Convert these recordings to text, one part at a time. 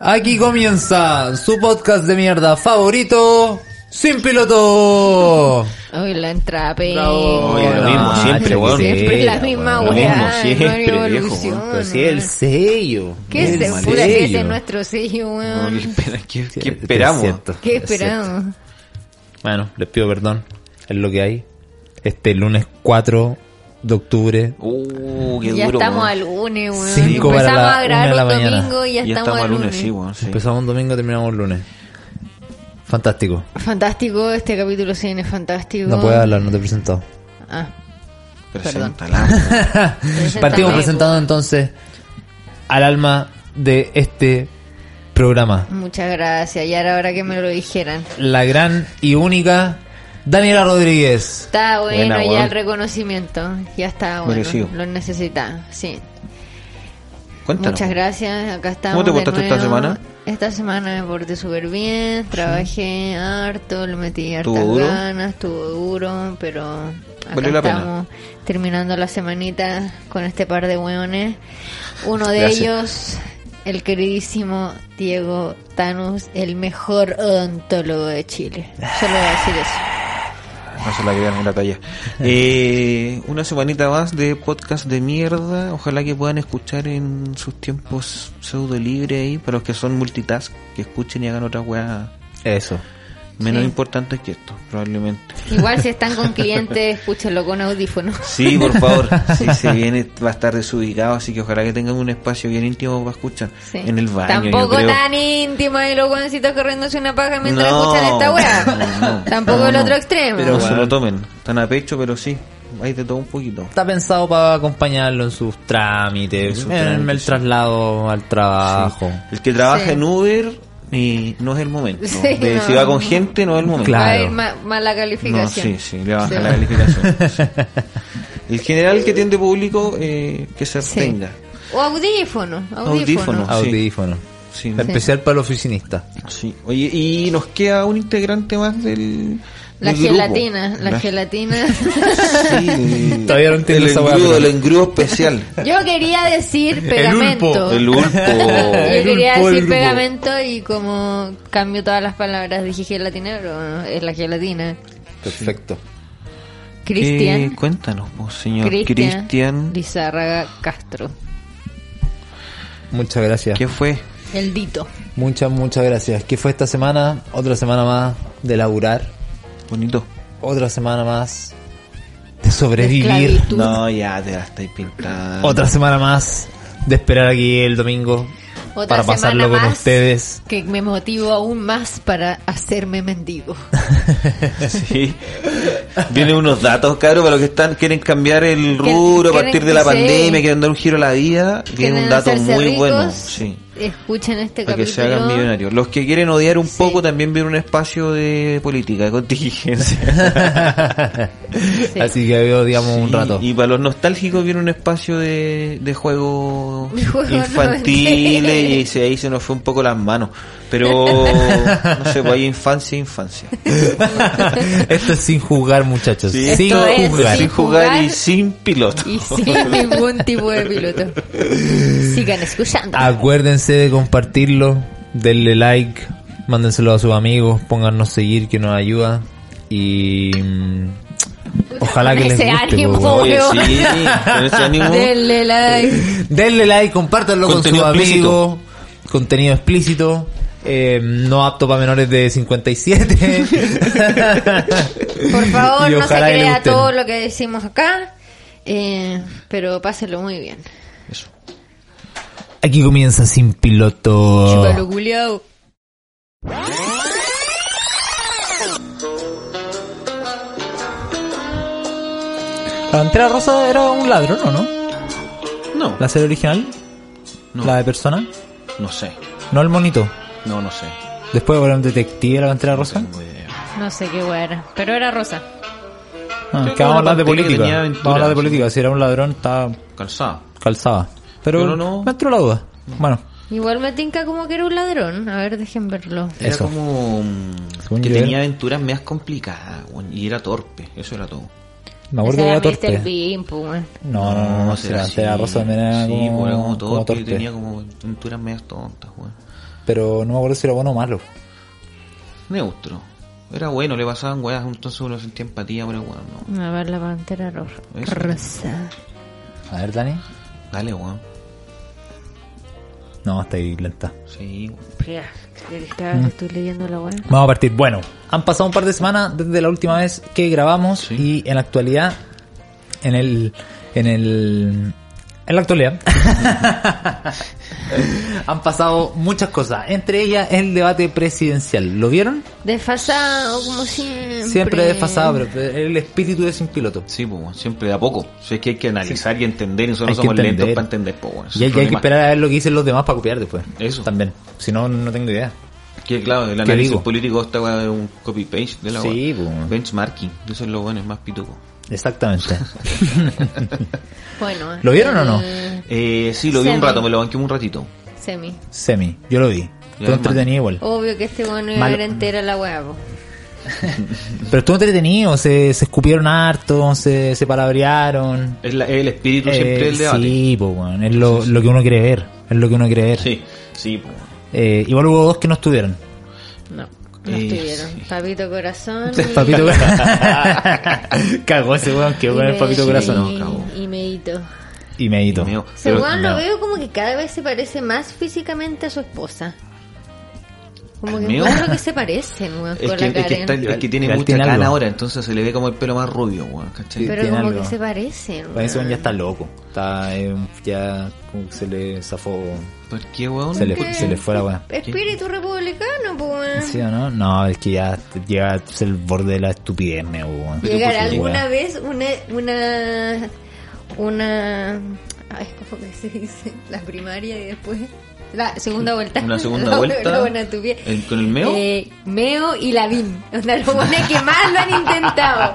Aquí comienza su podcast de mierda favorito, Sin Piloto. Uy, la entrada, pe. Bravo. Oye, lo No, mismo siempre, sí, weón. siempre Sí, la misma Lo weá, mismo no hay siempre, evolución, viejo. Pero sí, el weón. sello. ¿Qué el es de sello. pura que ese es nuestro sello, No, ¿qué weón? espera- ¿Qué, Sí, qué es esperamos? cierto, ¿Qué es cierto. esperamos? Bueno, les pido perdón, es lo que hay. Este lunes 4 de octubre. Uh, qué Ya duro, estamos weón. al lunes, weón. Cinco para Empezamos la a grabar una de la un mañana. domingo y ya, estamos al ¿eh? lunes. sí, weón. sí. Empezamos un domingo, terminamos el lunes. Fantástico. Fantástico, este capítulo se viene fantástico. No puedo hablar, no te he presentado. Ah, Preséntala. Partimos preséntame, presentando entonces al alma de este programa. po. Muchas gracias, ya era hora que me lo dijeran. La gran y única Daniela Rodríguez. Está bueno Buena, ya weón. el reconocimiento, ya está bueno, Merecido. lo necesita, sí. Cuéntanos. Muchas gracias, acá estamos. ¿Cómo te de portaste esta nuevo. semana? Esta semana me porté súper bien, trabajé harto, le metí hartas ¿Estuvo duro? ganas, estuvo duro, pero acá ¿Valió la pena? estamos terminando la semanita con este par de hueones. Uno de Gracias. ellos, el queridísimo Diego Tanus, el mejor odontólogo de Chile. Solo voy a decir eso. No se la crean en la talla. Eh, una semanita más de podcast de mierda. Ojalá que puedan escuchar en sus tiempos pseudo libre ahí. Para los que son multitask, que escuchen y hagan otra weá Eso. menos Sí. importante que esto, probablemente. Igual si están con clientes, escúchenlo con audífonos. Sí, por favor. Sí, se viene, va a estar desubicado, así que ojalá que tengan un espacio bien íntimo para escuchar. Sí. En el baño. yo Tampoco creo. tan íntima y los guancitos corriéndose una paja mientras No, escuchan esta weá. no, no. Tampoco No, el no. otro extremo. Pero se lo tomen. Tan a pecho, pero sí. Hay de todo un poquito. Está pensado para acompañarlo en sus trámites, En sus en, el trámites, sí. traslado al trabajo. El que trabaja Sí. en Uber y no es el momento. Sí, De- no. Si va con gente, no es el momento. Claro. Va a ir ma- mala No, calificación. sí, sí, le baja Sí. la calificación. sí. El general que tiende público, eh, que se Sí. abstenga. O audífono. Audífono. Audífono. Ah, sí. Audífono. Sí. Especial para el oficinista. Sí. Oye, y nos queda un integrante más del. La del grupo. gelatina. La, gelatina. Sí, Todavía no entiendo el esa weá, engrudo, pero- el engrudo especial. Yo quería decir pegamento. El ulpo. Yo El quería ulpo, el decir ulpo. pegamento y como cambio todas las palabras dije gelatina, pero no, es la gelatina. Perfecto. Eh, Cristian. cuéntanos, po, señor Cristian. Cristian. Lizárraga Castro. Muchas gracias. ¿Qué fue? El Dito. Muchas, muchas gracias. ¿Qué fue esta semana? Otra semana más de laburar. Bonito. Otra semana más de sobrevivir. Esclavitud. No, ya te la estáis pintando. Otra semana más de esperar aquí el domingo para Otra semana pasarlo con más ustedes. Que me motivo aún más para hacerme mendigo. Sí. Vienen unos datos, caros para los que están quieren cambiar el rubro a quieren- partir de la sí. pandemia, quieren dar un giro a la vida. Viene un Quieren dato hacerse muy ricos, bueno. Sí. Escuchen este Para que se capítulo. hagan millonarios. Los que quieren odiar un Sí. poco también viene un espacio de política, de contingencia. Sí. Así que veo, digamos, un rato. Y, y para los nostálgicos viene un espacio de, de juegos De juegos infantiles noventero. y se, ahí se nos fue un poco las manos. Pero no sé, pues hay infancia, infancia. Esto es sin juzgar, muchachos. Sí. Sin Esto es juzgar. Sin Sin jugar y jugar. sin piloto. Y sin ningún tipo de piloto. Sigan escuchando. Ah, Acuérdense de compartirlo, denle like, mándenselo a sus amigos, pónganos seguir que nos ayuda y mm, ojalá que les Ese guste. ánimo. po, weón. Oye, sí, con ese ánimo. Denle like. Denle like, compártanlo con sus Contenido amigos, contenido explícito. eh, no apto para menores de 57. Por favor, Y no se ojalá que le crea gusten. todo lo que decimos acá. eh, pero pásenlo muy bien. Aquí comienza sin piloto. Chúpalo, culiao. La pantera rosa era un ladrón, ¿o no? No, La serie original, no, la de persona, no sé. no el monito. No, no sé. Después era un detective de la pantera rosa. Tengo idea. No sé qué weá era. Pero era rosa. Ah, Creo que vamos a que era hablar de parte que política. tenía Vamos a hablar de aventuras, política. Si era un ladrón, estaba Calzado. calzada. Pero, Pero no- me entró la duda. Bueno, Igual me tinca como que era un ladrón. A ver, dejen verlo. Era Eso. como mm, Según que yo era- tenía aventuras medias complicadas weón, y era torpe, eso era todo. me acuerdo que Ese era era Mr. torpe. Bean, pues, weón. No, no, no, no, sé, será, así. será rosa también era sí, como, pues, era como torpe, y torpe. tenía como aventuras medias tontas, weón. pero no me acuerdo si era bueno o malo. Neutro. Era bueno, le pasaban weas, entonces uno sentía empatía por el weón, no. A ver la pantera ro- Eso. rosa. A ver, Dani. Dale, weón. No, está ahí lenta. Sí, weón. Pia, Mm. estaba- Estoy leyendo la web. Vamos a partir. Bueno, han pasado un par de semanas desde la última vez que grabamos Sí. y en la actualidad, en el, en el, en la actualidad, han pasado muchas cosas. Entre ellas el debate presidencial. ¿Lo vieron? Desfasado, como siempre. Siempre desfasado, pero pero el espíritu de sin piloto. Sí, pues, weón, siempre de a poco. Si es que hay que analizar y entender, y Hay nosotros que somos lentos entender. para entender, pues, weón. Ese Y hay, es que- hay el que problema. esperar a ver lo que dicen los demás para copiar después. Eso. También. Si no, no tengo idea. Que claro, el análisis digo? político esta weá es un copy paste de la weá. Sí, pues. Benchmarking, eso es lo bueno, es más pituco. Exactamente. Bueno. ¿Lo vieron o no? eh, Eh, sí, lo vi un Semi. rato, me lo banqué un ratito. Semi. Semi. Yo lo vi. Estuvo Ya, entretenido igual. Obvio que este bueno iba a Malo. ver entera la huevo. Pero estuvo entretenido. Se, se escupieron harto, se, se palabrearon. Es, la- es el espíritu Eh, siempre del debate. Sí, sí, po, weón. es lo, lo que uno quiere ver. Es lo que uno quiere ver. sí, pues. weón. Eh, igual hubo dos que no estuvieron. No, no Eh, estuvieron. sí. Papito Corazón. y- Papito Cagó ese weón, que y weón el me- papito corazón. y- No, cagó. Y Medito. Y medito. Mío. Ese Pero- weón lo no. veo como que cada vez se parece más físicamente a su esposa. Como ¿Al que mío? claro que se parecen, weón, Es con que, la es, que está- cara. es que tiene Igual mucha tiene cana algo. ahora, entonces se le ve como el pelo más rubio, weón, ¿cachai? Sí. Pero tiene como algo. que se parecen. Para ese weón. weón ya está loco. Está, eh, ya como que se le zafó. ¿Por qué, weón? Se le, ¿Qué? se le fue la weón. Espíritu republicano, pues. weón. ¿Sí o no? No, es que ya llega a ser el borde de la estupidez, me weón. Llegará Sí, alguna weón. vez una. Una. Una. Ay, ¿cómo que se dice? La primaria y después. La segunda vuelta. Una segunda La- vuelta. la buena tu pie. ¿El- con el meo? Eh, meo y Lavín. O sea, los buenos que más lo han intentado.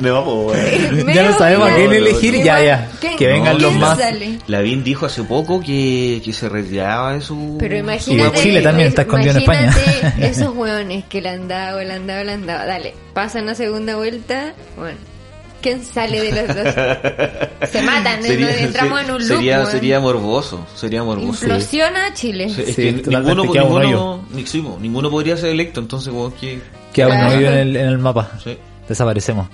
No, pues, weón. Ya Meo no sabemos y a quién Lavín. elegir, ya, ya. ¿Qué- Que vengan quién los más- sale? Lavín dijo hace poco que, que se retiraba de su... Pero imagínate. Y Chile también está escondido en España. imagínate Esos hueones que le han dado, le han dado, le han dado. Dale, pasan la segunda vuelta. Bueno, ¿quién sale de los dos? Se matan, ¿eh? Nos entramos en un loop. sería, hueón. sería morboso, sería morboso. Implosiona Chile. Sí, Sí, es que totalmente, ninguno, queda un ninguno, ni- sí, po, ninguno podría ser electo, entonces weón, que... Que aún no Claro. vive en el, en el mapa. Sí. Desaparecemos.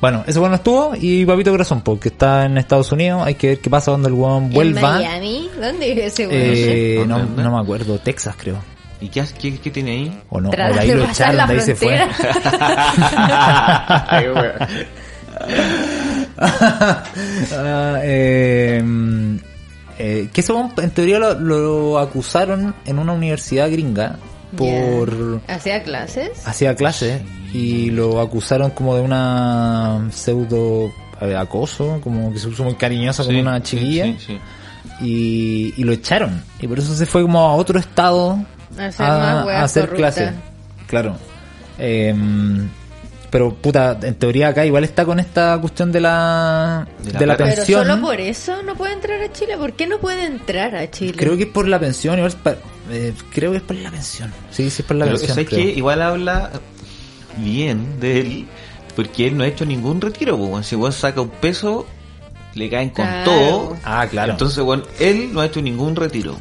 Bueno, ese weón no estuvo y Papito Corazón, porque está en Estados Unidos. Hay que ver qué pasa cuando el weón ¿En vuelva. Miami? ¿Dónde vive ese hueón? Eh, No no, sé. no me acuerdo, Texas creo. ¿Y qué, hace- qué, qué tiene ahí? O no, o de Tratando ahí de lo pasar echaron, la de ahí se fue. Ay, weón. Ah, eh, eh, que ese weón, en teoría lo, lo acusaron en una universidad gringa por... Ya. ¿Hacía clases? hacía clases y lo acusaron como de una pseudo eh, acoso, como que se puso muy cariñosa con Sí, una sí, chiquilla sí, sí. Y, y lo echaron. Y por eso se fue como a otro estado A hacer más weas corruptas. clases. Claro. Em, pero puta, en teoría acá igual está con esta cuestión de la, De de la la, plata. Pero pensión. solo por eso no puede entrar a Chile. ¿Por qué no puede entrar a Chile? Creo que es por la pensión, igual es pa- eh, creo que es por la pensión. Sí, sí es por la Pero pensión. ¿sabes creo. qué? Igual habla bien de él, porque él no ha hecho ningún retiro, po, weón. Si weón saca un peso, le caen con Claro. todo. Ah, claro. Entonces, weón, él no ha hecho ningún retiro.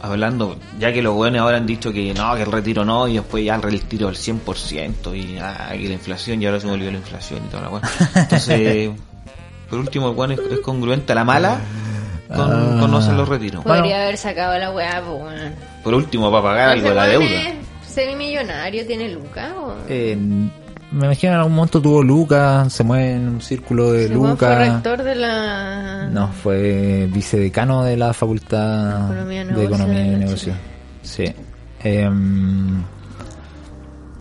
Hablando, ya que los weones ahora han dicho que no, que el retiro no, y después ya el retiro al 100%, y, ah, y la inflación, y ahora se me olvidó la inflación y toda la weón. Entonces, por último, el weón es, es congruente a la mala con, Ah. con no hacer los retiros. Podría Bueno. haber sacado la weá, pues, weón. Por último, para pagar algo de la Ese weón deuda. es Semimillonario, tiene Lucas. o- Eh, me imagino en algún momento tuvo Lucas, se mueve en un círculo de Ese weón fue Lucas. rector de la. No, fue vicedecano de la Facultad Economía de y Negocio Economía de y la Negocio. Sí. Chile. Em,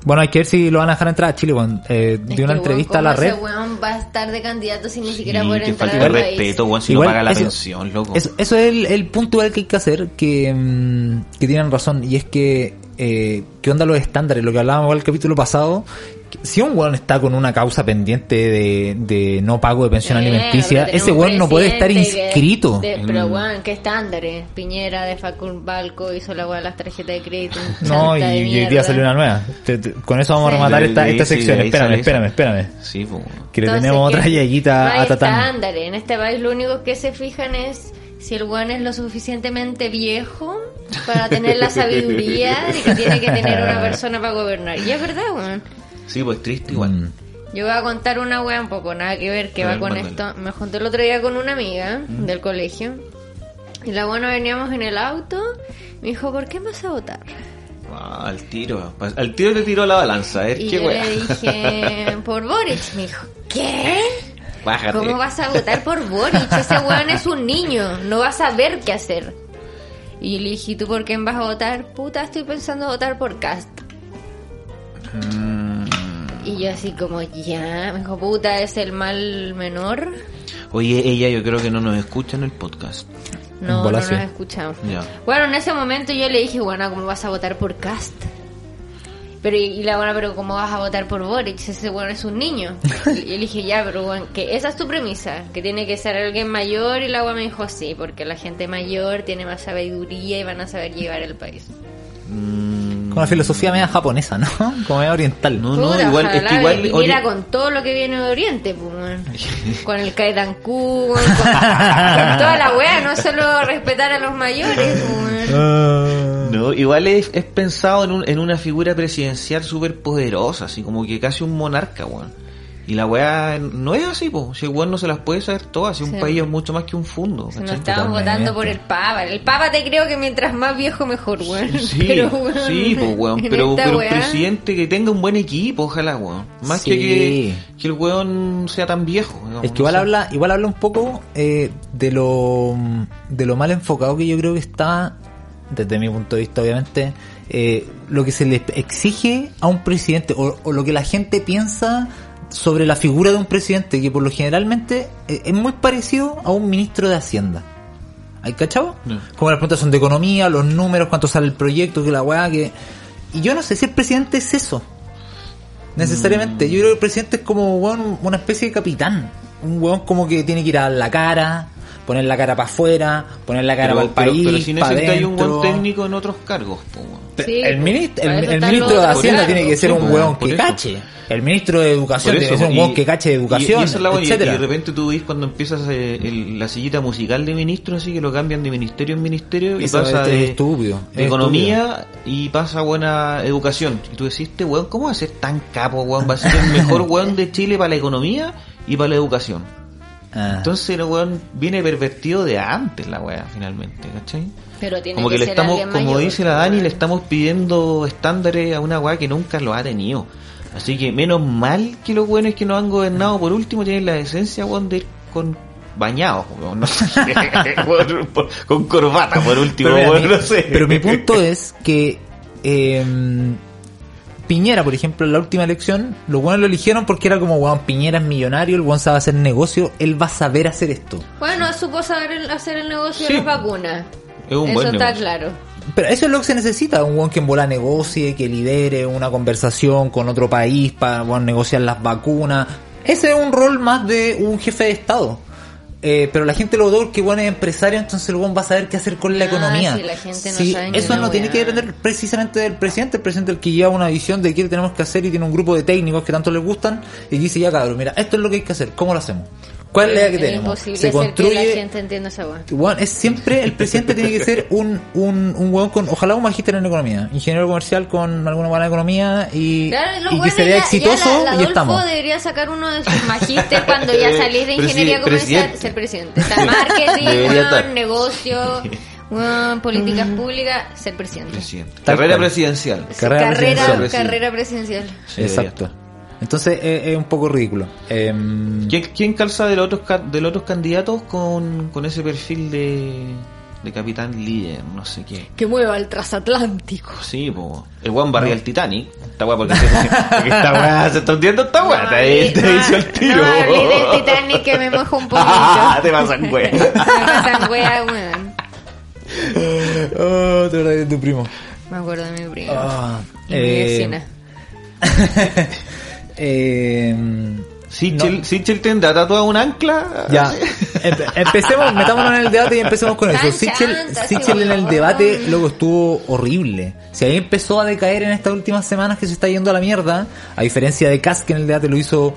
bueno, hay que ver si lo van a dejar entrar a Chile. weón. Eh, Es de una que, entrevista a weón, la Este ¿cómo red. Ese weón va a estar de candidato sin ni siquiera Sí, poder que entrar falta de al país. respeto, weón, si Igual, no paga la eso- pensión, loco. Eso, eso es el, el punto igual que hay que hacer, que, mm, que tienen razón, y es que, eh, ¿qué onda los estándares? Lo que hablábamos igual el capítulo pasado, que si un weón está con una causa pendiente de, de no pago de pensión Eh, alimenticia, pero tenemos ese weón no puede estar presidente que- inscrito. de- Mm. pero weón, qué estándares. Piñera de Facul Balco hizo la weá de las tarjetas de crédito. un No, y, chanta de y hoy mierda. día salió una nueva. Te- te- con eso vamos Sí. a rematar De- esta, de- esta sí, sección. de ahí espérame, sale espérame, espérame. Sí, pues. Que le Entonces, tenemos otra ¿qué? No yaguita hay a Tatán. estándares. En este país lo único que se fijan es si el weón es lo suficientemente viejo para tener la sabiduría de que tiene que tener una persona para gobernar. Y es verdad, weón. Sí, pues triste igual. Mm. Yo voy a contar una wea un poco, nada que ver, que A va ver, con mándala. esto. Me junté el otro día con una amiga Mm. del colegio. Y la buena veníamos en el auto. Me dijo, ¿por qué me vas a votar? Ah, al tiro. Pa- Al tiro te tiró la balanza, ¿eh? Y Qué yo wea. le dije, por Boric. Me dijo, ¿qué? Bájate. ¿Cómo vas a votar por Boric? Ese weón es un niño, no vas a saber qué hacer. Y le dije, ¿y tú por quién vas a votar? Puta, estoy pensando votar por Cast. Mm. Y yo así como, ya, me dijo, puta, es el mal menor. Oye, ella yo creo que no nos escucha en el podcast. No, no Bolas, nos sí. escuchamos. Ya. Bueno, en ese momento yo le dije, bueno, ¿cómo vas a votar por Cast? Pero, y- y la buena, pero ¿cómo vas a votar por Boric? Ese bueno es un niño. Y yo le dije, ya, pero bueno, que esa es tu premisa, que tiene que ser alguien mayor. Y la buena me dijo, sí, porque la gente mayor tiene más sabiduría y van a saber llevar el país. Mm, Con una filosofía media japonesa, ¿no? Como media oriental. No, no, Puta, igual, es que ojalá, igual, y oye- Mira con todo lo que viene de Oriente, pues, weón. con el Kaidan Q, con, con toda la wea, no solo respetar a los mayores, pues, weón. Ah. No, igual es, es pensado en, un- en una figura presidencial súper poderosa, así como que casi un monarca, weón. Y la weá no es así, po. Si el weón no se las puede saber todas, si un Sí. país es mucho más que un fundo. Si no ¿cachai? estamos Totalmente. votando por el Papa. El Papa te creo que mientras más viejo mejor, weón. Sí, pero, weón, sí, po, weón. en Pero, esta pero un weá, presidente que tenga un buen equipo, ojalá, weón. Más que, Sí. que que el weón sea tan viejo. digamos, Es que no igual sé. habla, igual habla un poco eh, de lo de lo mal enfocado que yo creo que está, desde mi punto de vista, obviamente, eh, lo que se le exige a un presidente, o, o lo que la gente piensa sobre la figura de un presidente, que por lo generalmente eh, es muy parecido a un ministro de Hacienda. ¿Hay cachado? No. Como las preguntas son de economía, los números, cuánto sale el proyecto, que la weá, que. Y yo no sé si el presidente es eso. Mm. Necesariamente. Yo creo que el presidente es como weón, una especie de capitán. Un weón como que tiene que ir a la cara, poner la cara para afuera, poner la cara Pero, para el pero- país. pero si pa' necesita hay un buen dentro. técnico en otros cargos, po, weón. Pe- Sí, el, pues, minist- el- para eso el están ministro los de otros Hacienda cargos, tiene que ser sí, un pues, weón por que eso. cache. El ministro de Por Educación tiene que eso, pues, ser un y- weón que cache de educación. Y, esa es la buena, y- etcétera. y de repente tú ves cuando empiezas eh, el- la sillita musical de ministro, así que lo cambian de ministerio en ministerio y Eso pasa es- es de, estúpido, de es economía y pasa a buena educación. Y tú decís, este weón, ¿cómo va a ser tan capo, weón? Va a ser el mejor weón de Chile para la economía y para la educación. Ah. Entonces, el weón viene pervertido de antes la weá, finalmente, ¿cachai? Pero tiene Como que, le ser estamos, alguien como mayor, dice la Dani, weón. le estamos pidiendo estándares a una weá que nunca lo ha tenido. Así que menos mal que los buenos que nos han gobernado por último tienen la decencia, weón, de ir con bañados, weón, no sé, weón, por- con corbata por último, mira, weón, mi, no sé. pero mi punto es que eh, Piñera, por ejemplo, en la última elección, los buenos lo eligieron porque era como, weón, Piñera es millonario, el weón sabe hacer negocio, él va a saber hacer esto. Bueno, supo saber el- hacer el negocio Sí. de las vacunas. Es un Eso buen está negocio. claro. Pero eso es lo que se necesita, un weón que en bola negocie, que lidere una conversación con otro país para weón, negociar las vacunas. Ese es un rol más de un jefe de Estado. Eh, pero la gente lo votó que weón es empresario, entonces el weón va a saber qué hacer con la Ah, economía. sí, la gente no Sí, sabe ni eso una no tiene weá. que depender precisamente del presidente, el presidente es el que lleva una visión de qué tenemos que hacer y tiene un grupo de técnicos que tanto les gustan y dice ya cabrón, mira, esto es lo que hay que hacer, ¿cómo lo hacemos? ¿Cuál es la idea que Es tenemos? imposible hacer que la gente entienda esa weá. Weón, es siempre el presidente tiene que ser un, un, un weón con, ojalá un magíster en economía, ingeniero comercial con alguna buena economía y, Claro, los y que buenos se vea ya- exitoso ya la- la y Adolfo estamos. debería sacar uno de sus magíster cuando ya salís de Eh, Presi- ingeniería comercial, presidente. ser presidente. Está marketing, Debería weón, estar. negocio, weón, políticas públicas, ser presidente. Presidente. Tal Carrera cual. presidencial. Su Carrera Carrera, presidencial. carrera, presidencial. Sí, Exacto. Entonces es, es un poco ridículo. Em, ¿Quién, quién calza de los otros, ca- de los otros candidatos con, con ese perfil de, de capitán líder? No sé qué. Que mueva el transatlántico. Pues Sí, po. el weón barría el Titanic. Esta weá, porque, se- porque esta weá se está hundiendo esta weá. Ah, te, te hizo el tiro. No, hablé del Titanic que me mojo un poquito. Ah, te pasan weá. Me pasan wea, weón. oh, te acordás de tu primo. Me acuerdo de mi primo. Ah, y eh, mi vecina. Em, Sichel, Sichel tendrá tatuado un ancla. Ya, Empe- empecemos, metámonos en el debate y empecemos con eso. Tan Sichel, chanta, sí, Sichel en el weón. debate, luego estuvo horrible. Si ahí empezó a decaer en estas últimas semanas que se está yendo a la mierda, a diferencia de Kass que en el debate lo hizo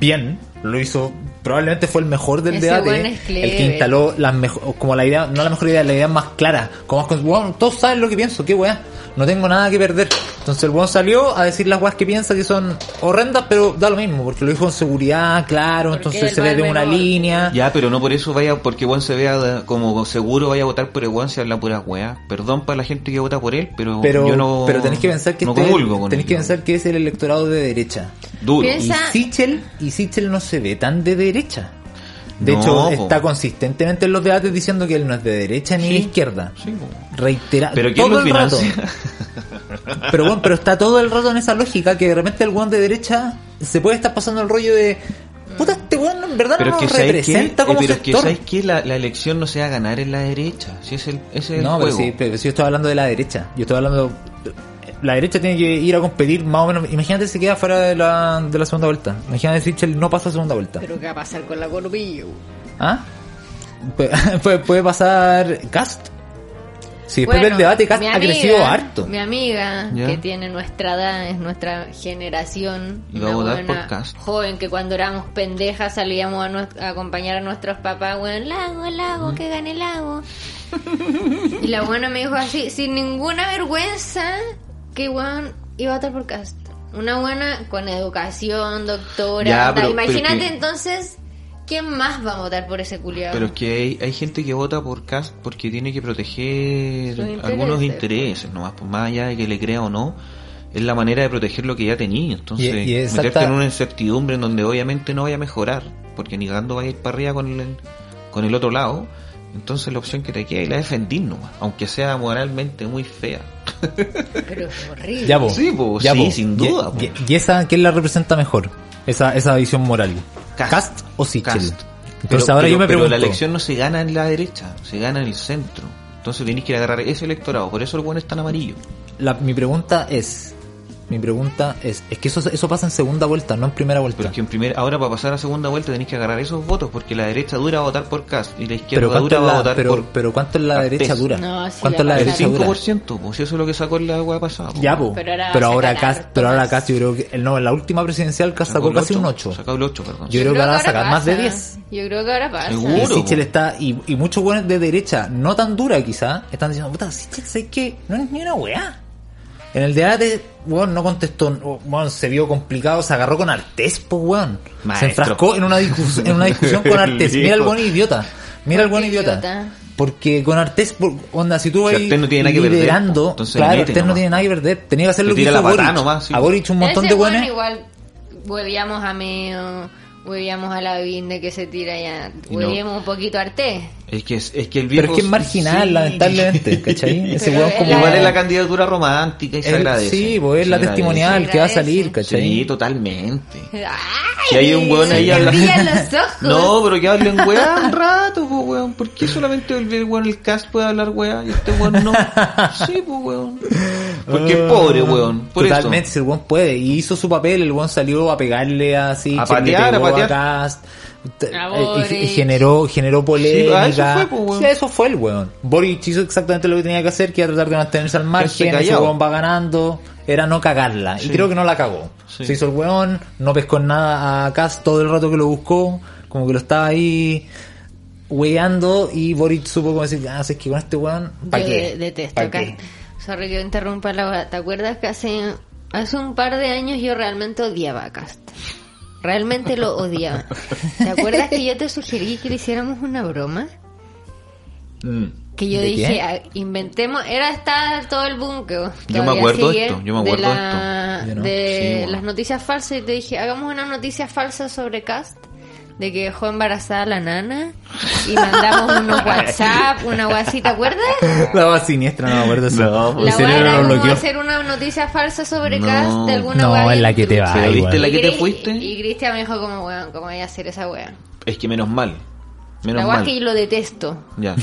bien, lo hizo probablemente fue el mejor del Ese weón debate. El es que clever. instaló las mejo- como la idea, no la mejor idea, la idea más clara. Como más cons- weón, todos saben lo que pienso, qué weá. No tengo nada que perder. Entonces el weón salió a decir las weas que piensa que son horrendas, pero da lo mismo, porque lo dijo en seguridad, claro, Porque entonces él se va le al ve una menor. línea. Ya, pero no por eso vaya, porque Juan se vea eh, como seguro vaya a votar por el Juan si habla pura weá. Perdón para la gente que vota por él, pero, Pero, yo no. pero tenés que pensar que no este- comulgo con tenés él, que yo. pensar que es el electorado de derecha. Duro. Piensa- Esa- Y Sichel, y Sichel no se ve tan de derecha. De No, hecho, po. está consistentemente en los debates diciendo que él no es de derecha ni de izquierda. Sí, po. Reitera Pero ¿quién todo lo el rato. financia? Pero bueno, pero está todo el rato en esa lógica que de repente el weón de derecha se puede estar pasando el rollo de puta este weón en verdad Pero no es que nos sabes que, representa como pero es que sector. sabes que la, la elección no se va a ganar en la derecha. Si es el, ese es el no, pero juego. sí, pero si yo estaba hablando de la derecha. Yo estaba hablando la derecha tiene que ir a competir más o menos. Imagínate si queda fuera de la, de la segunda vuelta. Imagínate si Sichel no pasa a segunda vuelta. Pero ¿qué va a pasar con la Corbillo? ¿Ah? Pu- Puede, puede pasar Cast. Si después Bueno, del debate Cast mi ha amiga, crecido harto. Mi amiga, Ya. que tiene nuestra edad, es nuestra generación. Y va a una votar buena por Cast. Joven, que cuando éramos pendejas salíamos a, nues- a acompañar a nuestros papás. Bueno, lago, Mm. lago, que gane lago. y la buena me dijo así, sin ninguna vergüenza, que weón iba a votar por Cast. Una buena con educación, doctora. Ya, onda. pero- pero Imagínate que- entonces, ¿quién más va a votar por ese culiado? Pero es que hay, hay gente que vota por Cast porque tiene que proteger Sus intereses. algunos intereses, nomás, pues más allá de que le crea o no, es la manera de proteger lo que ya tenía. Entonces, Y- y es meterte exacta- en una incertidumbre en donde obviamente no vaya a mejorar, porque ni dando vaya a ir para arriba con el, con el otro lado, entonces la opción que te queda es la de defender nomás, aunque sea moralmente muy fea. Pero es horrible. Ya, po. Sí, po, Ya, sí, po. sin Y- duda, po. Y, y esa, ¿quién la representa mejor? Esa, esa visión moral. Cast. Cast, o Sichel. Cast. Entonces ahora yo me pero pregunto. la elección no se gana en la derecha, se gana en el centro. Entonces tenés que ir a agarrar ese electorado, por eso el bueno es tan amarillo. la- mi pregunta es. Mi pregunta es. Es que eso, eso pasa en segunda vuelta, no en primera vuelta. Pero es que en primer, ahora para pasar a segunda vuelta tenéis que agarrar esos votos porque la derecha dura va a votar por Cast y la Pero izquierda ¿cuánto, dura es va a la, votar pero, por pero ¿cuánto es la Cortés. derecha dura? No, sí, ¿Cuánto es la ya el derecha pasa. dura? 5%, pues si eso es lo que sacó la hueá pasada. po. Ya, po. Pero ahora Pero, va a ahora sacar Cast, harto pero ahora más. Cast, yo creo que. No, en la última presidencial Cast sacó el casi un 8. Sacó el 8, perdón. Yo creo que ahora va a sacar pasa. más de 10. Yo creo que ahora pasa. Seguro. Y po. Sichel está, y, y muchos buenos de derecha, no tan dura quizá, están diciendo, puta, Sichel, ¿sabes qué? No es ni una weá. En el debate, weón, no contestó, no, weón, se vio complicado, se agarró con Artés, po, weón. Se Maestro. enfrascó en una, discus- en una discusión con Artés. Mira el buen idiota. Mira el buen ¿Por qué idiota. idiota? Porque con Artés, por- onda, si tú vas Artés no tiene nada que perder, liderando, po. Entonces le claro, mete Artés no nomás. tiene nada que perder. Tenía que hacer Le lo que tira hizo la patada Boric. nomás, sí. A Boric un montón Ese de weón buenos. igual hueveamos a Meo, hueveamos a la Vinde que se tira ya, Y no. hueveamos un poquito a Arte. Es que, es, es que el viejo... Pero es que es marginal, sí. lamentablemente, ¿cachai? Ese Pero weón es como... Igual es la candidatura romántica y se El- agradece. Sí, pues es Se la agradece. testimonial Se que va a agradece. salir, ¿cachai? Sí, totalmente. ¡Ay! Si hay un weón ahí se habla- brillan los ojos. No, pero que hablen weá un rato, pues weón. ¿Por qué solamente el el weón el cast puede hablar weá y este weón no? Sí, pues weón. Porque es pobre, weón. Por Ah, Totalmente, eso. si el weón puede. Y hizo su papel, el weón salió a pegarle así, A che, le patear, pegó a patear. Cast, t- A eh, y- y Boric. generó, generó polémica. Sí, a eso fue, pues, weón. Sí, a eso fue el weón. Boric hizo exactamente lo que tenía que hacer, que era tratar de mantenerse al margen, ese callado. weón va ganando, era no cagarla. Sí. Y creo que no la cagó. Sí. Se hizo el weón, no pescó nada a Cast todo el rato que lo buscó, como que lo estaba ahí weando y Boric supo como decir, ah, si es que con este weón, ¿para Yo qué? de- detesto ¿Pa' acá. qué?". Sorry que interrumpa la hora. ¿Te acuerdas que hace, hace un par de años yo realmente odiaba a Cast? Realmente lo odiaba. ¿Te acuerdas que yo te sugerí que le hiciéramos una broma? Que yo Mm. ¿De dije, qué? "Ah, inventemos, era estar todo el boom que vos Yo me todavía acuerdo sigue, esto, yo me acuerdo de la- esto. Yo no. de Sí, bueno. las noticias falsas y te dije, hagamos una noticia falsa sobre Cast, de que dejó embarazada a la nana y mandamos unos WhatsApp, una guasita, ¿te acuerdas? La va siniestra, no me acuerdo eso. No, pues. el ah, La weá cerebro era lo como bloqueó. hacer una noticia falsa sobre No. Cast de alguna No, weá en la que te trucha. va. Pero Ay, viste weón. la que te Cris- fuiste, Y Cristian me dijo como, weón, ¿cómo voy a hacer esa weá? es que menos mal. Menos La weá mal. que yo lo detesto. Ya.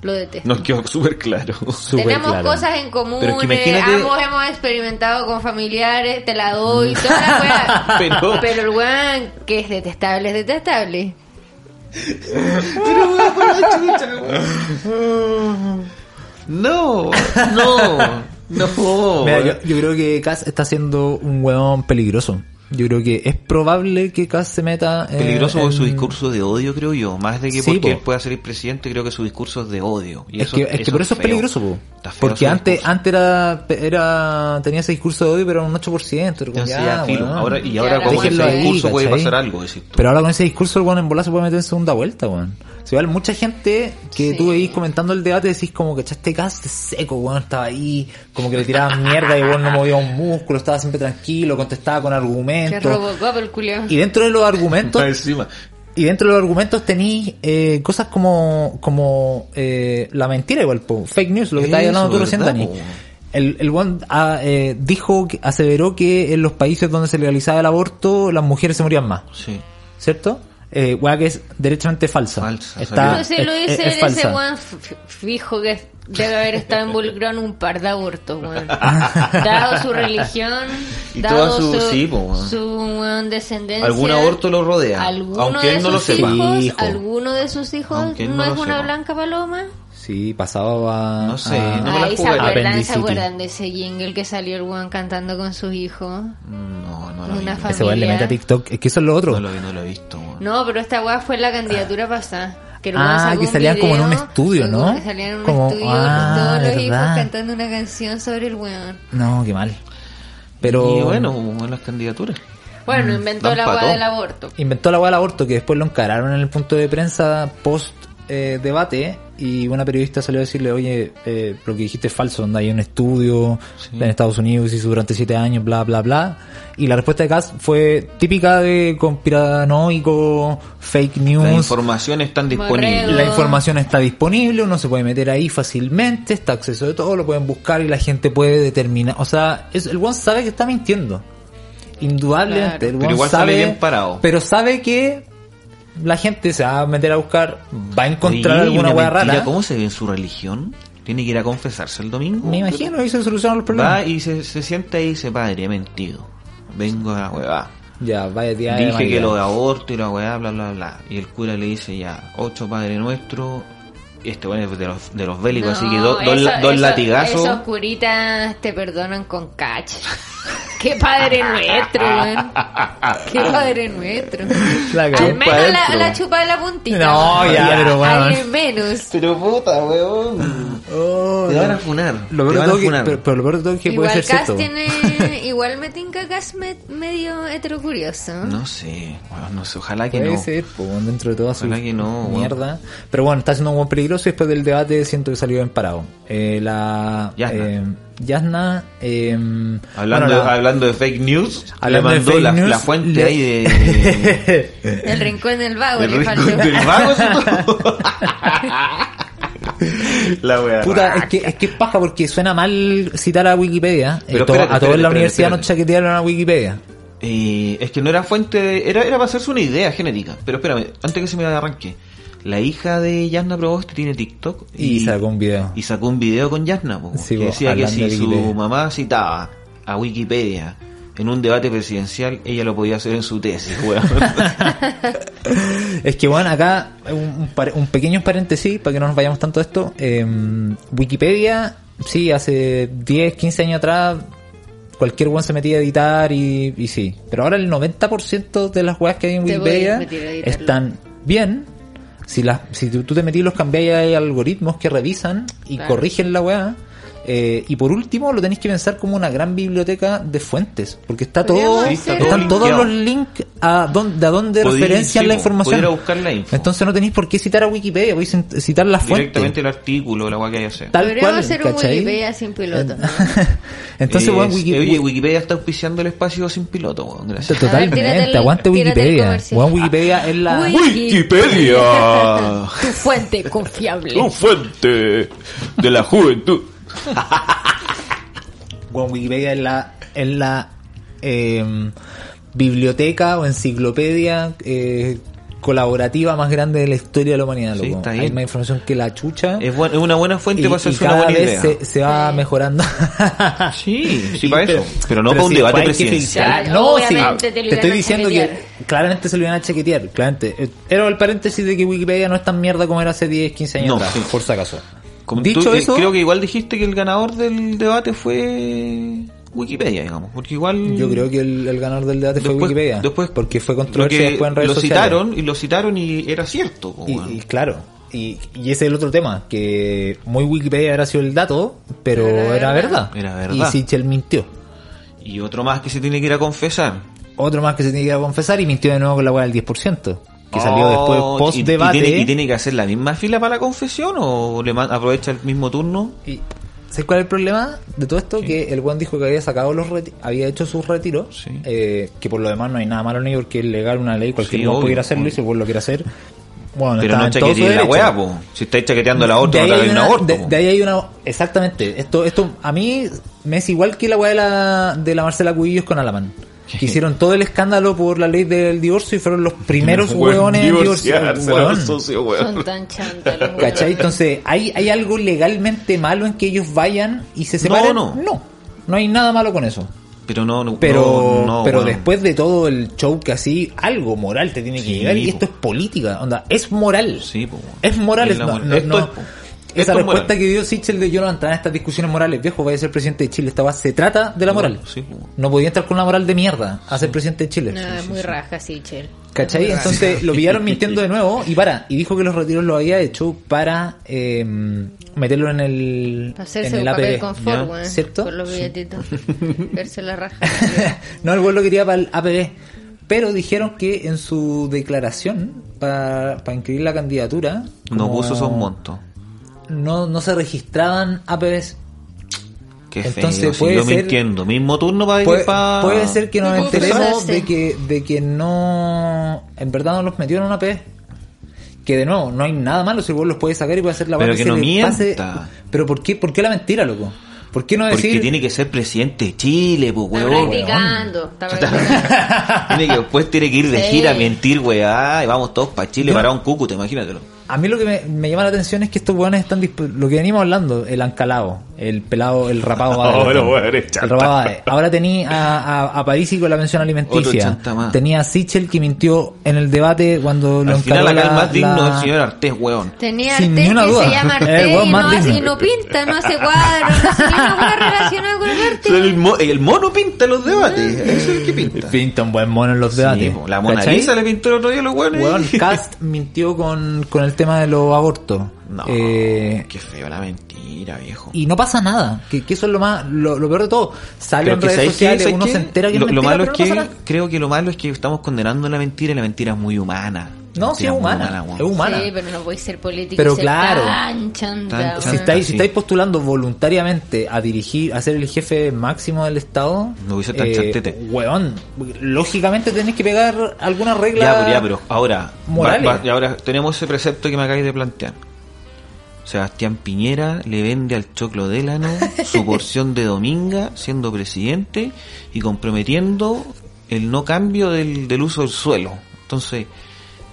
Lo detesto. Nos quedó súper claro. Súper Tenemos claro. cosas en común, eh, Pero es que imagínate- ambos hemos experimentado con familiares, te la doy, toda la weá. Pero- Pero el weón que es detestable, es detestable. No, no, no. Mira, yo, yo creo que Cass está siendo un weón peligroso. Yo creo que es probable que Kass se meta en... Peligroso por su en- discurso de odio, creo yo. Más de que Eh, Sí, porque po. él pueda salir presidente, creo que su discurso es de odio. Y es que, es que por eso es feo. peligroso, po. Está feo porque su antes discurso. antes era, era tenía ese discurso de odio, pero era un 8%. era como, Entonces, ya, ya, filo. weón. Ahora, y Ya, ahora la con déjenlo ese ahí, discurso puede ¿cachai? pasar algo, decís tú. Pero ahora con ese discurso el weón en bola se puede meter en segunda vuelta, weón. Si igual mucha gente que Sí. tú veís comentando el debate decís como que echaste gas de seco, weón, estaba ahí, como que le tiraban mierda y weón no movía un músculo, estaba siempre tranquilo, contestaba con Que argumentos. Robocop el culiao. Y dentro de los argumentos, Está encima. y dentro de los argumentos tenís eh, cosas como, como eh, la mentira igual, po, fake news, lo que estabas Eso, hablando tú recién, ¿verdad, Dani. po? El, el weón, ah, eh, dijo, que- aseveró que en los países donde se legalizaba el aborto, las mujeres se morían más. Sí. ¿cierto? Eh, weá que es derechamente falsa. Falsa, Está, No sé, lo es- dice es- es ese falsa. weón f- fijo que debe haber estado involucrado en un par de abortos, weón. Dado su religión, Y dado toda su- su, sí, po, weón. su, weón, descendencia. Algún aborto lo rodea, Alguno aunque de él no lo sus sepa. hijos- Hijo. Alguno de sus hijos Aunque él no, no es lo una sepa. blanca paloma. Sí, pasaba a... No sé, a- no me la Ahí se jugué. acuerdan, se Apendicitis. acuerdan de ese jingle que salió el weón cantando con sus hijos. No, no lo Una vi. fa- Ese weón le familia. mete a TikTok. Es que eso es lo otro. No lo vi, no lo he visto. weón. No, pero esta weá fue la candidatura pasada. Que el weón Ah, sacó que un salían como en un video, estudio, sí, ¿no? como que salían en un Como- estudio ah, todos los hijos verdad. cantando una canción sobre el weón. No, qué mal. Pero... Y bueno, como en las candidaturas. Bueno, inventó Mm, Dan la pa' weá todo. del aborto. Inventó la weá del aborto que después lo encararon en el punto de prensa post eh, debate y una periodista salió a decirle, oye, eh, lo que dijiste es falso, donde hay un estudio Sí. en Estados Unidos y durante siete años, bla, bla, bla. Y la respuesta de Cass fue típica de conspiranoico, fake La news, información está Borrego. disponible. La información está disponible, uno se puede meter ahí fácilmente, está acceso de todo, lo pueden buscar y la gente puede determinar. O sea, es- el one sabe que está mintiendo. Indudablemente, Claro. el Pero one igual sale sabe. bien parado. Pero sabe que la gente se va a meter a buscar, va a encontrar Oye, y alguna una hueá mentira, rara. ¿Cómo se ve en su religión? ¿Tiene que ir a confesarse el domingo? Me imagino y se solucionan los problemas. Va y se, se sienta ahí y dice, padre, he mentido. Vengo a la huevada. Ya, vaya tía de Dije que María. lo de aborto y la weá, bla, bla, bla. Y el cura le dice ya, ocho Padre Nuestro. Y este bueno es de los, de los bélicos, así que do- dos eso- la- dos eso- latigazos. Esos curitas te perdonan con catch. Qué padre nuestro, weón. Qué padre nuestro. La cagó. Al menos la, Chupa la dentro. chupa de la puntita. No, weón. ya, pero bueno. Al menos. Pero puta, weón. Oh, Te no. van a funar. Lo peor te de van a todo que- funar. pero, pero lo peor de todo es que puede Igual ser Cass cierto. tiene. Igual me tinca Cass me- medio heterocurioso. No sé, weón, no sé, ojalá que Puede no. ser, po, bueno, dentro de toda su Ojalá que no, weón. mierda. Pero bueno, está siendo un buen peligroso y después del debate siento que salió bien parado. Eh, la Yasna. eh, Yasna, eh, Hablando, bueno, la- hablando de fake news, Hablando le de mandó fake la, news, la fuente le- ahí de... El rincón del vago del le rincón faltó. del vago, ¿sí? La weá. Puta, es que, es que es paja porque suena mal citar a Wikipedia. Eh, Pero to- espérate, a todos en la espérate, universidad nos espérate. chaquetearon a Wikipedia. Eh, es que no era fuente, de- era, era para hacerse una idea genérica. Pero espérame, antes que se me arranque. La hija de Yasna Proboste tiene TikTok Y, sacó un video. y sacó un video con Yasna, po, Sí, que po, decía que hablando si de su Wikipedia. mamá citaba a Wikipedia en un debate presidencial, ella lo podía hacer en su tesis, weón. Es que bueno, acá un, un par- un pequeño paréntesis para que no nos vayamos tanto de esto. Eh, Wikipedia, sí, hace 10, 15 años atrás cualquier weón se metía a editar y, y sí. Pero ahora el 90% de las weas que hay en Te Wikipedia voy a meter a editarlo. están bien. Si, las, si tú, tú te metís los cambiáis, hay algoritmos que revisan y Claro. corrigen la wea. Eh, y por último, lo tenéis que pensar como una gran biblioteca de fuentes, porque está todo, Podríamos Sí, está hacer- todo están todos linkeado. los links a dónde, a dónde Podí- referencian sí, la po, información. pudiera buscar la info. Entonces no tenéis por qué citar a Wikipedia, podéis cit- citar la Directamente fuente. el artículo, la weá que haya sea. Tal Podríamos cual, hacer un ¿cachai? Wikipedia sin piloto. ¿no? Entonces, Eh, weón, Wiki- oye, Wikipedia está auspiciando el espacio sin piloto, weón. to- Gracias. A ver, Totalmente, tírate el- aguante tírate el Wikipedia. comercial. Weón, Wikipedia es la... Wiki- Wikipedia. tu fuente confiable. Uh. fuente de la juventud. Weón, Wikipedia es la... Es la eh, biblioteca o enciclopedia eh, colaborativa más grande de la historia de la humanidad. Sí, loco. está Hay bien. más información que la chucha. Es, buen- es una buena fuente y, y para hacerse una cada buena vez idea. se, se va mejorando. Sí, sí, Y- para eso. Pero no para un si debate después hay que presidencial. filtrar- Claro, No, sí, obviamente te lo te iban estoy a diciendo que chaquetear. claramente se lo iban a chequetear. Claramente. Eh, Era el paréntesis de que Wikipedia no es tan mierda como era hace 10, 15 años No, atrás, sí. por si acaso. Como Dicho tú, eh, eso, creo que igual dijiste que el ganador del debate fue Wikipedia, digamos. Porque igual. Yo creo que el, el ganador del debate fue Después- Wikipedia. después- porque fue lo, controversia que después en redes lo sociales. citaron pues, y lo citaron y era cierto. po, Y, weón. y claro, y, y ese es el otro tema, que muy Wikipedia era sido el dato, pero Era era verdad. verdad. Era verdad. Y Sichel mintió. Y otro más que se tiene que ir a confesar. Otro más que se tiene que ir a confesar y mintió de nuevo con la hueá del 10%, que salió después Oh, y- y post-debate. tiene- ¿Y, tiene que hacer la misma fila para la confesión o le man- aprovecha el mismo turno? Y, ¿Sabes cuál es el problema de todo esto? Que el Juan dijo que había sacado los reti- había hecho sus retiros, Sí. eh, que por lo demás no hay nada malo ni porque es legal una ley, cualquier Sí, weón obvio, pudiera hacerlo y obvio. si el weón lo quiere hacer. Bueno, Pero está no en todo su chaqueteéis la derecho. weá, po. Si estáis chaqueteando a la De otra, ahí no hay hagáis un una- aborto. de- po. de ahí hay una. Exactamente. Esto, esto a mí me es igual que la weá de la, de la Marcela Cubillos con Alamán. Que hicieron todo el escándalo por la ley del divorcio y fueron los primeros hueones en divorciarse. Weón. Son tan chantas los ¿Cachai? hueones. Entonces, ¿hay, ¿hay algo legalmente malo en que ellos vayan y se separen? no. No, No hay nada malo con eso. Pero no, no, Pero, no, no, pero weón. después de todo el show que así, algo moral te tiene que Sí, llegar y po. esto es política. Onda, es moral. Sí, po, weón. Es moral. Es es- la no- moral. no- Esto no- es, po. esa Esto es respuesta moral. que dio Sichel de yo no entrar en estas discusiones morales. Viejo, vaya a ser presidente de Chile. Esta va, se trata de la moral. Sí, po. No podía entrar con una moral de mierda a ser presidente de Chile. No, es muy raja, sí, Chel. ¿Cachai? Entonces lo pillaron mintiendo de nuevo y para. Y dijo que los retiros lo había hecho para eh, meterlo en el, Para hacerse en el un papel APB. ¿ya? confort, weón. ¿Cierto? Por los billetitos. Verse la raja. no, el vuelo quería para el APB. Pero dijeron que en su declaración para, para inscribir la candidatura. No como puso esos montos. No, no se registraban APBs. Qué Entonces, feo. sí, puede yo ser- mintiendo. Mismo turno para Puede, pa- puede ser que nos No pudo enteremos procesarse. de que, de que no. En verdad no los metieron en una P. Que de nuevo, no hay nada malo si el weón los puede sacar y puede hacer la Pero weá que se no le mienta. Pero ¿por qué, ¿por qué la mentira, loco? ¿Por qué no Porque decir.? tiene que ser presidente de Chile, pues, Está weón. practicando. Está practicando. Tiene que, después tiene que ir de Sí. gira a mentir, weá. Y vamos todos para Chile, Yo- para un cúcuta, imagínatelo. A mí lo que me, me llama la atención es que estos weones están. disp- Lo que venimos hablando, el ancalado, el pelado, el rapado. va de Oh, ratón. los weones, el chanta. rapado va de- Ahora tenía a, a, a Parisi con la pensión Otro alimenticia. chanta más. Tenía a Sichel que mintió en el debate cuando lo Al final, encaró acá el la- más digno la- es el señor Artés, weón. Tenía Sin Artés ni una que duda. Eh, se llama El Artés weón y no más hace, digno. no pinta, no hace cuadros, no hace ninguna hueá relacionada con el arte. El, mo- el mono pinta los debates. Es el que pinta. Pinta un buen mono en los Sí, debates. po, la Mona ¿Cachai? Lisa le pintó el otro día a los weones. Weón, Cast mintió con, con el tema de los abortos. No, Eh, qué feo la mentira, viejo. y no pasa nada. Que, que eso es lo más lo, lo peor de todo. Sale Pero en que redes ¿sabes qué? sociales, ¿Sabes uno qué? se entera que es lo, lo mentira, malo pero es no que pasa nada. creo que lo malo es que estamos condenando la mentira y la mentira es muy humana. No, sí, Mentira es muy humana. weón. Es humana. Sí, pero no podéis ser político Pero y ser claro. tan chanta, Tan weón. si, chanta. estáis, si sí. estáis postulando voluntariamente a dirigir, a ser el jefe máximo del Estado, eh, No hubiese tan chantete. weón, lógicamente tenés que pegar alguna regla. Ya, pero, ya, pero ahora, Morales. va- va- y ahora tenemos ese precepto que me acabáis de plantear. Sebastián Piñera le vende al Choclo Delano su porción de dominga siendo presidente y comprometiendo el no cambio del, del uso del suelo. Entonces,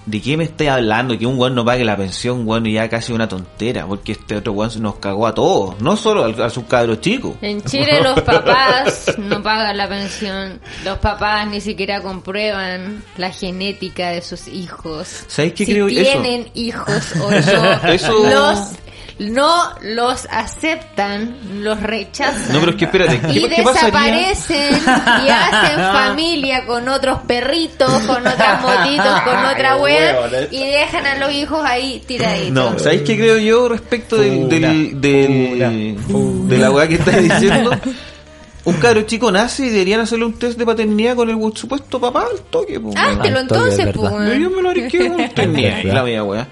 ¿de qué me estáis hablando? Que un guan no pague la pensión, guan, y ya casi una tontera, porque este otro guan nos cagó a todos, no solo al- a sus cabros chicos. En Chile los papás no pagan la pensión, los papás ni siquiera comprueban la genética de sus hijos. ¿Sabes qué si creo yo? tienen hijos o no, Eso- los no los aceptan, los rechazan. No, pero es que espérate, ¿qué- y qué pasaría? desaparecen y hacen familia con otros perritos, con otras motitos, con otra web y dejan a los hijos ahí tiraditos. No, ¿sabéis qué creo yo respecto del, del, del- de la weá que estás diciendo? Un cabro chico nace y deberían hacerle un test de paternidad con el supuesto papá al toque, po, weón. Háztelo Al toque, Ah, entonces, es pues. verdad. Pero Yo me lo arriesgué con paternidad, y la media weá.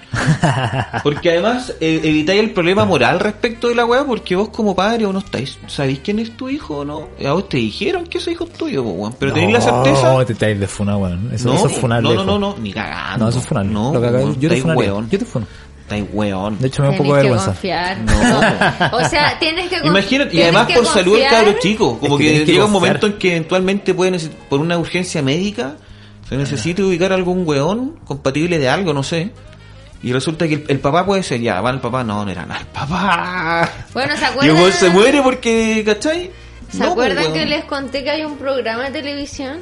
Porque además eh, evitáis el problema moral respecto de la weá, porque vos como padre o no estáis, ¿sabéis quién es tu hijo o no? A vos te dijeron que ese hijo es tuyo, po, weón. Pero tenéis la certeza. No, te estáis de funa, weón. Eso, eso es funar, no, no, viejo. no, no, ni cagando. No, eso es funar. No, Lo que acá- weón, yo te estáis funaría. weón. Yo te funo. Estáis weón. De hecho, me da un poco de Tenés vergüenza. que confiar. No. O sea, tienes que con- Imagínate, y tienes además que por salud del confiar. cabro chico, como Es que que, tenés que llega un confiar. momento en que eventualmente puede neces- por una urgencia médica, se necesita ubicar algún weón compatible de algo, no sé. Y resulta que el, el papá puede ser, ya, va el papá, no, no era nada, el papá. Bueno, ¿se Y el acuerdan? weón se muere porque, ¿cachai? ¿Se No, pues, acuerdan weón. que les conté que hay un programa de televisión?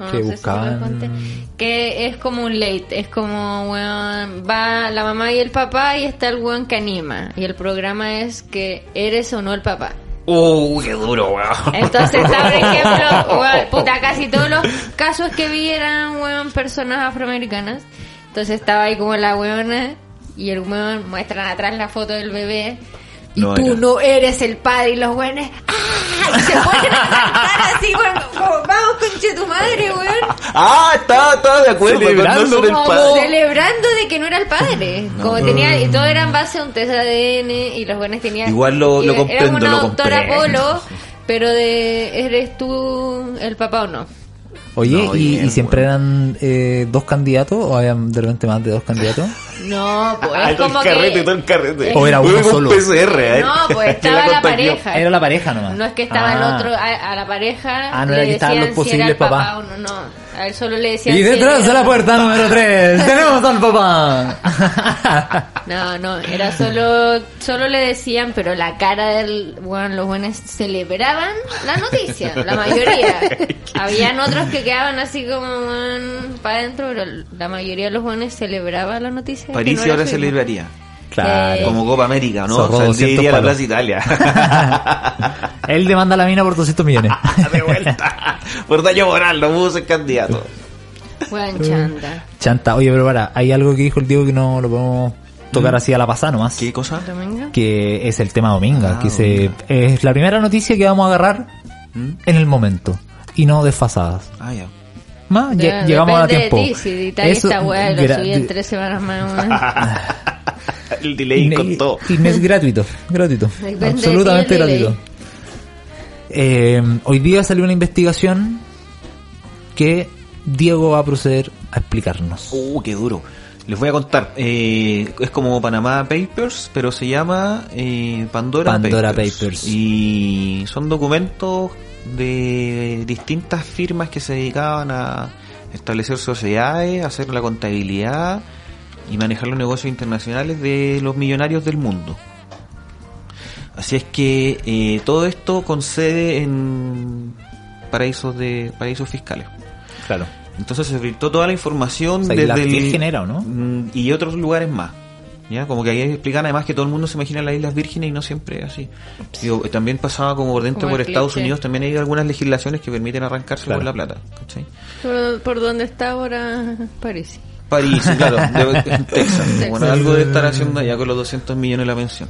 O Que sé si buscaban- lo conté. que es como un late, es como, weón, va la mamá y el papá y está el weón que anima. Y el programa es que eres o no el papá. ¡Uh, qué duro, weón! Entonces, por ejemplo, weón, puta, casi todos los casos que vi eran weón, personas afroamericanas. Entonces estaba ahí como la weona y el weón muestran atrás la foto del bebé. Y No tú era. no eres el padre y los weones ¡Ah! Y se ponen a cantar así, weón. como, vamos, conche tu madre, weón. ¡Ah! Estaba, estaba de acuerdo con Celebrando, no ser el como- padre. Mm. Celebrando de que no era el padre. Como tenía, y todo era en base a un test de ADN y los buenos tenían. Igual lo- y lo era comprendo, una lo doctora comprendo. Polo, pero de eres tú el papá o no. Oye, No, ¿y, bien, y siempre weón. eran eh, dos candidatos o habían de repente más de dos candidatos? No, pues Ah, es todo el como carrete, que todo el carrete. O era uno Hubo un solo. PCR, ¿eh? No, pues Que la estaba la contagió. pareja. Era la pareja nomás. no es que estaba Ah. el otro a, a la pareja. Ah, no era le que estaban decían los si era posibles el papá, papás. o no, no. A él solo le decían. Y si detrás era- de la puerta número 3 tenemos al papá. No, no, era solo, solo le decían, pero la cara del, bueno, los buenos celebraban la noticia, la mayoría. Habían otros que quedaban así como para adentro, pero la mayoría de los buenos celebraba la noticia. París que no y era ahora su hijo. celebraría. claro. Como Copa América, ¿no? Zorro, 200 Saldría iría a la palos. Plaza Italia. Él demanda a la mina por 200 millones. de vuelta. Por daño moral, no pudo ser candidato. Buen chanta. Chanta, oye, pero para, hay algo que dijo el Diego que no lo podemos tocar así a la pasada nomás. ¿Qué cosa? ¿Domingo? Que es el tema Dominga, Ah, que se, es la primera noticia que vamos a agarrar ¿Mm? en el momento y no desfasadas. Ah, ya. Más, lle- Ya, llegamos a depende tiempo. De ti, si editáis esta weá y lo gra- subí en tres semanas más. weón. El delay y- contó. y no es gratuito, gratuito. Depende de ti absolutamente el delay. gratuito. Eh, hoy día salió una investigación que Diego va a proceder a explicarnos. Uh, qué duro. Les voy a contar. eh, es como Panamá Papers, pero se llama eh, Pandora, Pandora Papers. Papers. Y son documentos de distintas firmas que se dedicaban a establecer sociedades, hacer la contabilidad y manejar los negocios internacionales de los millonarios del mundo. Así es que eh, todo esto con sede en paraísos de paraísos fiscales. Claro. Entonces se filtró toda la información O sea, desde Islas el- Virgen era, ¿o no? Mm, Y otros lugares más. ¿Ya? Como que ahí explican además que todo el mundo se imagina las Islas Vírgenes y no siempre es así. Digo, también pasaba como por dentro Como por el Estados cliché. Unidos, también hay algunas legislaciones que permiten arrancarse Claro. por la plata. ¿cachai? ¿Por, por dónde está ahora París? París, claro, de- en Texas. Bueno, Texas. algo de estar haciendo ya con los 200 millones de la pensión.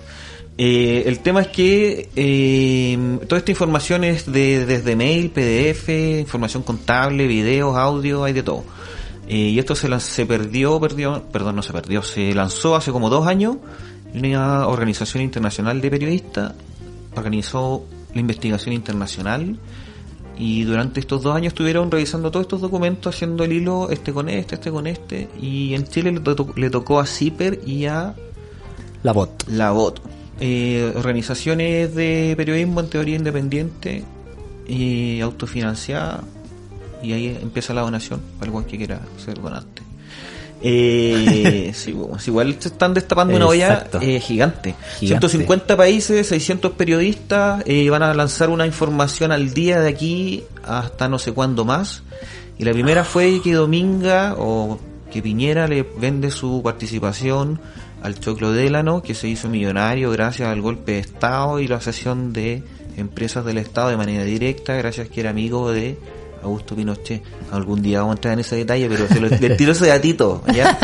Eh, el tema es que eh, toda esta información es de, desde mail, PDF, información contable, videos, audio, hay de todo. Eh, y esto se, lan- se perdió, perdió, perdón, no se perdió, se lanzó hace como dos años. Una organización internacional de periodistas organizó la investigación internacional y durante estos dos años estuvieron revisando todos estos documentos, haciendo el hilo este con este, este con este. Y en Chile le, to- le tocó a CIPER y a La bot. La BOT. eh, organizaciones de periodismo en teoría independiente, y autofinanciada. Y ahí empieza la donación para el weón que quiera ser donante. Eh, sí, bueno, sí, igual se están destapando una olla Exacto. eh, gigante. Gigante. 150 países, 600 periodistas eh, van a lanzar una información al día de aquí hasta no sé cuándo más. Y la primera fue que Dominga o que Piñera le vende su participación al Choclo Délano, que se hizo millonario gracias al golpe de Estado y la cesión de empresas del Estado de manera directa, gracias que era amigo de Augusto Pinochet. Algún día vamos a entrar en ese detalle, pero se lo, le tiro ese datito, ¿ya?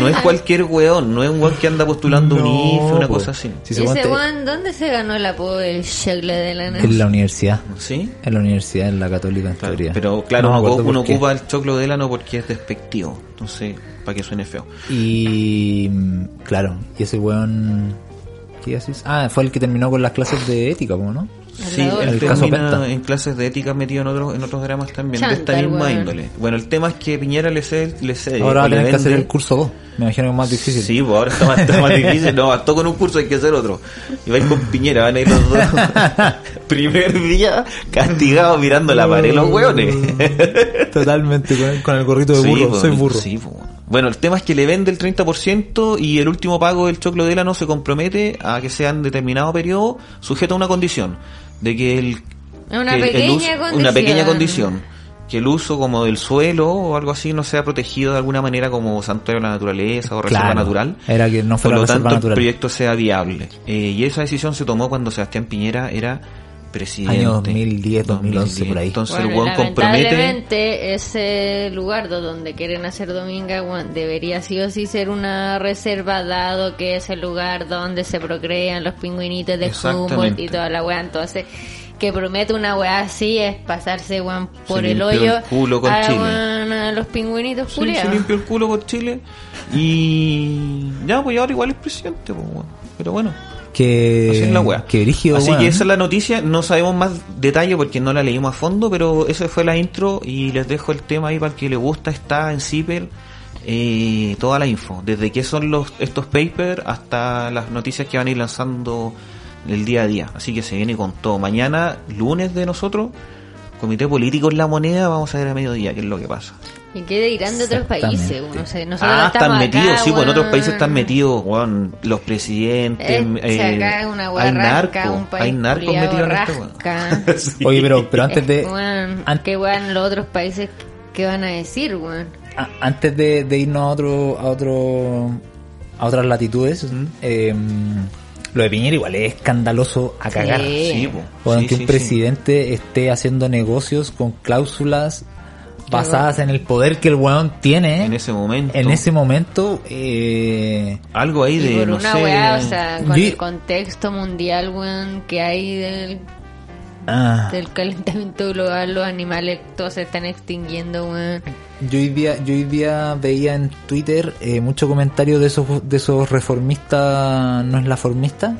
No es cualquier weón, no es un weón que anda postulando un No, IFE, una po. cosa así. Si se Ese aguanta- weón, ¿dónde se ganó el apodo del Shagle de Lana? En la universidad. ¿Sí? En la universidad, en la católica, en Claro, teoría. pero claro, No me uno, acuerdo uno por qué. ocupa el choclo de lano porque es despectivo. Entonces, para que suene feo. Y mm, claro, y ese weón... ¿Qué iba a decir? Ah, fue el que terminó con las clases de ética, po, ¿no? Sí, Hablador. él El caso termina Penta. en clases de ética metido en otros en otros dramas también, de Chanta, esta el misma weón. índole. Bueno, el tema es que Piñera le cede, le cede, Ahora va a le tener que hacer vende- el curso 2. Me imagino que es más difícil. Sí, pues ahora está más, está más difícil. No, bastó con un curso, hay que hacer otro. Y va a ir con Piñera, van a ir los dos. Primer día, castigados mirando la pared, los hueones. Totalmente, con, con el gorrito de Sí, burro. pues, Soy burro. sí, pues. Bueno, el tema es que le vende el 30% y el último pago del choclo de la no se compromete a que sea en determinado periodo sujeto a una condición. De que el... Una que el pequeña uso- Una condición. pequeña condición. Que el uso como del suelo o algo así no sea protegido de alguna manera como santuario de la naturaleza o reserva Claro, natural. era que no fuera Por lo reserva tanto, natural. el proyecto sea viable. Eh, y esa decisión se tomó cuando Sebastián Piñera era presidente. Año 2010, 2011, por ahí. Entonces el Bueno, weón compromete. lamentablemente ese lugar do- donde quieren hacer Dominga weón, debería sí o sí ser una reserva dado que es el lugar donde se procrean los pingüinitos de Exactamente. Humboldt y toda la weá. Entonces, que promete una weá así es pasarse weón, por el limpió el hoyo culo con a, Chile. weón, a los pingüinitos Sí, se culiados. limpió el culo con Chile. Y. Ya, pues ahora igual es presidente, pues, weón. Pero bueno, Que, así es la weá. que brígido, Así weón. que esa es la noticia. No sabemos más detalle porque no la leímos a fondo, pero esa fue la intro. Y les dejo el tema ahí para el que le gusta. Está en Zipper. eh, toda la info, desde qué son los estos papers hasta las noticias que van a ir lanzando el día a día. Así que se viene con todo. Mañana, lunes de nosotros, Comité Político en la Moneda, vamos a ver a mediodía qué es lo que pasa. ¿Y qué dirán de otros países? Exactamente. weón? O sea, nosotros Ah, están estamos acá, metidos, sí, pues en otros weón. países están metidos, weón, los presidentes, Eh, o sea, eh, acá es una weá hay rasca, narcos, un país hay narcos culiao metidos en esto, rasca. weón. Sí. Oye, pero, pero antes de... Weón, an- que weón, los otros países, ¿qué van a decir, weón? a- antes de, de irnos a otro... A otro a otras latitudes, eh, lo de Piñera igual es escandaloso a cagar. Sí. Sí, po. O Sí, que sí, un sí. presidente esté haciendo negocios con cláusulas basadas en el poder que el weón tiene En ese momento. en ese momento. eh, Algo ahí Y de, por no una sé, weá, o sea, con Yo- el contexto mundial, weón, que hay del, ah, del calentamiento global, los animales todos se están extinguiendo, weón. yo, hoy día, yo hoy día veía en Twitter eh, mucho comentario de esos, de esos reformistas, no es la formista,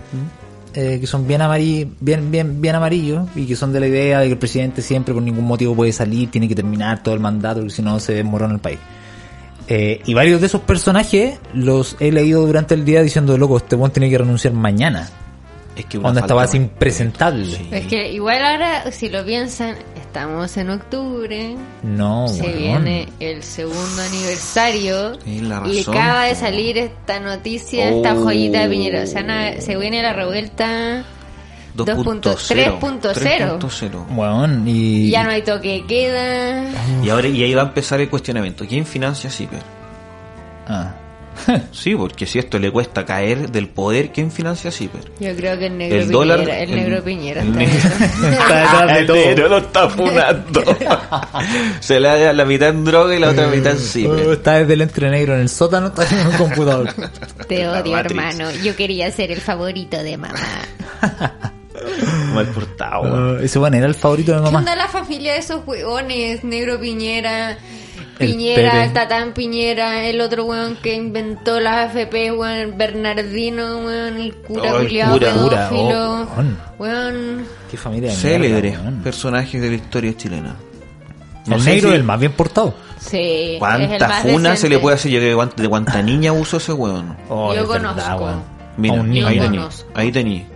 eh, que son bien, amarillos bien, bien, bien amarillos y que son de la idea de que el presidente siempre por ningún motivo puede salir, tiene que terminar todo el mandato, porque si no se desmorona el país. Eh, y varios de esos personajes los he leído durante el día diciendo, loco, este buen tiene que renunciar mañana. Es que una Onda falta estaba más. así impresentable. Sí. Es que igual ahora, si lo piensan, estamos en octubre, No, se Oh, weón. viene el segundo aniversario Tienes la y razón, acaba de po. salir esta noticia, esta Oh. joyita de Piñera. O sea, na- se viene la revuelta 2.0. 3.0. 3.0. Weón, y... Ya no hay toque de queda. Y ahora y ahí va a empezar el cuestionamiento. ¿Quién financia Ciper? Ah. Sí, porque si esto le cuesta caer del poder, ¿quién financia Ciper? Yo creo que el negro El Piñera. dólar- el el- negro Piñera. está el negro- dentro. Está detrás de todo. Pero Ah, lo está funando. Se le da la mitad en droga y la otra mitad en Oh, Ciper. está desde el entrenegro en el sótano, está en un computador. Te La odio, Matrix. hermano. Yo quería ser el favorito de mamá. Mal portado. weón. Oh, ese bueno era el favorito de ¿Qué mamá. onda la familia de esos hueones? Negro Piñera, El Piñera, Pepe. Tatán Piñera, el otro hueón que inventó las AFP, hueón, Bernardino, hueón, el cura Oh, el culiao cura, cura, pedófilo, oh, hueón. hueón. Qué familia de Célebres mierda, weón. personajes de la historia chilena. No El sé negro si- es el más bien portado. Sí, es el ¿Cuánta más funa se le decente. puede hacer? Yo creo que cuánta- de cuánta niña abusó ese weón. Oh, Yo es verdad, conozco. weón. Mira, A un niño. ahí Yo tení. conozco. Ahí tení.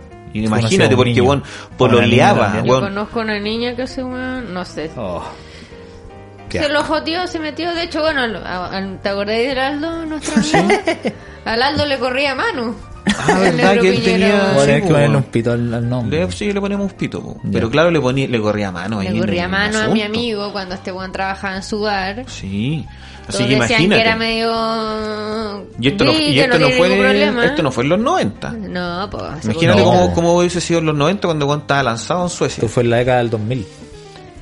Conocí Y a Imagínate, un porque niño. weón A una pololeaba, niña Yo weón. conozco a una niña que hace weón, no sé. Oh. Qué Se asco. lo jodió, se metió. De hecho, bueno, al- a- al- ¿te acordáis del Aldo, nuestro amigo? Al Aldo le corría a Manu. Ah, El verdad negro que él Piñera. tenía- Voy a Sí, tener que weón. ponerle un pito al, al nombre. Le, sí, le ponemos un pito, po. pero claro, le ponía, le corría a mano. ahí Le en corría el mano a mi asunto. amigo cuando este weón trabajaba en su bar. Sí, así Todos que decían que era imagínate. medio. Y esto no, Sí, y que esto no tiene ningún fue, problema. esto no fue en los 90. No, pues. Imagínate No. cómo, cómo hubiese sido en los 90 cuando Juan estaba lanzado en Suecia. Esto fue en la década del 2000.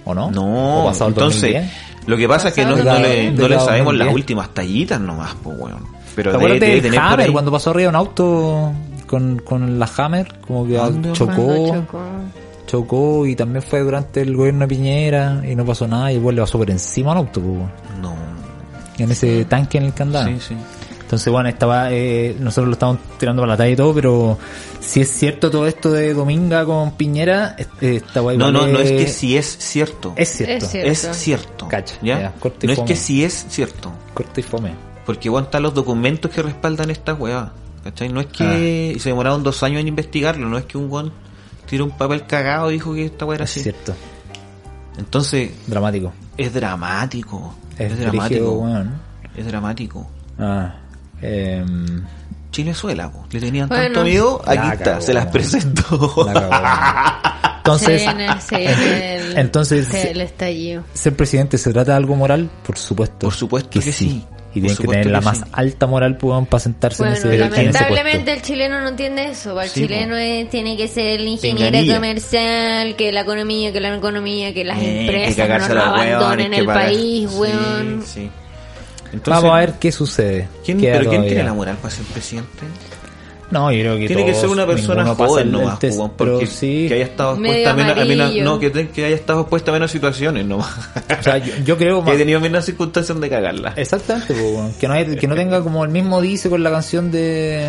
¿O no? ¿O No, pasado el entonces, 2010? lo que pasa es que no, Pasado no le, 2010. no le Delgado sabemos las 2010. últimas tallitas nomás, pues, weón. Pero ¿Te debe, acuerdas debe del tener por Hammer? ahí. Cuando pasó arriba un auto con, con la Hammer, como que ¿Dónde? chocó, chocó. chocó y también fue durante el gobierno de Piñera y no pasó nada y el weón le pasó por encima al auto, pues, weón. No, en ese tanque en el que andaba. sí, sí. Entonces, bueno, estaba, eh, nosotros lo estamos tirando para la talla y todo, pero si es cierto todo esto de Dominga con Piñera, eh, esta guay No, no, vale- no es que si es cierto. Es cierto, Es cierto. es cierto. Cacha, ¿ya? ya, corta y no es fome. que si es cierto. corta y fome. Porque igual están los documentos que respaldan esta weá. ¿Cachai? No es que Ah. y se demoraron dos años en investigarlo. No es que un weón tiró un papel cagado y dijo que esta weá era Es así. cierto, Entonces, dramático. es dramático. Es, Es, dramático. brígido, weón. Es dramático. Ah, em, Chilezuela, po. le tenían Bueno. tanto miedo. La Aquí está, cagó, se las weón. presento. la cagó, weón. Entonces, Se viene- se viene el- Entonces- se- el estallido. ¿Ser presidente se trata de algo moral? Por supuesto. Por supuesto que, sí. Y tienen que supuesto tener la que más sí. alta moral pues, para sentarse Bueno, en, ese, en ese lamentablemente puesto. el chileno no entiende eso. pa. El Sí, chileno es- tiene que ser el ingeniero Venganilla. comercial, que la economía, que la economía, que las Eh, que empresas cagarse no a nos los hueones, abandonen que el pagar- país, Sí, weón. sí. Entonces, Vamos a ver qué sucede. ¿quién, Queda ¿Pero quién todavía. tiene la moral para ser presidente? No, yo creo que Tiene que todos, ser una persona ninguno pasa joven el- el nomás, test, Juan, pero porque sí. que haya estado Medio expuesta a menos, a menos- amarillo. no, que, te- que haya estado expuesta a menos situaciones nomás. O sea, yo, yo creo que más- haya tenido menos circunstancias de cagarla. Exactamente, po, weón. que, no hay- que no tenga como el mismo dice con la canción de.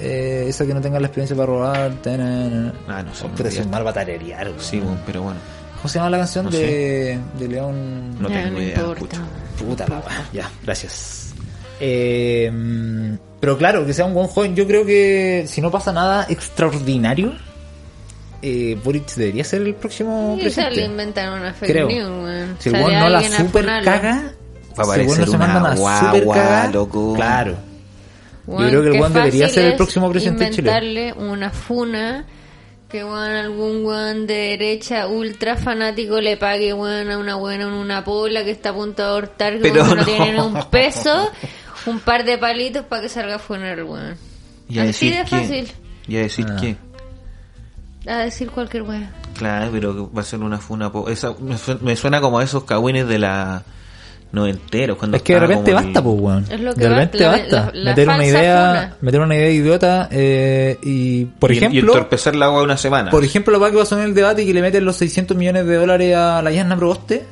eh, esa que no tenga la experiencia para robar. tanana. Ah, no sé, Hombre, no, es ya un mal batarerear, weón. Sí, bueno, pero bueno, ¿Cómo se llama la canción No de, de León? no Ya, tengo no idea. importa. pucha. Puta la weá. Ya, gracias. Eh, mm, pero claro, que sea un buen joven. Yo creo que si no pasa nada extraordinario, eh, Boric debería ser el próximo Y se le presidente. inventaron una fake Creo. news, weón. Si el Sale weón no la alguien a super funarlo. caga, Va a si el weón aparecer no se una manda una guagua, super caga, loco. claro. Weón, creo que el qué weón debería fácil ser el es próximo presidente de Chile. inventarle una funa que weón, algún weón de derecha ultra fanático le pague weón, a una weón en una pola que está a punto de abortar que Pero weón, no no. tiene ni un peso, un par de palitos para que salga a funar el weón. Y a Así decir de que, fácil. Y a decir Ah. que, A decir cualquier weón. claro, pero que va a ser una funa. po- Esa, me, suena, me suena como a esos cagüines de la noventeros. Cuando Es que de estaba repente como el- basta, pues, weón. Es lo que de va- repente la- basta. la- la meter una falsa idea, funa. meter una idea idiota eh, y, por y- Y ejemplo, entorpecer la agua una semana. por ejemplo, lo que pasó en el debate y que le meten los 600 millones de dólares a la Yasna Proboste,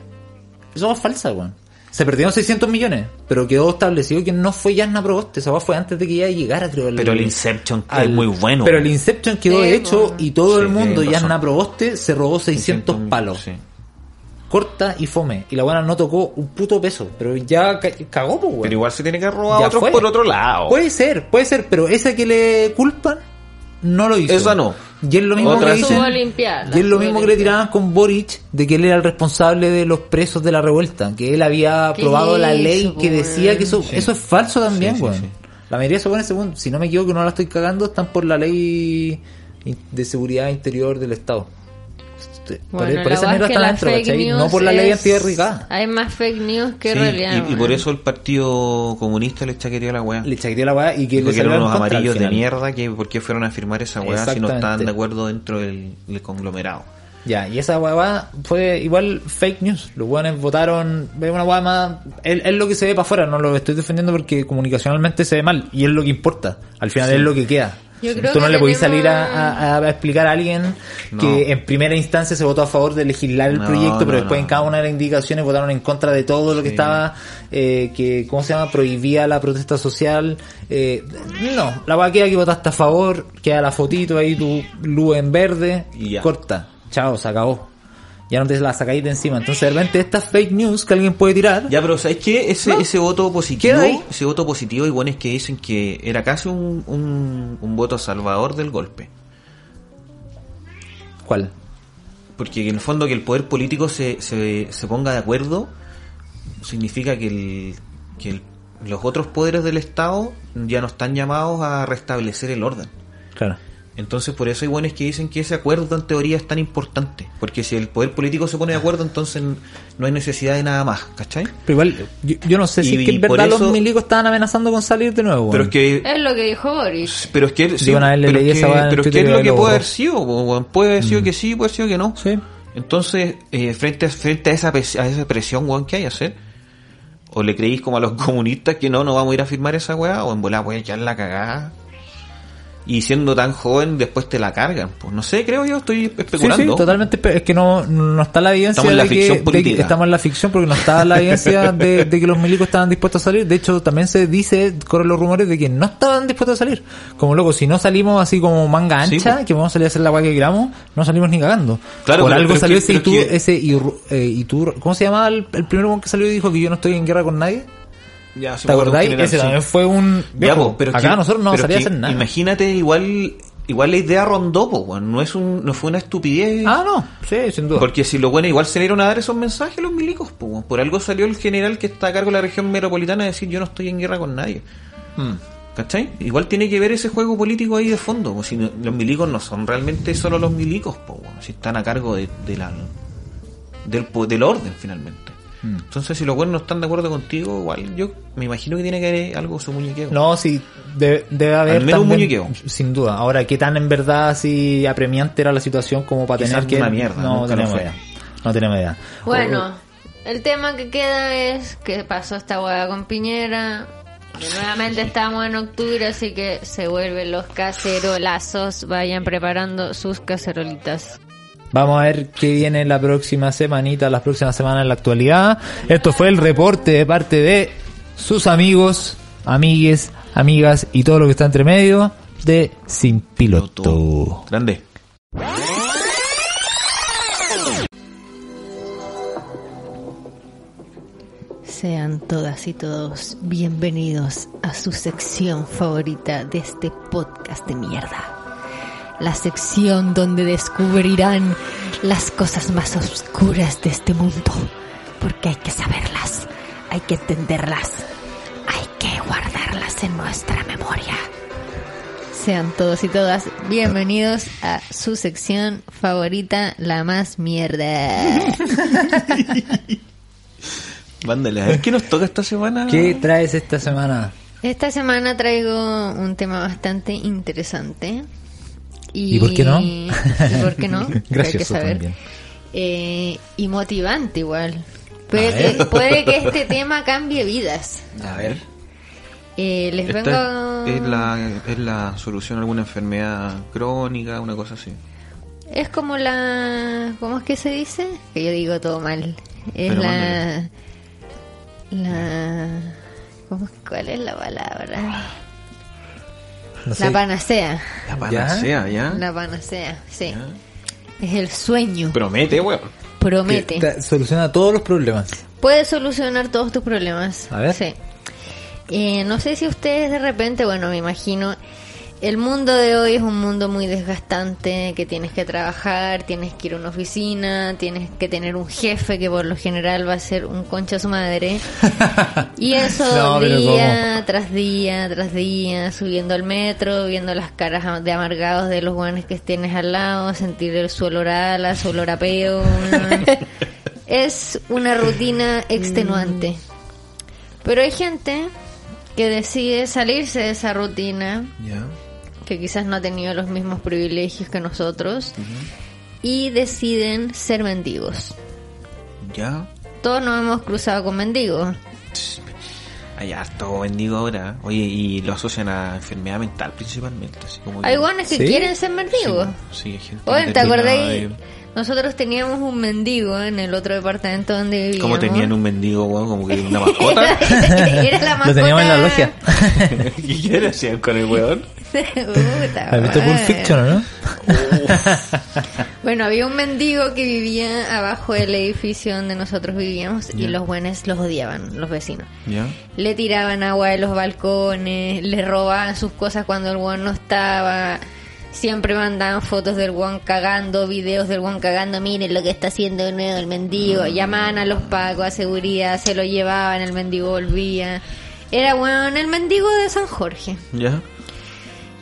eso es falsa, weón. Se perdieron 600 millones, pero quedó establecido que no fue Yasna Proboste, esa weá fue antes de que ella llegara, creo. al- pero el Inception que es al- muy bueno. Pero el Inception quedó Sí, hecho weón. y todo Sí, el mundo, tenés Yasna razón. Proboste, se robó 600 palos Sí. corta y fome. Y la buena no tocó un puto peso. Pero ya ca- cagó, pues, weón. Pero igual oh. se tiene que robar Ya a otros fue. por otro lado. Puede ser, puede ser, pero esa que le culpan no lo hizo. Esa no. Y es lo mismo Otra que sí. dicen- Subo a limpiar, la y es lo subo a mismo que le limpiar. tiraban con Boric de que él era el responsable de los presos de la revuelta, que él había ¿Qué aprobado la hizo, ley que weón? decía que eso eso es falso también, Sí, sí, weón. sí. La mayoría de esos weones, según- si no me equivoco, no la estoy cagando, están por la ley de seguridad interior del Estado. Este, Por- Bueno, por la esa weá mierda es que están la adentro, fake ¿cachai? news No por la ley es- antiderricada. Hay más fake news que Sí, realidad. y, y por weón. eso el Partido Comunista le chaqueteó la weá. Le chaqueteó la weá y que le Porque eran salieron unos amarillos de mierda que por qué fueron a firmar esa weá si no Exactamente. estaban de acuerdo dentro del, del conglomerado. Ya, y esa huevada fue igual fake news. Los hueones votaron, es una hueá más... Es, es lo que se ve para afuera, no lo estoy defendiendo porque comunicacionalmente se ve mal y es lo que importa. Al final es lo que queda. Yo Sí. creo Tú no que le podés tenemos- salir a, a- a explicar a alguien No. que en primera instancia se votó a favor de legislar el No, proyecto, no, pero después no. en cada una de las indicaciones votaron en contra de todo lo que Sí. estaba, eh, que, ¿cómo se llama? Prohibía la protesta social. eh, no, la hueá queda que votaste a favor, queda la fotito ahí, tu luz en verde, Y ya. corta, chao, se acabó. Ya no te la sacáis de encima. Entonces, de repente, estas fake news que alguien puede tirar, Ya, pero ¿sabes qué? Ese, ese voto positivo, Queda ahí. ese voto positivo, hay buenos que dicen que era casi un, un, un voto salvador del golpe. ¿cuál? Porque en el fondo que el poder político se, se, se ponga de acuerdo significa que, el, que el- los otros poderes del Estado ya no están llamados a restablecer el orden. Claro. Entonces por eso hay buenos que dicen que ese acuerdo en teoría es tan importante. Porque si el poder político se pone de acuerdo, entonces no hay necesidad de nada más, ¿cachai? Pero igual, yo, yo no sé si Y- es que en y por verdad los eso- milicos estaban amenazando con salir de nuevo. Pero es weón. que... Es lo que dijo Boris. Pero es que... sí, una vez le pero leí es esa que- weá en pero es Twitter que es y lo ahí que lo puede borró. Mm. haber sido. po, weón. Puede haber sido que sí, puede haber sido que no. Sí. Entonces, eh, frente, a, frente a, esa, pres- a esa presión, weón, que hay que hacer? ¿O le creéis como a los comunistas que no, no vamos a ir a firmar esa weá? ¿O en volada voy a echar la cagada? Y siendo tan joven, después te la cargan. Pues no sé, creo yo, estoy Sí, especulando. sí, totalmente. pe- Es que no, no está la evidencia Estamos en la de, que- ficción de que, política. estamos en la ficción porque no está la evidencia de, de que los milicos estaban dispuestos a salir. De hecho, también se dice, corren los rumores de que no estaban dispuestos a salir. Como loco, si no salimos así como manga Sí, ancha, pues. que vamos a salir a hacer la guay que queramos, no salimos ni cagando. Claro, Por pero- algo pero salió que- ese pero Itur, que- ese Iru- eh, Itur- ¿cómo se llamaba el, el primer one que salió y dijo que yo no estoy en guerra con nadie? Ya, ¿Te sí me acuerdo acordáis? quién era, Ese sí. también fue un... Ya, viejo, po, pero es acá que- nosotros no pero salía a es que hacer nada. Imagínate, igual, igual la idea rondó, po, weón. No, es un, no fue una estupidez. Ah, no, sí, sin duda. Porque si lo bueno, igual salieron a dar esos mensajes los milicos, po, weón. Por algo salió el general que está a cargo de la región metropolitana a decir yo no estoy en guerra con nadie. Mm. ¿Cachai? Igual tiene que ver ese juego político ahí de fondo. po. Si no- los milicos no son realmente solo los milicos, po, weón. si están a cargo de, de la, del, po- del orden finalmente. Mm. Entonces, si los buenos no están de acuerdo contigo, igual yo me imagino que tiene que haber algo su muñequeo. No, sí, de- debe haber. Al menos un también- muñequeo. Sin duda. Ahora, ¿qué tan en verdad si apremiante era la situación como para Quizás tener que. una mierda, no nunca lo tenemos fue. idea. No tenemos idea. Bueno, el tema que queda es que pasó esta hueá con Piñera. que nuevamente estamos en octubre, así que se vuelven los cacerolazos. Vayan preparando sus cacerolitas. Vamos a ver qué viene la próxima semanita, las próximas semanas en la actualidad. Esto fue el reporte de parte de sus amigos, amigues, amigas y todo lo que está entre medio de Sin Piloto. Grande. Sean todas y todos bienvenidos a su sección favorita de este podcast de mierda. La sección donde descubrirán las cosas más oscuras de este mundo. Porque hay que saberlas, hay que entenderlas, hay que guardarlas en nuestra memoria. Sean todos y todas bienvenidos a su sección favorita, la más mierda. Mándale. A ver qué nos toca esta semana. ¿Qué traes esta semana? Esta semana traigo un tema bastante interesante. ¿Y, ¿Y por qué no? ¿Y por qué no? Pero hay que Gracioso saber. también. Eh, y motivante igual. Puede A ver. que, puede que este tema cambie vidas. A ver. Eh, les vengo... Esta es, es la, es la solución a alguna enfermedad crónica, una cosa así. Es como la... ¿Cómo es que se dice? Que yo digo todo mal. Es Pero la... La... ¿cómo- ¿Cuál es la palabra? Ah, No sé. La panacea. La panacea, ¿ya? La panacea, sí. Ah. ¿Ya? Es el sueño. Promete, weón. Que Promete. tra- soluciona todos los problemas. Puede solucionar todos tus problemas. A ver. Sí. Eh, no sé si ustedes de repente, bueno, me imagino, el mundo de hoy es un mundo muy desgastante, que tienes que trabajar, tienes que ir a una oficina, tienes que tener un jefe que por lo general va a ser un concha a su madre. Y eso No, pero día tras día, tras día, subiendo al metro, viendo las caras am- de amargados de los guanes que tienes al lado, sentir el su olor a alas, su olor a peo. una- es una rutina Mm. extenuante. Pero hay gente que decide salirse de esa rutina, Ya. que quizás no ha tenido los mismos privilegios que nosotros, y deciden ser mendigos. Ya. Todos nos hemos cruzado con mendigos. Hay harto mendigo ahora. Oye, y lo asocian a enfermedad mental principalmente. Así como Hay guanes que ¿Sí? quieren ser mendigos. Sí, hay gente. Oye, que ¿te termina acordáis? de- Nosotros teníamos un mendigo en el otro departamento donde vivíamos. ¿Cómo tenían un mendigo, weón? Como que una mascota. Era la Lo teníamos en la mascota. logia. ¿Y qué le hacían con el weón? Puta ¿Has visto Pulp madre. Fiction o no? Bueno, había un mendigo que vivía abajo del edificio donde nosotros vivíamos y los buenos los odiaban, los vecinos. Ya. Le tiraban agua de los balcones, le robaban sus cosas cuando el guan no estaba. Siempre mandaban fotos del guan cagando, videos del guan cagando, miren lo que está haciendo de nuevo el mendigo. Llamaban a los pagos, a seguridad, se lo llevaban, el mendigo volvía. Era bueno el mendigo de San Jorge. Ya.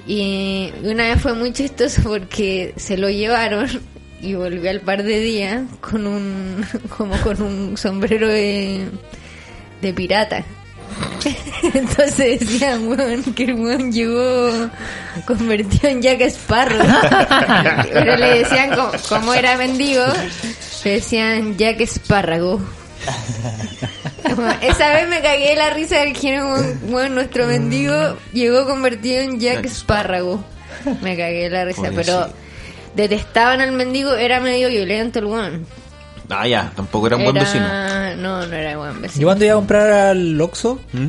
Y una vez fue muy chistoso porque se lo llevaron y volvió al par de días con un como con un sombrero de, de pirata. Entonces decían, weón, que el weón llegó convertido en Jack Sparrow. Pero le decían, como, como era mendigo, le decían Jack Espárrago. Esa vez me cagué de la risa del género, bueno, nuestro mendigo llegó convertido en Jack Jack Espárrago. Me cagué de la risa, pero Pobrecito. detestaban al mendigo, era medio violento el weón. Ah, ya. Tampoco era un buen vecino. No, no era buen vecino. Yo cuando iba a comprar al Oxxo, ¿Mm?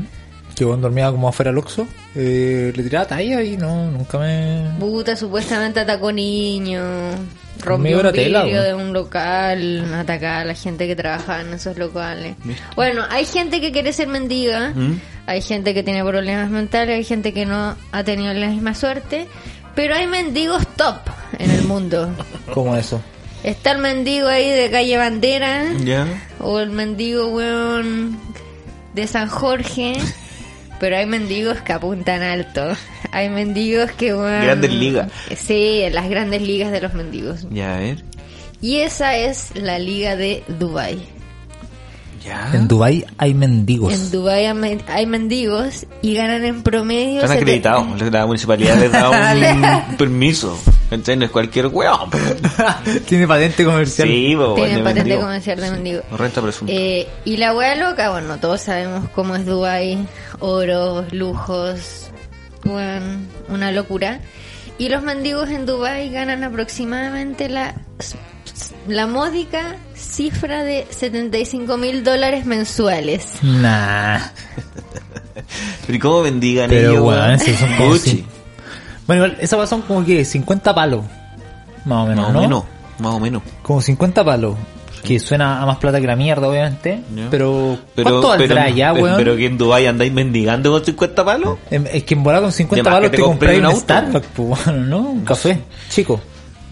que cuando dormía como afuera al Oxxo, eh, le tiraba talla y no, nunca me... Puta, supuestamente atacó niños, rompió Amigo, un era tela, vidrio weón. de un local, atacaba a la gente que trabajaba en esos locales. Listo. Bueno, hay gente que quiere ser mendiga, ¿Mm? hay gente que tiene problemas mentales, hay gente que no ha tenido la misma suerte, pero hay mendigos top en el mundo. ¿Cómo eso? Está el mendigo ahí de calle Bandera, Ya. o el mendigo weón de San Jorge, pero hay mendigos que apuntan alto. Hay mendigos que weón. Grandes ligas. Sí, en las grandes ligas de los mendigos. Ya, a ver. Y esa es la liga de Dubai. Ya. En Dubai hay mendigos. En Dubái hay men- hay mendigos y ganan en promedio... Están 70 acreditados, la municipalidad les da un permiso. ¿Cachai? No es cualquier weón. Tiene patente comercial. Sí, pues, bo, pues, Tienen de patente mendigo. comercial de mendigo. O Renta presunta. Eh, y la wea loca, bueno, todos sabemos cómo es Dubai, oro, lujos, weón, una locura. Y los mendigos en Dubai ganan aproximadamente la, la módica cifra de 75 mil dólares mensuales. Nah. Pero ¿y cómo bendigan Pero, ellos? weón, weón? esos son como Gucci. si- Bueno, igual, esas weas son como que 50 palos. Más o menos, Más o ¿no? menos, más o menos. Como 50 palos. Que suena a más plata que la mierda, obviamente. Ya. Pero, Pero, ¿cuánto valdrá pero, ya, pero- weón? Pero que en Dubái andáis mendigando con 50 palos. Em, Es que en volar con 50 De más palos que te te compras compré un un auto. Starbucks, pues, bueno, ¿no? Un café, chico.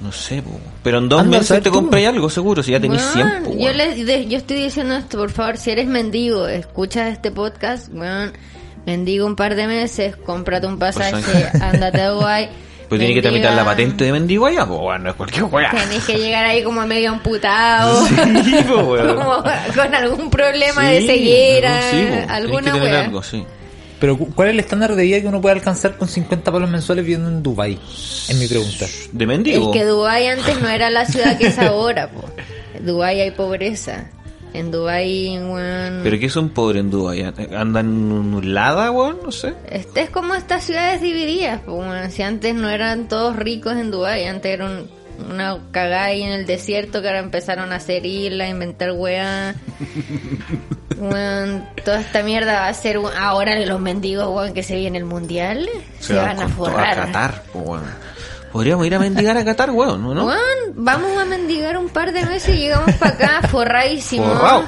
No sé, po. pero en dos Anda a saber meses te tú. compráis algo seguro, si ya tenéis 100. po, Weón, yo, weón. les- de- yo estoy diciendo esto, por favor, si eres mendigo, escucha este podcast, weón, mendigo un par de meses, cómprate un pasaje, año. ándate a Dubai. Pues tiene que tramitar la mendiga- patente de mendigo allá, po, weón, no es cualquier weá. Tenés que llegar ahí como medio amputado. Sí, po, weón. como con algún problema de Sí, ceguera. algún- sí, po. Tenés que alguna tener wea. algo, sí. Pero, cu- ¿cuál es el estándar de vida que uno puede alcanzar con 50 palos mensuales viviendo en Dubai? Es mi pregunta. De Es mendigo. que Dubái antes no era la ciudad que es ahora. Po. En Dubái hay pobreza. En Dubái, weón. Pero que son pobres en Dubái, andan nulada, weón, no sé. Este es como estas ciudades divididas. po, weón. Si antes no eran todos ricos en Dubái, antes era un- una cagada ahí en el desierto que ahora empezaron a hacer islas, a inventar weá. Weón, toda esta mierda va a ser weón, ahora los mendigos weón, que se viene el mundial. Se, van a con todo forrar. A Qatar, po, weón. Podríamos ir a mendigar a Qatar, weón, ¿no? ¿no? Weón, vamos a mendigar un par de meses y llegamos para acá forradísimos. Forrado.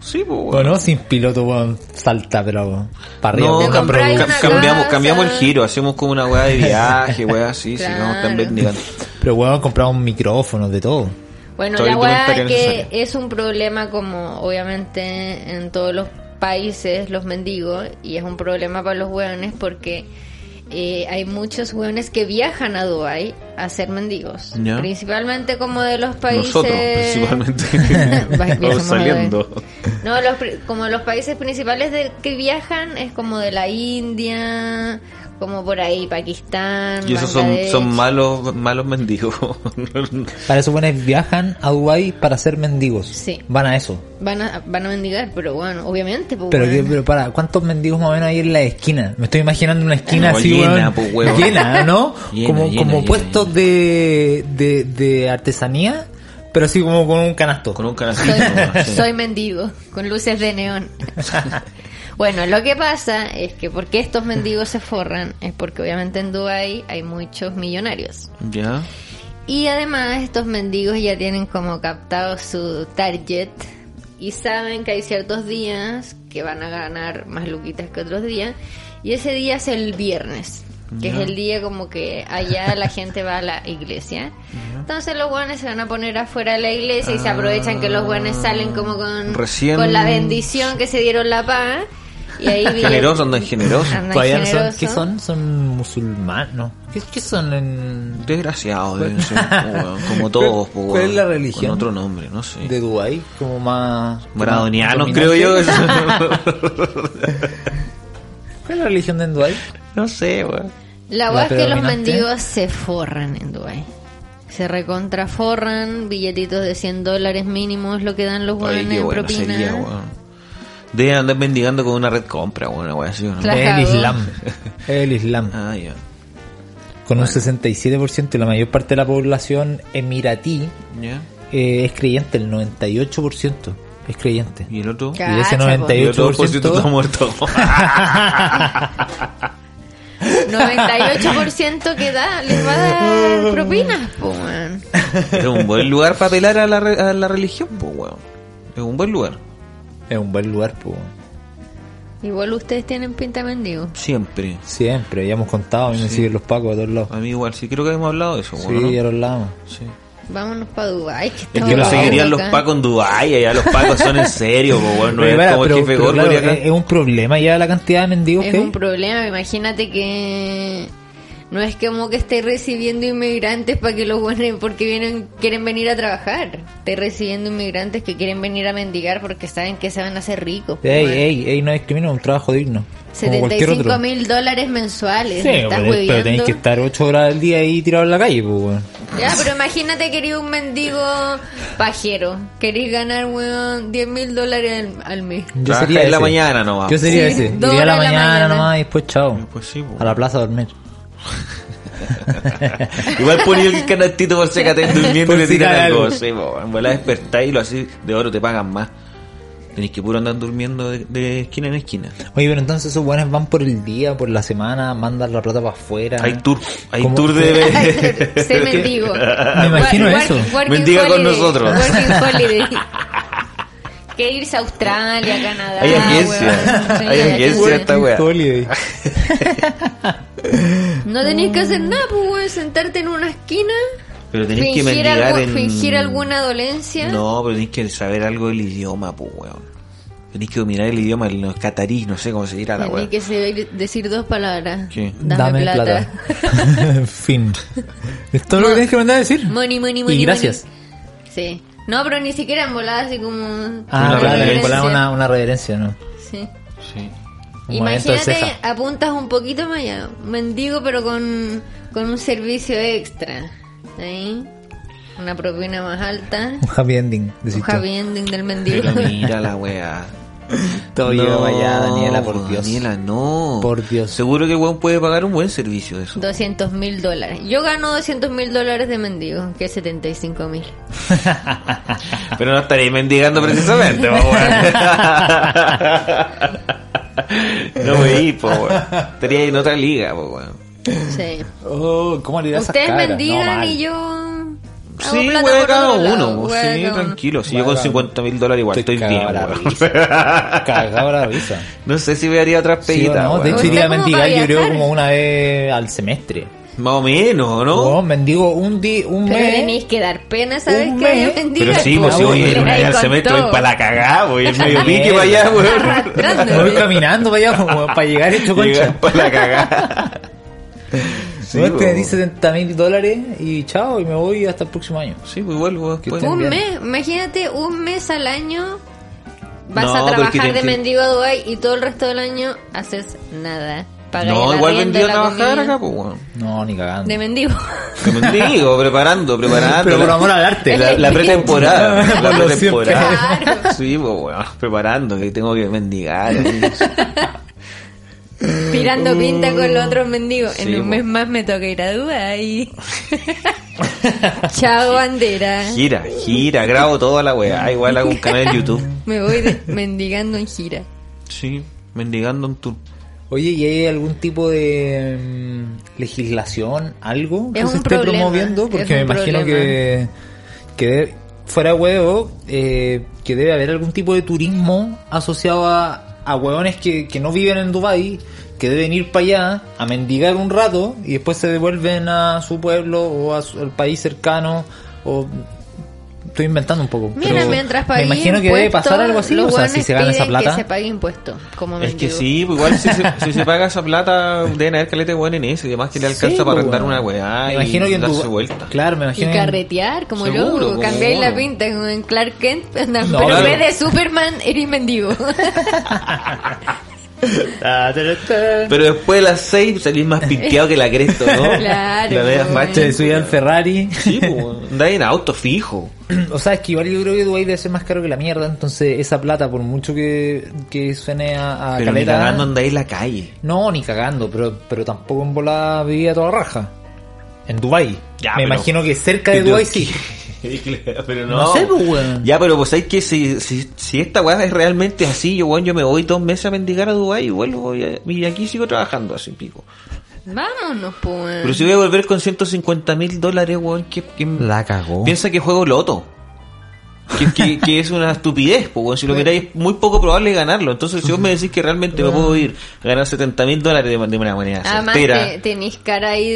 Sí, po, weón. Bueno, sin piloto, weón, salta, pero para arriba. No, weón. Te cam- compráis cam- una cambiamos, casa. cambiamos el giro, hacemos como una weá de viaje, weá así, sigamos Claro. tan mendigando. Pero, weón, compramos micrófonos, de todo. Bueno, Todo la el weá comentario que necesario. es un problema como obviamente en todos los países los mendigos y es un problema para los weones porque eh, hay muchos weones que viajan a Dubai a ser mendigos. Ya. Principalmente como de los países... Nosotros, principalmente. Va- Vamos viajamos a Dubai. saliendo. No, los, pri- como los países principales de, que viajan es como de la India, como por ahí Pakistán. Y esos son, Bangladesh. son malos, malos mendigos. Para eso, weones, viajan a Dubai para ser mendigos. Sí. Van a eso. Van a, van a mendigar, pero bueno, obviamente. pues, Pero, weón. que- pero para, ¿cuántos mendigos más o menos hay en la esquina? Me estoy imaginando una esquina No, así, llena, weón, po, weón. llena, ¿no? Llena, como llena, como llena, puestos llena. De, de, de artesanía, pero así como con un canasto. Con un canastito. Soy, así. soy mendigo, con luces de neón. bueno, lo que pasa es que porque estos mendigos se forran es porque obviamente en Dubai hay muchos millonarios. Ya. Y además estos mendigos ya tienen como captado su target y saben que hay ciertos días que van a ganar más luquitas que otros días. Y ese día es el viernes, que Ya. es el día como que allá la gente va a la iglesia. Entonces los guanes se van a poner afuera de la iglesia Ah. y se aprovechan que los guanes salen como con, Recién- con la bendición que se dieron la paz. Y ahí viene- Generosos, andan generosos. Andan Todavía no son, generosos. ¿Qué son? Son musulmanes, ¿no? ¿Qué, qué son en, Desgraciados deben ser, po, weón, como todos. po, ¿Cuál- cuál es weón. la religión? Con otro nombre, no sé. de Dubai? Como más... Maradonianos, más creo yo. dominante. ¿Cuál es la religión de Dubai? no sé, weón. La La verdad es que los predominante. mendigos se forran en Dubai. Se recontraforran, billetitos de 100 dólares mínimo es lo que dan los Ay, hueones qué en bueno propina. sería, weón. Deben andar mendigando con una red compra, weón, una weá así, ¿no? Claro. Es el cagó. Islam. Es el Islam. Ah, ya. Con un 67% y la mayor parte de la población emiratí Ya. eh, es creyente, el 98% es creyente. ¿Y el otro? Ca- y ese Cacha, po. Y el otro por cierto, está 98% muerto. 98% que da, les va a dar propinas, po, weón. es un buen lugar para apelar a la, re- a la religión, pues, weón. Es un buen lugar. es un buen lugar, pues. Igual ustedes tienen pinta de mendigo. Siempre. Siempre, ya hemos contado, a mí me siguen los pacos a todos lados. A mí igual, sí, creo que hemos hablado de eso, Sí, weón. ¿no? ya los lamos. Sí. Vámonos para Dubai. Que Es estamos que lo pa' seguirían los acá. pacos en Dubái, allá los pacos son en serio, po, weón. No Pero, es para, como el pero- jefe pero, Gorgory claro, eh, acá. es, es un problema ya la cantidad de mendigos Es que hay. un problema, imagínate que No es como que estés recibiendo inmigrantes para que los buenos, porque vienen, quieren venir a trabajar. Estés recibiendo inmigrantes que quieren venir a mendigar porque saben que se van a hacer ricos. Ey, weón. ey, ey, no discrimina, un trabajo digno. como cualquier otro. 75 mil dólares Sí, mensuales. pues, me estás pero, pero tenéis hueviando. que estar 8 horas al día ahí tirado en la calle, pues, weón. Ya, pero imagínate que eres un mendigo pajero. Querés ganar, weón, 10 mil dólares al, al mes. Yo Trabaja sería en la ese. mañana nomás. Yo sería Sí, ese. dos Iría a la horas en la mañana, mañana. nomás y después chao. Pues sí, po. a la plaza a dormir. Igual ponía el canastito por si acá te durmiendo y Por te si tiran cae algo. algo. Sí, po. en volada despertáis y lo así de oro te pagan más. Tenéis que puro andar durmiendo de, de esquina en esquina. Oye, pero entonces esos buenos van por el día, por la semana, mandan la plata para afuera. Hay tour, hay ¿Cómo? tour Ay, de... pero sé mendigo. Me imagino eso. Mendiga con nosotros. Working holiday. Que irse a Australia, Canadá. Hay agencia. weón. Sí, Hay agencia weón. esta wea. Holiday. No tenés que hacer nada, pues, weón. Sentarte en una esquina. Pero tenéis que fingir, mendigar algo- en... fingir alguna dolencia. No, pero tenéis que saber algo del idioma, pues, weón. Tenéis que dominar el idioma, los catarís, no sé cómo se dirá la Tenés weón. que saber decir dos palabras. ¿Qué? Dame, plata. fin. Es todo lo que No. tienes que mandar a decir. Money, money, Y money. gracias. money. Sí. No, pero ni siquiera en volada, así como. Ah, Una claro, reverencia. vinculada a una, una reverencia, ¿no? Sí. Sí. Un movimiento de Imagínate, ceja. apuntas un poquito más allá. Mendigo, pero con, con un servicio extra. ¿Sí? Una propina más alta. Un happy ending. Un decís tú. happy ending del mendigo. Pero mira la wea. Todo lleva allá, Daniela, por Dios. Daniela, no. Por Dios. Seguro que el weón puede pagar un buen servicio de eso. 200 mil dólares. Yo gano 200 mil dólares de mendigo, que es 75 mil. Pero no estaréis mendigando precisamente, po, weón. No me di, po, weón. Estaría en otra liga, po, weón. Sí. Oh, ¿cómo le das Ustedes mendigan y yo. hago Sí, plata weón, por cada otro lado, uno, po. weón, sí, cada uno. tranquilo. Si yo con Weón. 50 mil dólares igual Estoy estoy, bien, cagado la weón. Cagado la risa. No sé si me haría otras Sí, peguitas, no, de weón. hecho iría a Está como mendigar para yo creo viajar. como una vez al semestre. Más o menos, ¿no? Oh, mendigo un día, un Pero mes. tenéis que dar pena, ¿sabes? Un Que haya mes. mendigo. Pero sí, pues si weón, voy a ir una Ahí vez al con semestre, todo. voy para la cagada, pues, voy el Mierda. medio pique para allá, weón. Arrastrando. Me voy caminando para allá como para llegar hecho concha. Llegar para la cagada. Sí, Weón, te weón. di 70 mil dólares y chao, y me voy hasta el próximo año. Sí, pues igual, weón. Que pues. estén Un bien. mes, imagínate, un mes al año vas No, a pero es que trabajar de te- mendigo a Dubai y todo el resto del año haces nada. Pagáis No, el igual arriendo, vendí a la trabajar comida. acá, pues, weón. No, ni cagando. De mendigo. Que mendigo, preparando, preparando. Pero por La- amor al arte. La, la pretemporada. La Como pretemporada. Sí, pues, weón. Preparando, que tengo que mendigar. Tirando Mm. pinta con los otros mendigos. Sí, en un po. mes más me toca ir a Dubai. Chao, bandera. Gira, gira, grabo toda la weá. Igual hago un canal en YouTube. Me voy de- mendigando en gira. Sí, mendigando en tour. Oye, ¿y hay algún tipo de mm, legislación, algo que Es se un esté problema, promoviendo? Porque me es un imagino que, problema. que de- fuera huevo, eh, que debe haber algún tipo de turismo asociado a, a huevones que, que no viven en Dubai que deben ir para allá a mendigar un rato y después se devuelven a su pueblo o a su- al país cercano o... Estoy inventando un poco. Mira, pero mientras me pagué imagino que debe pasar impuestos, algo así. los O sea, si hueones se gana esa piden plata... Que se pague impuesto, como Es que mendigo. sí, pues igual si se, si se paga esa plata, deben haber caleta de weón en eso. Y además que le alcanza Sí, para pues, rentar weón. una weá. Me imagino y que en darse Dubái- vuelta. Claro, me Y imagino. en- carretear como Seguro, loco, como cambiáis la mono. pinta como en Clark Kent, no, No, pero en claro. vez de Superman eres mendigo. Pero después de las 6 salís más pinteado que la cresta, ¿no? Claro, La veas pues, macha Se de subía al Ferrari. Sí, pues, andáis en auto fijo. O sea, es que igual yo creo que Dubai debe ser más caro que la mierda. Entonces, esa plata, por mucho que, que suene a, a Pero ni Ah, caleta- cagando andáis en la calle. No, ni cagando, pero, pero tampoco en volada vivía toda raja. En Dubai. Ya, me pero- imagino que cerca de Dubai sí. pero no. No sé, pues, weón. Ya, pero pues hay que si, si, si esta weá es realmente así, yo, weón, yo me voy dos meses a mendigar a Dubái y vuelvo y, y aquí sigo trabajando así, pico. Vámonos, pues. Pero si voy a volver con 150 mil dólares, weón, que, que- cagó. piensa que juego loto. Que, que- que es una estupidez, pues, weón. si lo miráis es muy poco probable ganarlo. Entonces, si vos me decís que realmente me puedo ir a ganar 70 mil dólares de, de una manera Además, certera, te- tenés cara ahí de.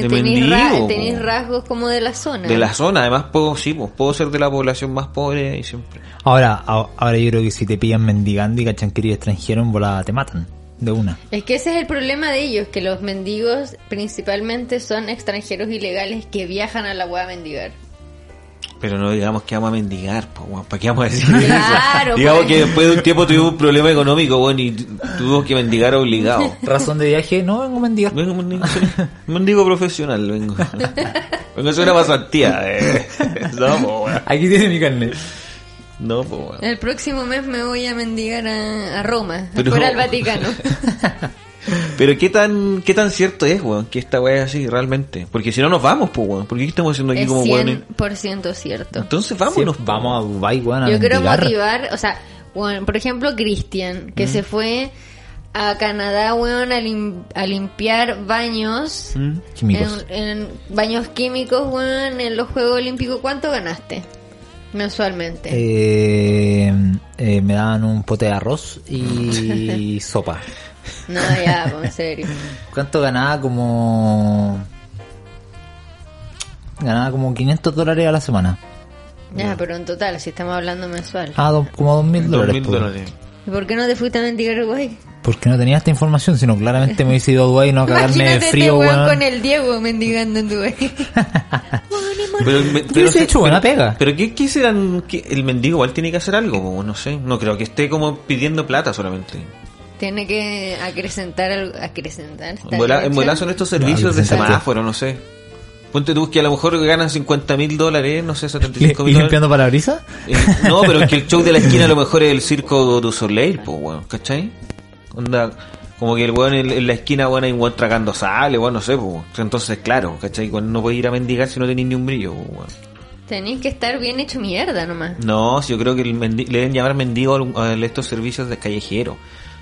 De tenés, mendigo, ra- po. tenés rasgos como de la zona. de la zona, además puedo, sí, pues, puedo ser de la población más pobre y siempre. Ahora, a- ahora yo creo que si te pillan mendigando y cachan que eres extranjero en volada te matan. de una. Es que ese es el problema de ellos, que los mendigos principalmente son extranjeros ilegales que viajan a la hueá a mendigar. Pero no digamos que vamos a mendigar, po, weón. ¿para qué vamos a decir Claro, eso? Digamos pues. que después de un tiempo tuvimos un problema económico, bueno, y tu- tuvimos que mendigar obligado. Razón de viaje, no vengo a mendigar. Vengo un mendigo, un mendigo profesional, vengo. Vengo a hacer una pasantía, eh. No, po, weón. Aquí tiene mi carnet. No, po, weón. El próximo mes me voy a mendigar a, a Roma, Pero- fuera al Vaticano. Pero qué tan, qué tan cierto es, weón, que esta weá es así realmente. Porque si no nos vamos, po, weón. ¿Por qué estamos haciendo aquí es como weón? 100% cierto. Sí, Entonces vámonos. pues. po, vamos a Dubai, weón, a Yo quiero mendigar. motivar, o sea, bueno, por ejemplo, Cristian, Mm. que se fue a Canadá, weón, a, lim- a limpiar baños. Mm. Químicos. En, en baños químicos, weón, en los Juegos Olímpicos, ¿cuánto ganaste mensualmente? Eh, eh, me daban un pote de arroz Mm. y sopa. No, ya, po, en serio. ¿Cuánto ganaba? Como... Ganaba como 500 dólares a la semana. Ya, pero en total, si estamos hablando mensual. Ah, do- como 2.000 Dos dólares. mil po. dólares. ¿Y por qué no te fuiste a mendigar, güey? Porque no tenía esta información, sino claramente me hubiese ido a Dubai y no a cagarme Imagínate de frío, este weón, weón. con el Diego mendigando en Dubái. Money, money. Pero, me- ¿Qué pero, hubiese hecho buena pega? pero ¿qué, qué serán? qué- el mendigo igual tiene que hacer algo, po, no sé. No creo que esté como pidiendo plata solamente. Tiene que acrecentar algo. Acrecentar. está En bola- bien en hecho. bola son estos servicios de Claro, semáforo, no sé. Ponte tú que a lo mejor ganan 50 mil dólares, no sé, ¿Le- 75 ¿Y mil dólares. limpiando parabrisas? Eh, no, pero es que el show de la esquina a lo mejor es el circo du Soleil, pues, weón, ¿cachai? Onda, como que el weón en, en la esquina, weón, hay un weón tragando sal, weón, no sé, pues. Entonces, claro, ¿cachai? Weón, No podéis ir a mendigar si no tenéis ni un brillo, pues, weón. Tenés que estar bien hecho mierda nomás. No, si yo creo que el mendi- le deben llamar mendigo al- a estos servicios de callejero.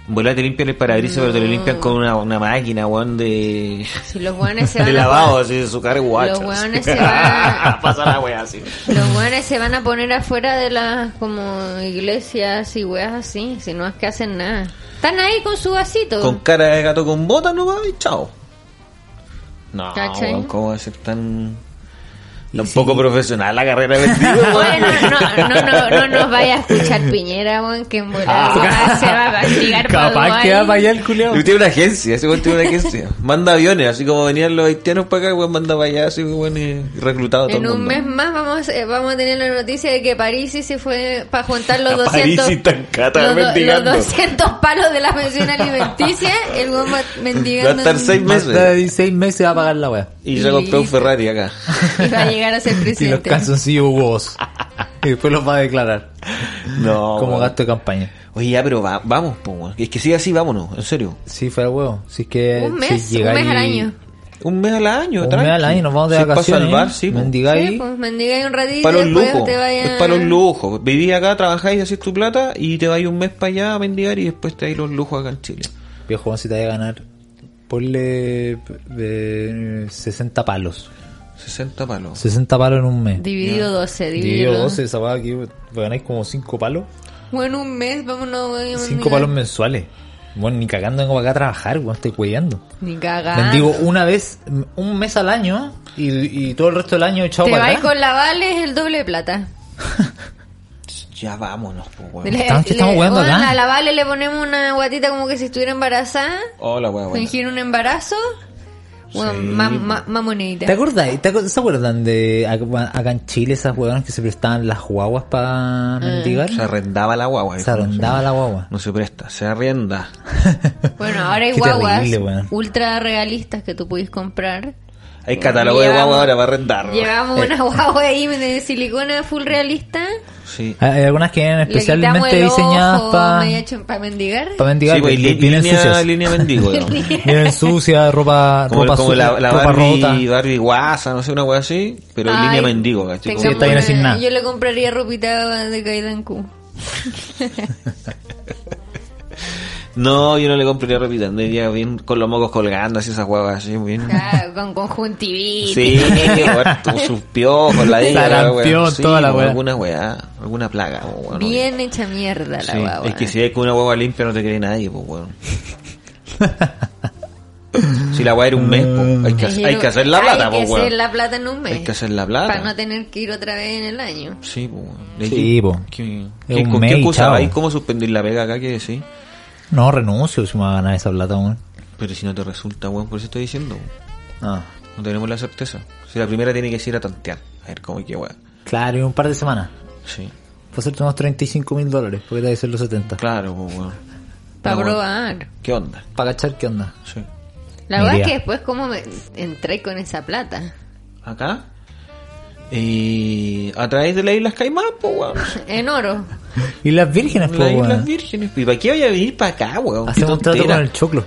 En volada te limpian el parabrisas, pero te lo limpian con una, una máquina, weón, de, Si los weones se de van a lavado, así, de su car wash. Los weones se van- Pasa la weá así. Los weones se van a poner afuera de las como iglesias y weas así, si no es que hacen nada. Están ahí con su vasito. Con cara de gato con bota nomás y chao. No, ¿Cachai? weón, ¿cómo va a ser tan... Tan poco profesional la carrera de mendigo, weón? Bueno, no, no, no, no nos vaya a escuchar Piñera, weón, que en volada Ah. Ah, se va a castigar Capaz que va para allá el culiao. Yo tiene una agencia, ese weón tiene una agencia. Manda aviones, así como venían los haitianos para acá, weón, manda para allá, así weón, y reclutado a todo En el un mundo. mes más vamos, eh, vamos a tener la noticia de que París se fue para juntar los A Parisi 200... está en Cata los, do- mendigando. los 200 palos de la pensión alimenticia, el weón va Va a mendigando estar seis en- Más meses. de 16 meses va a pagar la weá. Y ya compré un Ferrari acá. y va a llegar a ser Y los presidente. calzoncillos huevos. Y después los va a declarar No. como weón. gasto de campaña. Oye, ya, pero va- vamos, po, weón. Es que sigue así, vámonos, en serio. Sí, fue el huevo. Si es que. Un mes, si llegáis- un mes al año. Un mes al año, Un mes tranqui. al año, nos vamos de Sí, vacaciones. ¿eh? Para salvar, sí. po. Mendigáis. Sí, pues, mendigáis un ratito Para los y después lujos. te vayas... Es para los lujos. Vivís acá, trabajáis, hacís tu plata y te vais un mes para allá a mendigar y después te dais los lujos acá en Chile. Viejo, Juan, si te vaya a ganar, ponle eh, 60 palos. 60 palos. 60 palos en un mes. Dividido 12, dividido, Dividido 12, esa weá que ganáis como 5 palos. Bueno, un mes, vámonos, weón. 5 palos mensuales. Bueno, ni cagando vengo para acá a trabajar, weón, estoy cuellando. Ni cagando. Mendigo una vez, m- un mes al año y, y todo el resto del año echado Te para vas acá. Ah, con la Vale, es el doble de plata. Ya vámonos, po, weón. Le- Estamos- le- estamos jugando bueno, acá. A la Vale le ponemos una guatita como que si estuviera embarazada. Ah, Hola, weón. Fingir un embarazo. Bueno, ma- ma- mamonita. ¿Te acordás? ¿Te acu- ¿Se acuerdan de ac- acá en Chile esas huevonas que se prestaban las guaguas Mm. para mendigar? Se arrendaba la guagua. Se arrendaba la guagua. No se presta, se arrienda. Bueno, ahora hay Qué guaguas terrible, weón. ultra realistas que tú puedes comprar. Hay catálogo de Llevamos- guagua ahora para arrendar. Llevamos Eh. una guagua ahí de silicona full realista. Sí. Hay algunas que eran Le quitamos especialmente el diseñadas ojo, para medio hecho pa' mendigar. mendigar. Sí, pues, porque li- vienen línea, sucias. línea mendigo, weón. Vienen sucias, ropa, Como, ropa como sucia, la, la ropa rota. Barbie, Barbie guasa, no sé, una weá así, pero en Ay, línea mendigo, ¿cachai? tengamos Como- está llena sin una- nada. Yo le compraría ropita de caída en Q. No, yo no le compraría ropita, andaría bien con los mocos colgando, así esas huevas, así, bien. Claro, con conjuntivitis. Sí, weón, con sus piojos, la diga, Sarampión, weón. Sí, toda la weón, weá. Alguna weá, alguna plaga, weón. Bien hecha mierda la Sí, guagua. Es que si hay con una hueva limpia no te cree nadie, pues, weón. si la hueá era un mes, pues, hay, que, hacer- hay que hacer la plata, Hay pues, que weón. hacer la plata en un mes. Hay que hacer la plata. Para no tener que ir otra vez en el año. Sí, pues, weón. Sí, po. ¿Qué- Es qué- un ¿Con mes qué y cosa chao. vais? ¿Cómo suspender la pega acá? ¿Qué decís? No, renuncio si me va a ganar esa plata, weón. Pero si no te resulta, weón, por eso estoy diciendo. weón. Ah, No tenemos la certeza. Si la primera tiene que ir a tantear. A ver cómo que weón. claro, y un par de semanas. Sí. Por cierto, unos 35 mil dólares, porque debe ser los 70. Claro, pues, weón. Para Pero, weón, probar. ¿Qué onda? Para cachar qué onda. Sí. La Ni verdad es idea. que después, ¿cómo me entré con esa plata? Acá. Eh, a través de las Islas Caimán, pues, weón. En oro. Y las vírgenes, Las pues, Islas weón. Vírgenes. ¿Y para qué vaya a venir para acá, weón? Hacemos un Qué trato tontera. con el choclo.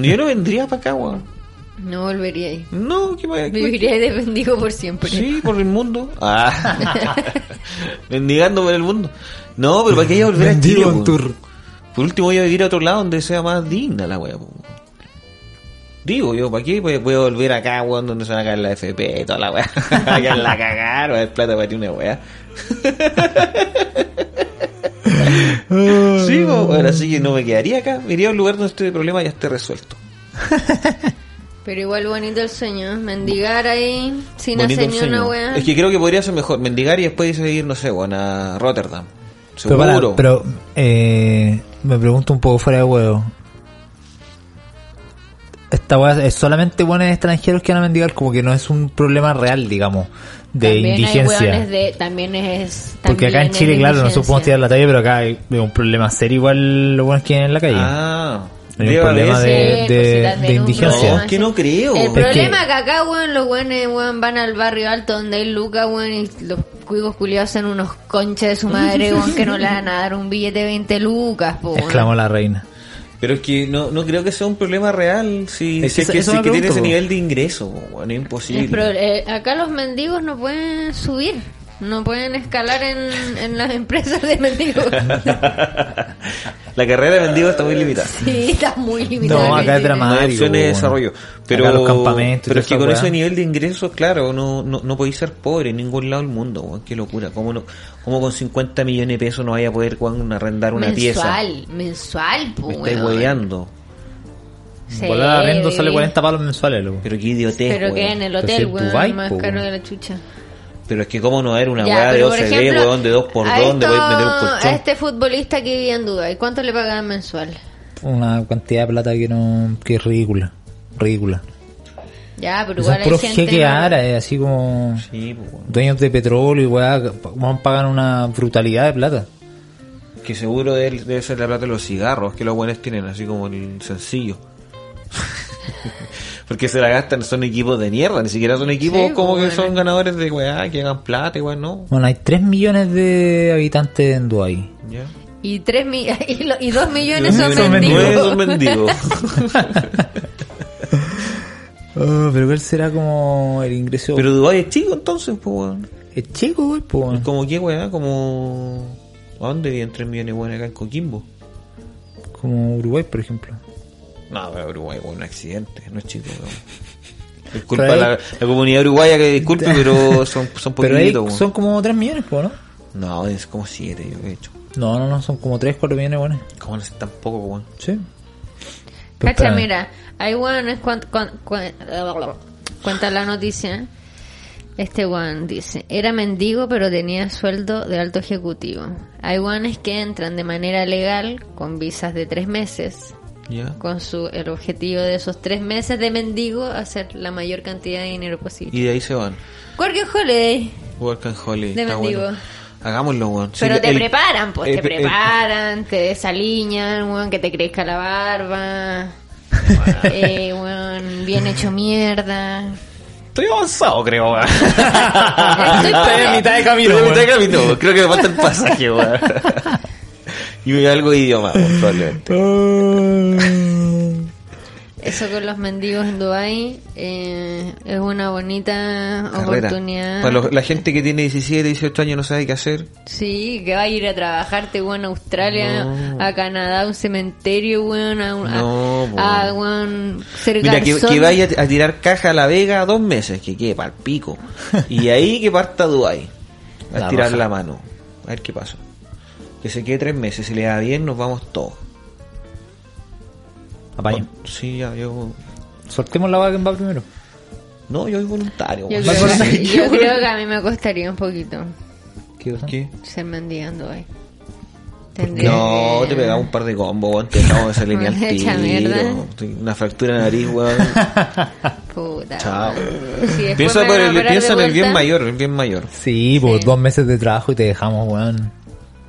Yo no vendría para acá, weón. No volvería ahí. No, que vaya. Viviría de bendigo por siempre. Sí, por el mundo. Pues Ah. Mendigando por el mundo. No, pero para qué vaya a volver a Vendido Chile, en weón? tour. Por último voy a vivir a otro lado donde sea más digna la weá. po. Digo yo, ¿para qué voy, voy a volver acá, weón, donde se van a caer la FP y toda la weá? Acá en la cagar, va a haber plata para ti una weá. sí, po, bueno, así que no me quedaría acá. Me iría a un lugar donde este problema ya esté resuelto. Pero igual bonito el sueño. ¿eh? Mendigar ahí sin Bonito hacer el ni sueño. una weá. Es que creo que podría ser mejor mendigar y después ir, no sé, weón, a Rotterdam. Pero, Seguro. para, pero eh, me pregunto un poco fuera de huevo. Esta weá es solamente buenos extranjeros que van a mendigar, como que no es un problema real, digamos, de También hay indigencia. hueones de- también es. Porque acá en también es Chile, claro, nosotros podemos indigencia. tirar la talla, pero acá hay un problema serio igual lo bueno es que hay en la calle. Ah, Hay un debe haber problema ese- de- Sí, de- pues, si también de es un indigencia. problema, No, que sí. no creo. El Es problema que- es que acá, weón, los weones, weón, van al barrio alto donde hay lucas, weón, y los cuicos culiados hacen unos conches de su madre, weón, que no le van a dar un billete de 20 lucas, po, weón. Exclamó la reina. Pero es que no, no creo que sea un problema real si, Es si que es eso- que, eso si me es que tiene pregunto, ese po. nivel de ingreso, po, bueno, es El pro- imposible. eh, acá los mendigos no pueden subir, no pueden escalar en, en las empresas de mendigos. La carrera de mendigo está muy limitada. sí, está muy limitado. No, acá es No hay dramático. opciones de bueno. desarrollo. Pero, Acá los campamentos y pero toda es que esa con weá. ese nivel de ingresos, claro, no, no, no podéis ser pobre en ningún lado del mundo. weón, Qué locura. ¿Cómo, no, ¿Cómo con 50 millones de pesos no vaya a poder weón, arrendar una mensual, pieza? mensual, po, Me estáis weón. hueveando. Sí. Volar arriendo sale 40 palos mensuales, loco. Pero qué idiotez. Pero que weón. en el Pero hotel, si es weón, Dubái, más po, caro weón. de la chucha. Pero es que cómo no era una Ya, weá de pero por 12D, ejemplo, weón, de 2x2, a donde podéis meter un esto- colchón. A este futbolista que vivía en Dubái, ¿cuánto le pagaban mensual? Una cantidad de plata que no que es ridícula. Ridícula. Ya, pero Son igual hay puros gente... jeques ¿no? árabes, así como Sí, po, weón. dueños de petróleo y weá, que pa- weón, pagan una brutalidad de plata. Que seguro debe, debe ser la plata de los cigarros que los buenos tienen, así como el sencillo. Porque se la gastan, son equipos de mierda, ni siquiera son equipos Sí, como bueno. que son ganadores de weá, que hagan plata, weá, no. Bueno, hay 3 millones de habitantes en Dubái. Ya. Y, tres mi- y, lo- y dos millones Nueve son son mendigos. son mendigos. Oh, pero ¿cuál será como el ingreso? Pero Dubái es chico entonces, pues weón. Es chico, güey, po, weón. Como que weá, como. ¿A dónde viven 3 millones de weones acá en Coquimbo? Como Uruguay, por ejemplo. No, pero Uruguay, weón, un accidente, no es chico, weón. Disculpa Pero la, ahí- la comunidad uruguaya que disculpe, pero son, son Pero ahí poquititos, weón. son como 3 millones, po, ¿no? No, es como 7, yo he hecho. No, no, no, son como 3, 4 millones, bueno. Como no sé tampoco, weón. Sí. Pero Cacha, espérame. mira, hay weones cuan- cuan- cuan- cuenta la noticia. Este weón dice, era mendigo pero tenía sueldo de alto ejecutivo. Hay weones que entran de manera legal con visas de tres meses Ya. con su, el objetivo de esos tres meses de mendigo hacer la mayor cantidad de dinero posible. Y de ahí se van. Working holiday. Work and Holiday. De está bueno. mendigo. Hagámoslo, weón. Sí, Pero te el- eh, preparan, pues el- te el- preparan, te desaliñan, weón, que te crezca la barba. Ah. eh, weón, bien hecho mierda. Estoy avanzado, creo, weón. Estoy Estoy en mitad de camino, Estoy en weón. mitad de camino, weón. Creo que me falta el pasaje, weón. Y algo de idioma, weón, probablemente. Eso con los mendigos en Dubai eh, es una bonita Carrera. oportunidad. Para los- la gente que tiene 17, 18 años no sabe qué hacer. Sí, que va a ir a trabajarte, weón, a Australia, No. a Canadá, a un cementerio, weón, a un... a- No, weón. a, weón, ser Mira, que, garzón. que vaya a tirar caja a La Vega dos meses, que quede pa'l pico. Y ahí que parta a Dubái. A La tirar raja. la mano. A ver qué pasa. Que se quede tres meses. Si le da bien, nos vamos todos. Apañen. Sí, ya, yo... Soltemos la vaca que va primero. No, yo soy voluntario. Yo weón. Me creo, acordé que, que- yo creo que a mí me costaría un poquito ¿Qué cosa? ¿Qué? ser mendigando ahí. Tendría No, que- te pegaba un par de combos, weón, te dejamos esa línea al Hecha mierda. tiro. Una fractura de nariz, weón. Puta. Chao. weón. Si después Piensa, me van a por el- operar piensa de en el bien vuelta, mayor, el bien mayor. Sí, pues dos meses de trabajo y te dejamos, weón.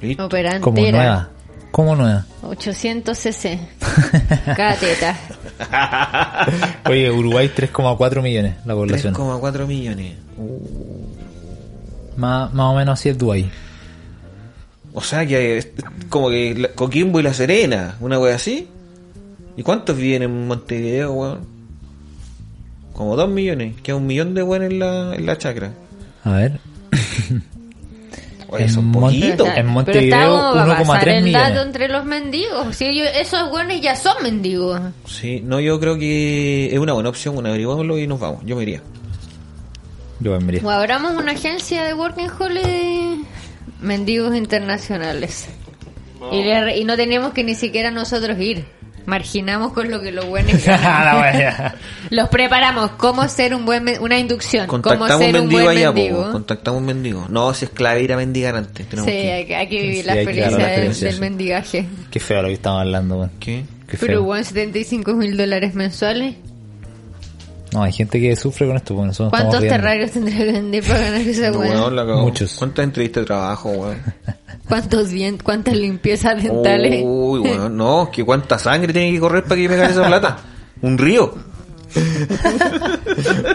Listo. Operantera. Como nueva. Como nueva. 800 cc. Cada teta. Oye, Uruguay 3,4 millones la población. 3,4 millones. Más, más o menos así es Dubai. O sea que es como que la- Coquimbo y La Serena, una wea así. ¿Y cuántos viven en Montevideo, weón? Como 2 millones, que un millón de weón en la, en la chacra. A ver. Oye, En son Monte- Pero poquitos. está- en pero Montevideo, está como para pasar 1,3 el millones. dato entre los mendigos. Si ellos- esos hueones ya son mendigos. Sí, no, yo creo que es una buena opción, bueno, averiguémoslo y nos vamos. Yo me iría. Yo me miré. O abramos una agencia de Working Holiday de mendigos internacionales. Y, le- y no tenemos que ni siquiera nosotros ir. Marginamos con lo que los buenos ganan. Ah, La wea. Los preparamos. ¿Cómo ser un buen men- una inducción? ¿Cómo Contactamos un ser un mendigo buen allá, po, mendigo? contactamos un mendigo. No, si es clave ir a mendigar antes. Sí, Tenemos hay que... que, hay que vivir Sí, la hay que experiencia, ganar la del- experiencia, del sí. mendigaje. Qué feo lo que estamos hablando, weón. ¿Qué? Qué feo. Pero bueno, 75 mil dólares mensuales. No, hay gente que sufre con esto. porque nosotros estamos ¿Cuántos riendo. terrarios tendrá que vender para ganar esa No, weá? weón, la cagó. Muchos. ¿Cuántas entrevistas de trabajo, weón? ¿Cuántos dien- ¿Cuántas Oh, limpiezas dentales? Uy, weón, no, es que cuánta sangre tiene que correr para que yo me gane esa plata. Un río.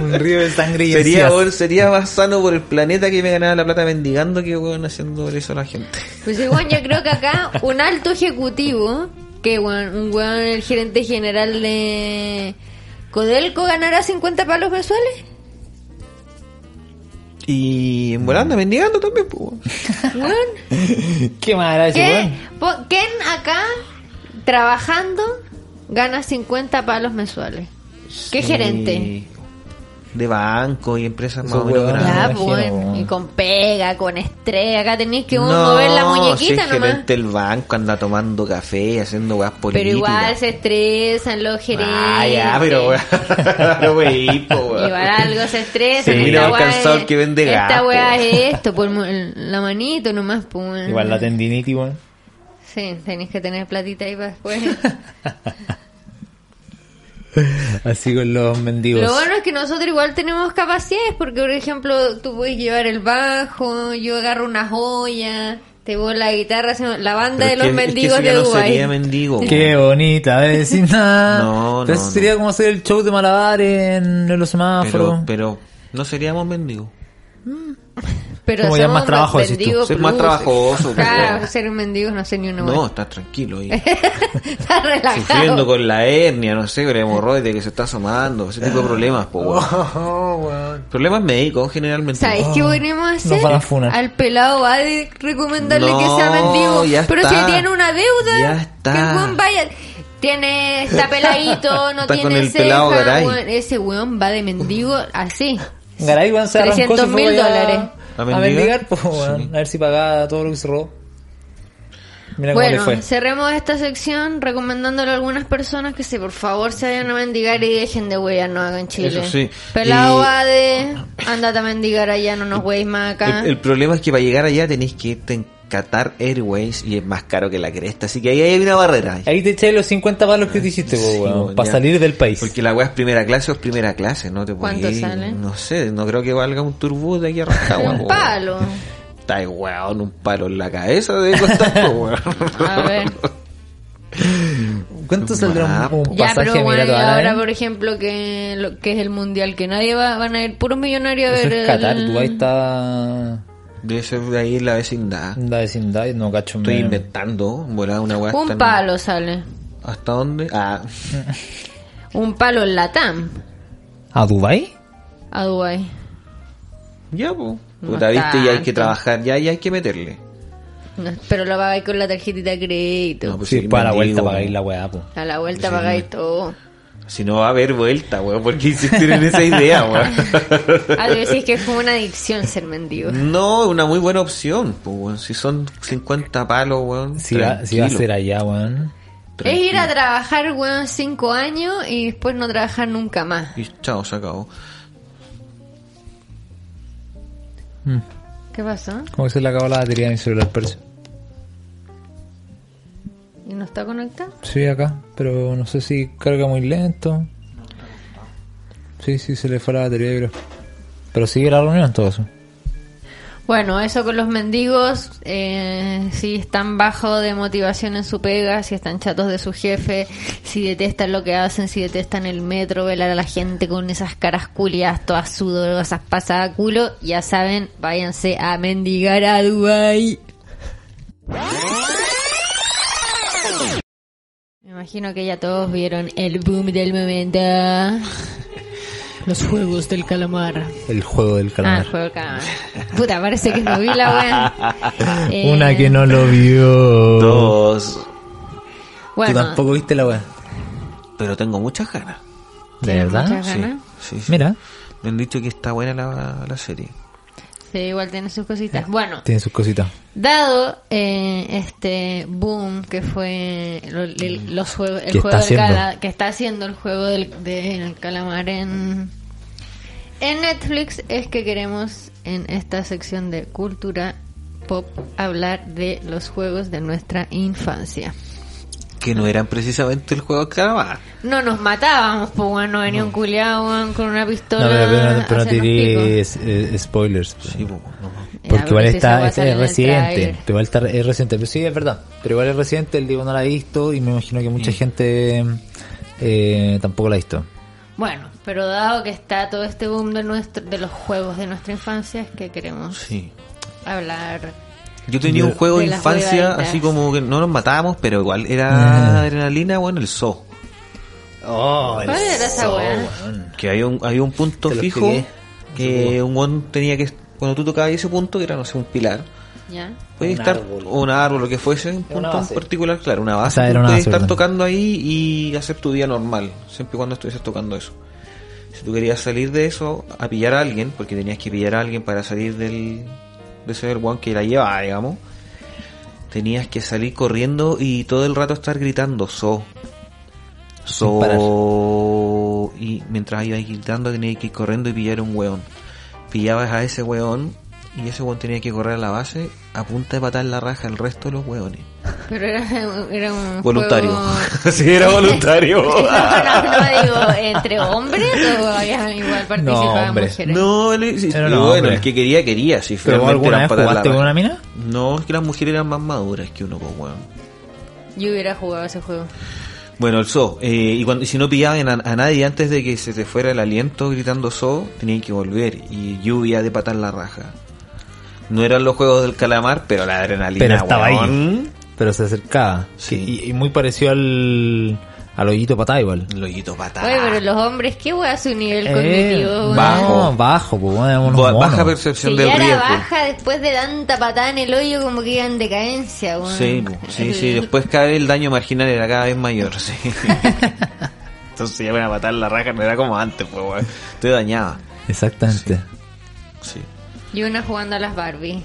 Un río de sangre y Sería, encías. weón, sería más sano por el planeta que me ganara la plata mendigando que weón haciendo eso a la gente. Pues igual yo creo que acá un alto ejecutivo, que weón, un weón, el gerente general de Codelco ganará 50 palos mensuales. Y en volando mendigando también, pues, weón. Weón, ¿Qué más era ese, ¿Qué? weón? Po- ¿Quién acá trabajando gana 50 palos mensuales? ¿Qué Sí. gerente? De banco y empresas más Esos o menos weones. grandes. me Ya, imagino, pues, weón. y con pega, con estrella, acá tenéis que weón, No, mover la si muñequita el nomás. gerente del banco anda tomando café, haciendo weas políticas. Pero igual se estresan los gerentes. Ah, ya, pero weón. No, weón, po, weón. Igual algo se estresa. Sí, esta no, weá cansado el es- que vende Esta gas, weá po. es esto, por mu- la manito nomás, pues. weón. Igual la tendinitis, weón. Sí, tenéis que tener platita ahí para después. Así con los mendigos. Lo bueno es que nosotros igual tenemos capacidades, porque por ejemplo, tú puedes llevar el bajo, yo agarro una joya, te voy la guitarra, hacemos la banda Pero de es los que- es que mendigos eso ya de no sería Dubái. mendigo. Qué bonita vecindad. No, no, Entonces no. sería como hacer el show de Malabar en, en los semáforos. Pero, pero no seríamos mendigos. Pero Como ya somos más trabajo, decís tú. mendigos Es más plus. trabajoso, pues, Claro, weón. ser un mendigo no sé ni una No, weá. estás tranquilo ahí. Está Sufriendo relajado. con la hernia, no sé, con el hemorroide que se está asomando, ese tipo de problemas, po, weón. Oh, Problemas médicos generalmente. ¿Sabes qué podríamos hacer? nos van a funar. Al pelado va a de- recomendarle No, que sea mendigo. ya Pero está. si tiene una deuda, Ya está. que el weón vaya. Tiene, está peladito, no Está tiene con el ceja, pelado Garay. weón. Ese weón va de mendigo así. Garay, weón, se arrancó 300 se fue mil a- dólares. A ¿A mendigar, mendigar? pues, weón. A ver si pagaba todo lo que se robó. Mira Bueno, cómo le fue. cerremos esta sección recomendándole a algunas personas que si por favor se vayan a mendigar y dejen de huear no hagan Chile. Eso sí. Pelado Y- va de, andate a mendigar allá, no nos hueis más acá. El, el problema es que para llegar allá tenéis que irte en Qatar Airways y es más caro que la cresta, así que ahí hay una barrera. Ahí te eché los 50 palos que te hiciste, pues, Sí, weón. ya. Para salir del país. Porque la weá es primera clase o es primera clase, no te ¿Cuánto podéis- sale? No sé, no creo que valga un turbú de aquí a Rancagua, po, un weón. palo. Está ahí, weón, un palo en la cabeza de costar, po, weón. A ver. ¿Cuánto saldrá un, un Ya, pasaje pero a bueno, y Emiratos ahora, Árabes? por ejemplo, que, lo, que es el mundial, que nadie va, van a ir puros millonarios a Eso ver. es Qatar, el- Dubái está... Debe ser de ahí en la vecindad. en La vecindad, no cacho. Estoy menos. inventando, volada una weá. Un tan- palo sale. ¿Hasta dónde? Ah, Un palo en Latam ¿A Dubái? a Dubái. ya, pues. No Puta, viste, ya hay tanto. que trabajar, ya, ya hay que meterle. No, pero lo pagáis con la tarjetita de crédito. No, pues sí, sí, para la vuelta mendigo. pagáis la weá, pues. a la vuelta pagáis todo. Si no va a haber vuelta, weón, porque insistir en esa idea, weón. Ah, tú decís que fue una adicción ser mendigo. No, es una muy buena opción, pues, weón. Si son 50 palos, weón. Si va, si va a tranquilo, ser allá, weón. Es tranquilo. ir a trabajar, weón, cinco años y después no trabajar nunca más. Y chao, se acabó. ¿Qué pasó? Como que se le acabó la batería a mi celular, parece. está conectado? Sí, acá, pero no sé si carga muy lento. Sí, sí, se le fue la batería, creo. Pero sigue la reunión, todo eso. Bueno, eso con los mendigos, eh, si están bajo de motivación en su pega, si están chatos de su jefe, si detestan lo que hacen, si detestan el metro, velar a la gente con esas caras culias, todas sudorosas, pasadas a culo, ya saben, váyanse a mendigar a Dubai. Me imagino que ya todos vieron el boom del momento. Los juegos del calamar. El juego del Ah, el calamar. juego del calamar. Puta, parece que no vi la weá. Eh, Una que no lo vio. Dos. Tú Eh, Bueno, tampoco viste la weá. Pero tengo muchas ganas. ¿De ¿Tienes verdad? muchas Sí, ganas? sí, sí. Mira, Me han dicho que está buena la, la serie. Sí, igual tiene sus Eh. cositas. Bueno, tiene sus cositas. dado eh, este boom que fue lo- el, los juegos, el Que juego Mm. está del haciendo. cala- que está haciendo el juego del, del calamar en, en Netflix, es que queremos en esta sección de cultura pop hablar de los juegos de nuestra infancia. Que no eran precisamente el juego que calamar. No nos matábamos, pues bueno, venía un culiao weón, con una pistola. No, pero, pero no- pero no a te hacernos pico. diré es- eh, spoilers. Sí, po, no. Ya, Porque igual si esa está, weá este sale es en el reciente. tráiler. Pero igual está- es reciente. Pero sí, es verdad. Pero igual es reciente, el Diego no la ha visto y me imagino que mucha gente eh, tampoco la ha visto. Bueno, pero dado que está todo este boom de nuestro, de los juegos de nuestra infancia, es que queremos Sí. hablar. Yo tenía un juego de De las infancia, huevaditas. así como que no nos matábamos, pero igual era adrenalina, bueno, el zoo. Oh, ¿Cuál era esa weá? Que había un, había un punto Te lo fijo expliqué. que un guan tenía que. Cuando tú tocabas ese punto, que era, no sé, un pilar, ¿Ya? podías Un estar. árbol. O un árbol, lo que fuese, un Una punto en base. particular, claro, una base. sea, era tú una podías base, estar perdón. tocando ahí y hacer tu día normal, siempre y cuando estuvieses tocando eso. Si tú querías salir de eso, a pillar a alguien, porque tenías que pillar a alguien para salir del. de ese guan que la llevaba, digamos. Tenías que salir corriendo y todo el rato estar gritando, so. Sin parar. So. Y mientras ibas gritando, tenías que ir corriendo y pillar un weón. Pillabas a ese weón y ese weón tenía que correr a la base a punta de patar la raja al resto de los weones. Pero era, era un Voluntario. juego- sí, era voluntario. no, no, no, digo, entre hombres o había igual participaban hombres. mujeres. no, le- sí, Era y un bueno, hombre. el que quería, quería. Si ¿Pero finalmente alguna eran vez patar la jugaste con raja. una mina? No, es que las mujeres eran más maduras que uno, pues weón. Yo hubiera jugado ese juego. Bueno, el zoo. eh, y, cuando, y si no pillaban a, a nadie antes de que se te fuera el aliento gritando zoo, tenían que volver. Y lluvia de patar la raja. No eran los juegos del calamar, pero la adrenalina. Pero estaba ahí. weón. Pero se acercaba. Sí. Y, y muy parecido al, al hoyito patada igual. El hoyito patada. Oye, pero los hombres, ¿qué hueá su nivel Eh, cognitivo? weón? va. Ah. bajo. No, bajo, pues bueno, éramos unos Ba- Baja monos. percepción Si del ya era riesgo. baja después de tanta patada en el hoyo, como que iban decadencia, weón. Sí, po, sí, sí. Después cada vez el daño marginal era cada vez mayor, sí. Entonces ya me iban a matar la raja, no era como antes, pues, weón. Te dañaba. Exactamente. Sí. Y una jugando a las Barbie.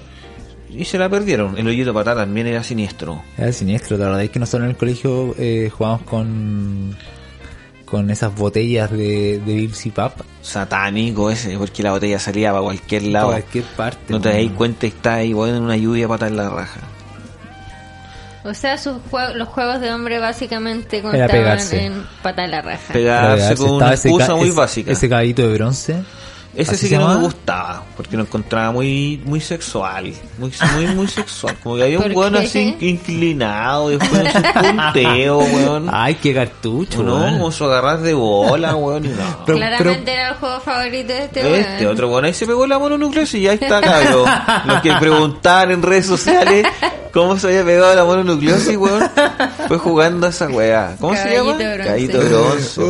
Y se la perdieron. El hoyito patada también era siniestro. Era siniestro, la verdad es que nosotros en el colegio eh, jugábamos con con esas botellas de, de Bips y Pap. Satánico ese, porque la botella salía para cualquier Para lado. cualquier parte. No te weón. dais cuenta, está ahí, weón, en una lluvia pata en la raja. O sea, sus jue- los juegos de hombre básicamente Era contaban pegarse. en pata de la raja. Para Pegarse pegarse, con una estaba ese excusa ca- muy ese- básica. Ese caballito de bronce. Ese ¿Así sí se que no me llamaba? gustaba, porque lo encontraba muy muy sexual, muy muy, muy sexual. Como que había un ¿Por weón qué? así inclinado, después no sé, punteo, weón. Ay, qué cartucho, no, Ah, weón. como su agarras de bola, weón, y no. Pero- Claramente era el juego favorito de este weón. este otro weón ahí se pegó la mononucleosis y ya está, cabrón. Los que preguntaban en redes sociales cómo se había pegado la mononucleosis, weón, fue jugando a esa weá. ¿Cómo Caballito se de llama? bronce. Caballito bronce.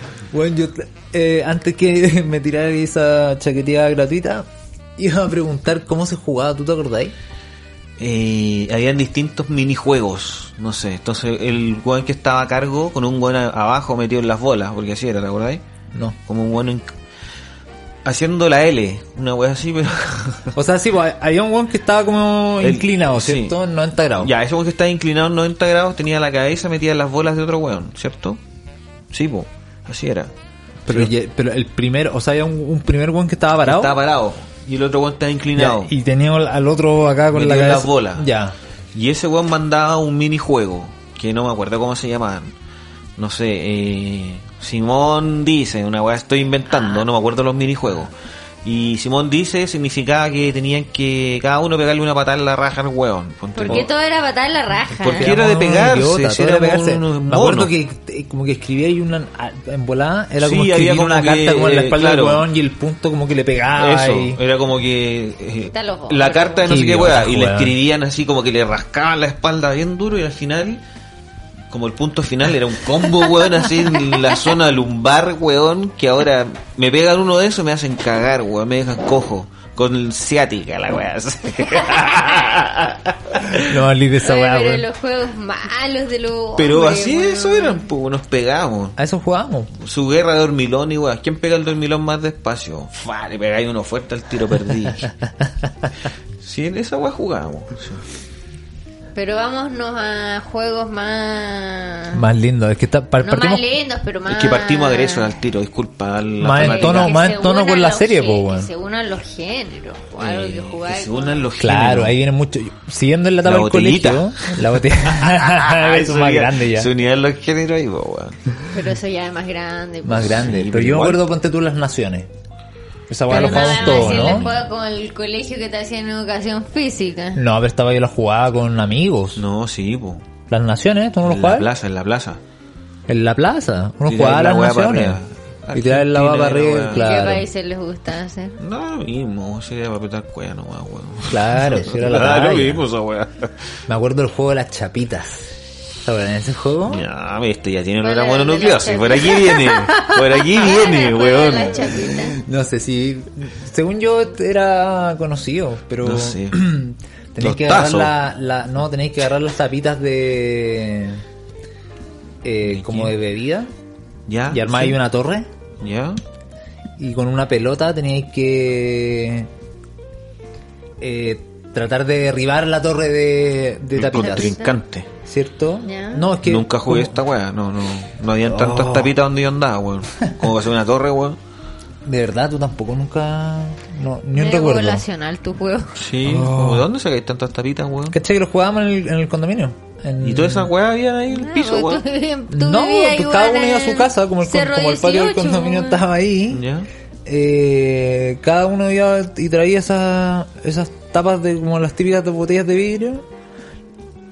Uh, bueno, yo eh, antes que me tirara esa chaquetilla gratuita, iba a preguntar cómo se jugaba, ¿tú te acordáis? Eh, habían distintos minijuegos, no sé. Entonces el weón que estaba a cargo con un weón a- abajo metido en las bolas, porque así era, ¿te acordáis? No. Como un weón en- haciendo la L, una weá así, pero... O sea, sí, pues, había un weón que estaba como El- inclinado, sí. ¿cierto? En 90 grados. Ya, ese weón que estaba inclinado en 90 grados tenía la cabeza metida en las bolas de otro weón, ¿cierto? Sí, po, así era. Pero, ya- pero el primer, o sea, había un, un primer weón que estaba parado. Estaba parado y el otro weón estaba ya, inclinado. y tenía al- al otro acá con Metido la en cabeza. las bolas. Ya. Y ese weón mandaba un minijuego. que no me acuerdo cómo se llamaban. No sé, eh, Simón dice, una weá estoy inventando, no me acuerdo los minijuegos. Y Simón dice significaba que tenían que cada uno pegarle una patada en la raja al weón. Ponte ¿Por tú. qué todo era patar la raja? ¿Por qué? era de Éramos unos pegarse, idiotas, si todo era de éramos pegarse. unos Me acuerdo monos. que eh, como que escribía ahí una a- en volada, era Sí, como escribir había como una que, carta como en la espalda claro. del weón y el punto como que le pegaba Eso, y- era como que eh, Está loco. la carta de no Qué sé qué idiota, weá, y le weón. escribían así como que le rascaban la espalda bien duro y al final, como el punto final, era un combo weón así en la zona lumbar weón, que ahora me pegan uno de esos me hacen cagar weón, me dejan cojo, con ciática la weá. así. No hablé de esa Oye, weá, pero weón. los juegos malos de los Pero hombres, así weón. eso eran, pues nos pegamos. A eso jugábamos. Su guerra de dormilón y weá, ¿quién pega el dormilón más despacio? Fa, le pegáis uno fuerte al tiro perdido. Si en esa weá jugábamos. sí. Pero vámonos a juegos más... Más lindo, es que está, par- Ah. no partimos más lentos, pero más... Es que partimos agresos al tiro, disculpa. al- Más en al- tono, que más se en tono unan con la los serie, gé- po, weón. Que se unan los géneros, po, eh, algo que jugar. que se unan los Claro, géneros. ahí viene mucho. Siguiendo en la etapa del La botellita. colegio, la botella. Ah, Eso es más unía- grande ya. Se unían los géneros ahí, po, weón. Pero eso ya es más grande. pues. po. Más grande. Sí, pero pero yo me igual. acuerdo, ponte tú las naciones. Esa weá Pero lo nada jugamos más todo, si ¿no? le juega con el colegio que te hacían educación física. No, pero estaba yo la jugaba con amigos. No, sí, po. Las naciones, ¿tú no lo En la jugabas? plaza, en la plaza. En la plaza. Uno Tirar jugaba la las weá para naciones. arriba. Y tirar la weá para Argentina, arriba, ¿Y la qué claro. países les gusta hacer? No, lo mismo, sería para apretar cuello nomás, weón. Claro, si era la Ah, lo talla. mismo esa weá. Me acuerdo del juego de las chapitas. ¿Saben ese juego? Ya, este ya tiene un Bueno, bueno de la nucleosis. chaqueta. Por aquí viene, por Ah, aquí viene, Juega weón. la chapita. No sé si. Según yo era conocido, pero. No sé. tenéis Los que agarrar tazos. la, la- No, tenéis que agarrar las tapitas de. eh, como de bebida. Ya, y armáis Ah, sí, una torre. Ya, Y con una pelota teníais que. eh, tratar de derribar la torre de, de el tapitas. contrincante. ¿Cierto? Ya. No, es que. Nunca jugué como- esta weá, no, no. No habían Oh. tantas tapitas donde yo andaba, weón. Como para hacer una torre, weón. De verdad, tú tampoco nunca. No, ni un Medio recuerdo. poblacional tu juego. Sí, Oh. ¿de dónde sacáis tantas tapitas, weón? ¿Cachai que lo jugábamos en el, en el condominio? En- Y todas esas weas habían ahí en el piso, Ah, pues, weón. tú vivías- tú No, vivías pues igual cada uno iba a su en casa, como el, con- Cerro como el patio del 18, condominio weón. estaba ahí. Ya. eh, cada uno iba y traía esas, esas tapas de como las típicas de botellas de vidrio.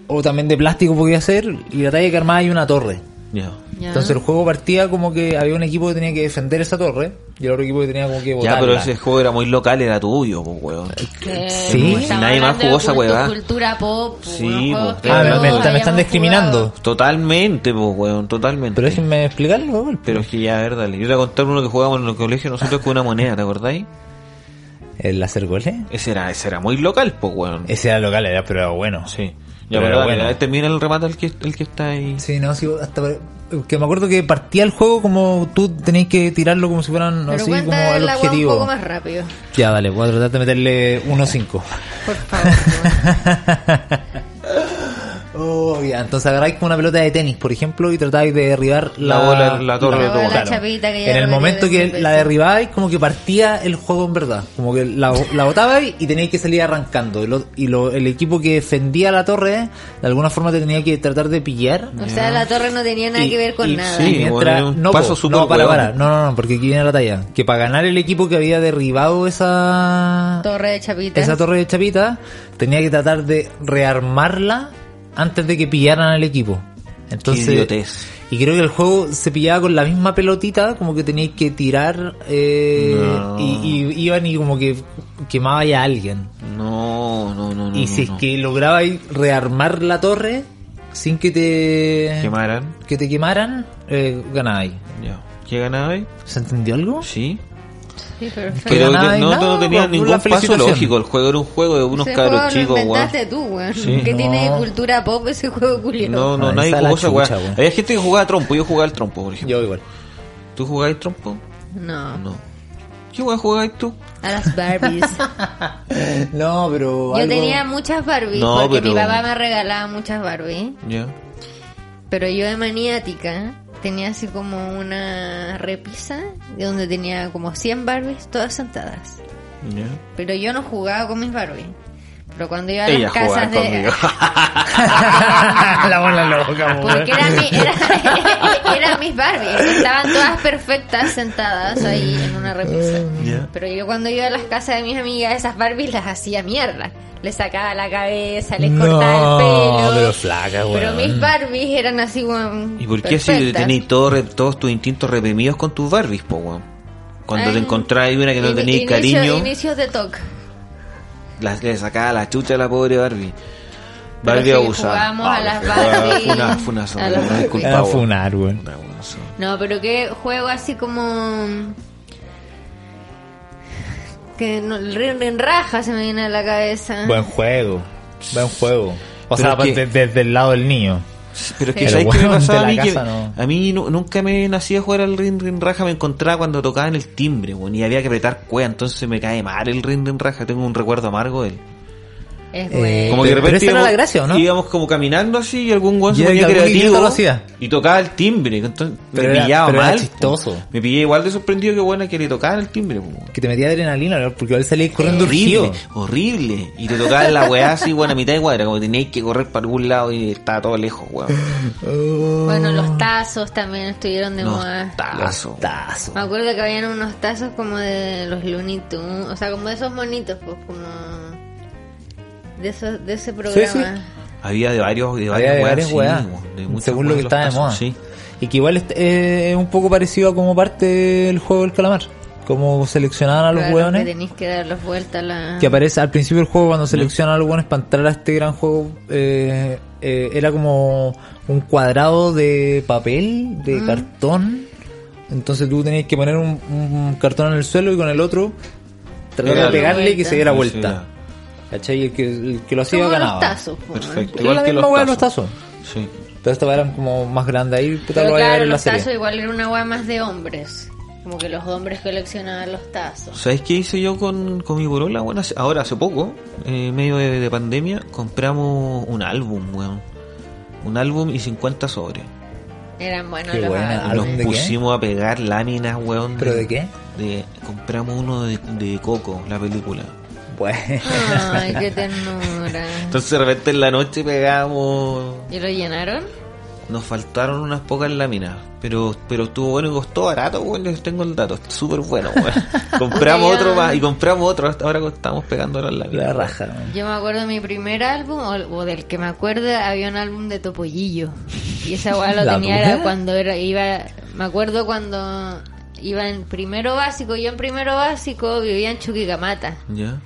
O también de plástico podía ser. Y la talla que armaba hay una torre. Ya. Ya. Entonces el juego partía como que había un equipo que tenía que defender esa torre. Y el otro equipo que tenía como que botarla. Ya, pero ese juego era muy local, era tuyo, pues, weón. Que- Sí. como estamos Nadie más hablando de jugó esa cultu- huevada. Cultura pop. Sí, unos pues, juegos que Ah, me, no me está- me están hayamos discriminando. jugado. Totalmente, pues, weón, totalmente. Pero déjenme explicarlo. weón. Pero es que ya, a ver, dale. Yo te voy a contar uno que jugábamos en el colegio nosotros con una moneda, ¿te acordáis? El hacer goles. Ese era, ese era muy local, pues, weón. Ese era local, era, pero era bueno. Sí. Eh, Pero era Ya, pero dale, bueno. dale, termina el remate el que, el que está ahí. Sí, no, sí, hasta que me acuerdo que partía el juego como tú tenías que tirarlo como si fueran Pero así cuenta como al la hueá un poco objetivo. más rápido. Ya, dale, voy a tratar de meterle 1-5. Por favor. weón. oh, ya, entonces agarráis como una pelota de tenis, por ejemplo, y tratáis de derribar la, La bola- la torre La de tu bola, bola. Claro. chapita que ya En el lo momento metió de que la siempre. derribáis, como que partía el juego en verdad. Como que la, la botabais y teníais que salir arrancando. Y, lo- y lo- el equipo que defendía la torre, de alguna forma te tenía que tratar de pillar. O sea, la torre no tenía nada Y- que ver con y- nada. sí, Sí, mientras- bueno, era un no, paso po, súper no, para, hueón. para. No, no, no, porque aquí viene la talla. Que para ganar el equipo que había derribado esa Torre de chapitas. esa torre de chapita, tenía que tratar de rearmarla antes de que pillaran al equipo. Entonces, Qué idiotez. y creo que el juego se pillaba con la misma pelotita, como que teníais que tirar eh, No. y, y iban y como que quemaba ya a alguien. No, no, no, no. y no, si es no. que lograbais rearmar la torre sin que te Quemaran. que te quemaran, eh, ganabais. Ya. ¿Qué ganaba ahí? ¿Se entendió algo? Sí. Sí, perfecto. Pero ganaba yo- ahí no, nada, no tenía pues, ningún la paso felicitación. lógico. El juego era un juego de unos Ese cabros juego chicos, Lo weón. inventaste tú, weón. Sí. que No. tiene de cultura pop ese juego culiado. No, no, Ah, nadie esa la jugó esa chucha, weá. weón. Había gente que jugaba trompo, yo jugaba al trompo, por ejemplo. Yo igual. ¿Tú jugabas trompo? No. No. ¿Qué weá jugabas tú? A las Barbies. No, pero Yo algo- tenía muchas Barbies No, porque mi pero- papá me regalaba muchas Barbies. Ya. Pero yo de maniática tenía así como una repisa de donde tenía como 100 Barbies todas sentadas. Ya. Pero yo no jugaba con mis Barbies. Pero cuando iba a las Ella casas jugaba de... conmigo. la bola loca, Porque eran mi, era, eran mis Barbies, estaban todas perfectas sentadas ahí en una repisa. Ya. Pero yo cuando iba a las casas de mis amigas, esas Barbies las hacía mierda. Les sacaba la cabeza, les No, cortaba el pelo. pero flaca, Pero weón. mis Barbies eran así, weón. ¿Y por qué si perfectas. tenéis todo re- todos tus instintos reprimidos con tus Barbies, po, weón? Cuando te Ay. encontráis una que no Ini- tenéis inicio- cariño, Inicios de TOC. la- le sacaba la chucha a la pobre Barbie. Pero Barbie Ah, sí, abusada. jugábamos a las Barbies. Funa, funa, A las Barbies. disculpa, Era weón. funar, weón. Una, weón, sí. No, pero qué juego así como... Que no, rin, rin raja se me viene a la cabeza. Buen juego, buen juego. O Pero sea, es de- que- desde el lado del niño. Pero es que Pero ¿sabes qué me weón, de pasaba a la mí? Que casa no. A mí nu- nunca me nacía jugar al ring ring raja, me encontraba cuando tocaban el timbre, weón, y había que apretar cueva, entonces me cae mal el ring ring raja, tengo un recuerdo amargo de él. Es Eh, bueno. Como que de repente íbamos- Íbamos como caminando así y algún weón se Y ponía algún creativo idiota lo hacía. y tocaba el timbre. Entonces Pero me era- pillaba pero era mal. chistoso. po. Me pillé igual de sorprendido que bueno que le tocaban el timbre. po. Que te metía adrenalina, weón, porque él salía corriendo Horrible, río. horrible. Y te tocaban la weá así, bueno, a mitad de cuadra, como teníais que correr para algún lado y estaba todo lejos, weón. Bueno, Oh. los tazos también estuvieron de No, moda. tazo. Tazo. Me acuerdo que habían unos tazos como de los Looney Tunes, o sea, como de esos monitos, pues como de esos de ese programa. sí. Había de varios, de Había de varias weas, varias sí, weas, weón, de muchas según lo weas que los estaba de tazos, moda. sí. Y que igual es eh, un poco parecido a como parte del juego del calamar. Como seleccionaban a los Claro, hueones. Que tenéis que darlos vuelta a la. que aparece al principio del juego cuando seleccionan a los buenos para entrar a este gran juego eh, eh, era como un cuadrado de papel de Ah. cartón entonces tú tenías que poner un, un cartón en el suelo y con el otro tratar de Pegarle. pegarle y que se diera Sí, vuelta ¿cachai? Y el que, el que lo hacía como ganaba los tazos, pues. Perfecto. Igual Igual la que misma los hueá de tazos. los tazos Sí. pero estas eran como más grandes ahí puta Pero lo vaya a ver claro, en la los tazos serie igual era una guay más de hombres, como que los hombres coleccionaban los tazos. ¿Sabes qué hice yo con, con mi borola? Bueno, hace- ahora hace poco, eh, medio de, de pandemia, compramos un álbum, weón. Un álbum y 50 sobres. Eran buenos Qué los buena. álbumes. Y nos ¿Álbum de qué? pusimos a pegar láminas, weón. ¿Pero de qué? de- compramos uno de, de Coco, la película. bueno Ay, qué ternura. Entonces de repente en la noche pegamos... ¿Y lo llenaron? Nos faltaron unas pocas láminas, pero pero estuvo bueno y costó barato, weón. Les tengo el dato, súper bueno, weón. Compramos otro más y compramos otro. Hasta ahora estamos pegando las láminas. la raja man. Yo me acuerdo de mi primer álbum, o, o del que me acuerdo, había un álbum de Topollillo. Y esa weá lo ¿La tenía dura? era cuando era, iba. Me acuerdo cuando iba en primero básico. Yo en primero básico vivía en Chuquicamata. ¿Ya?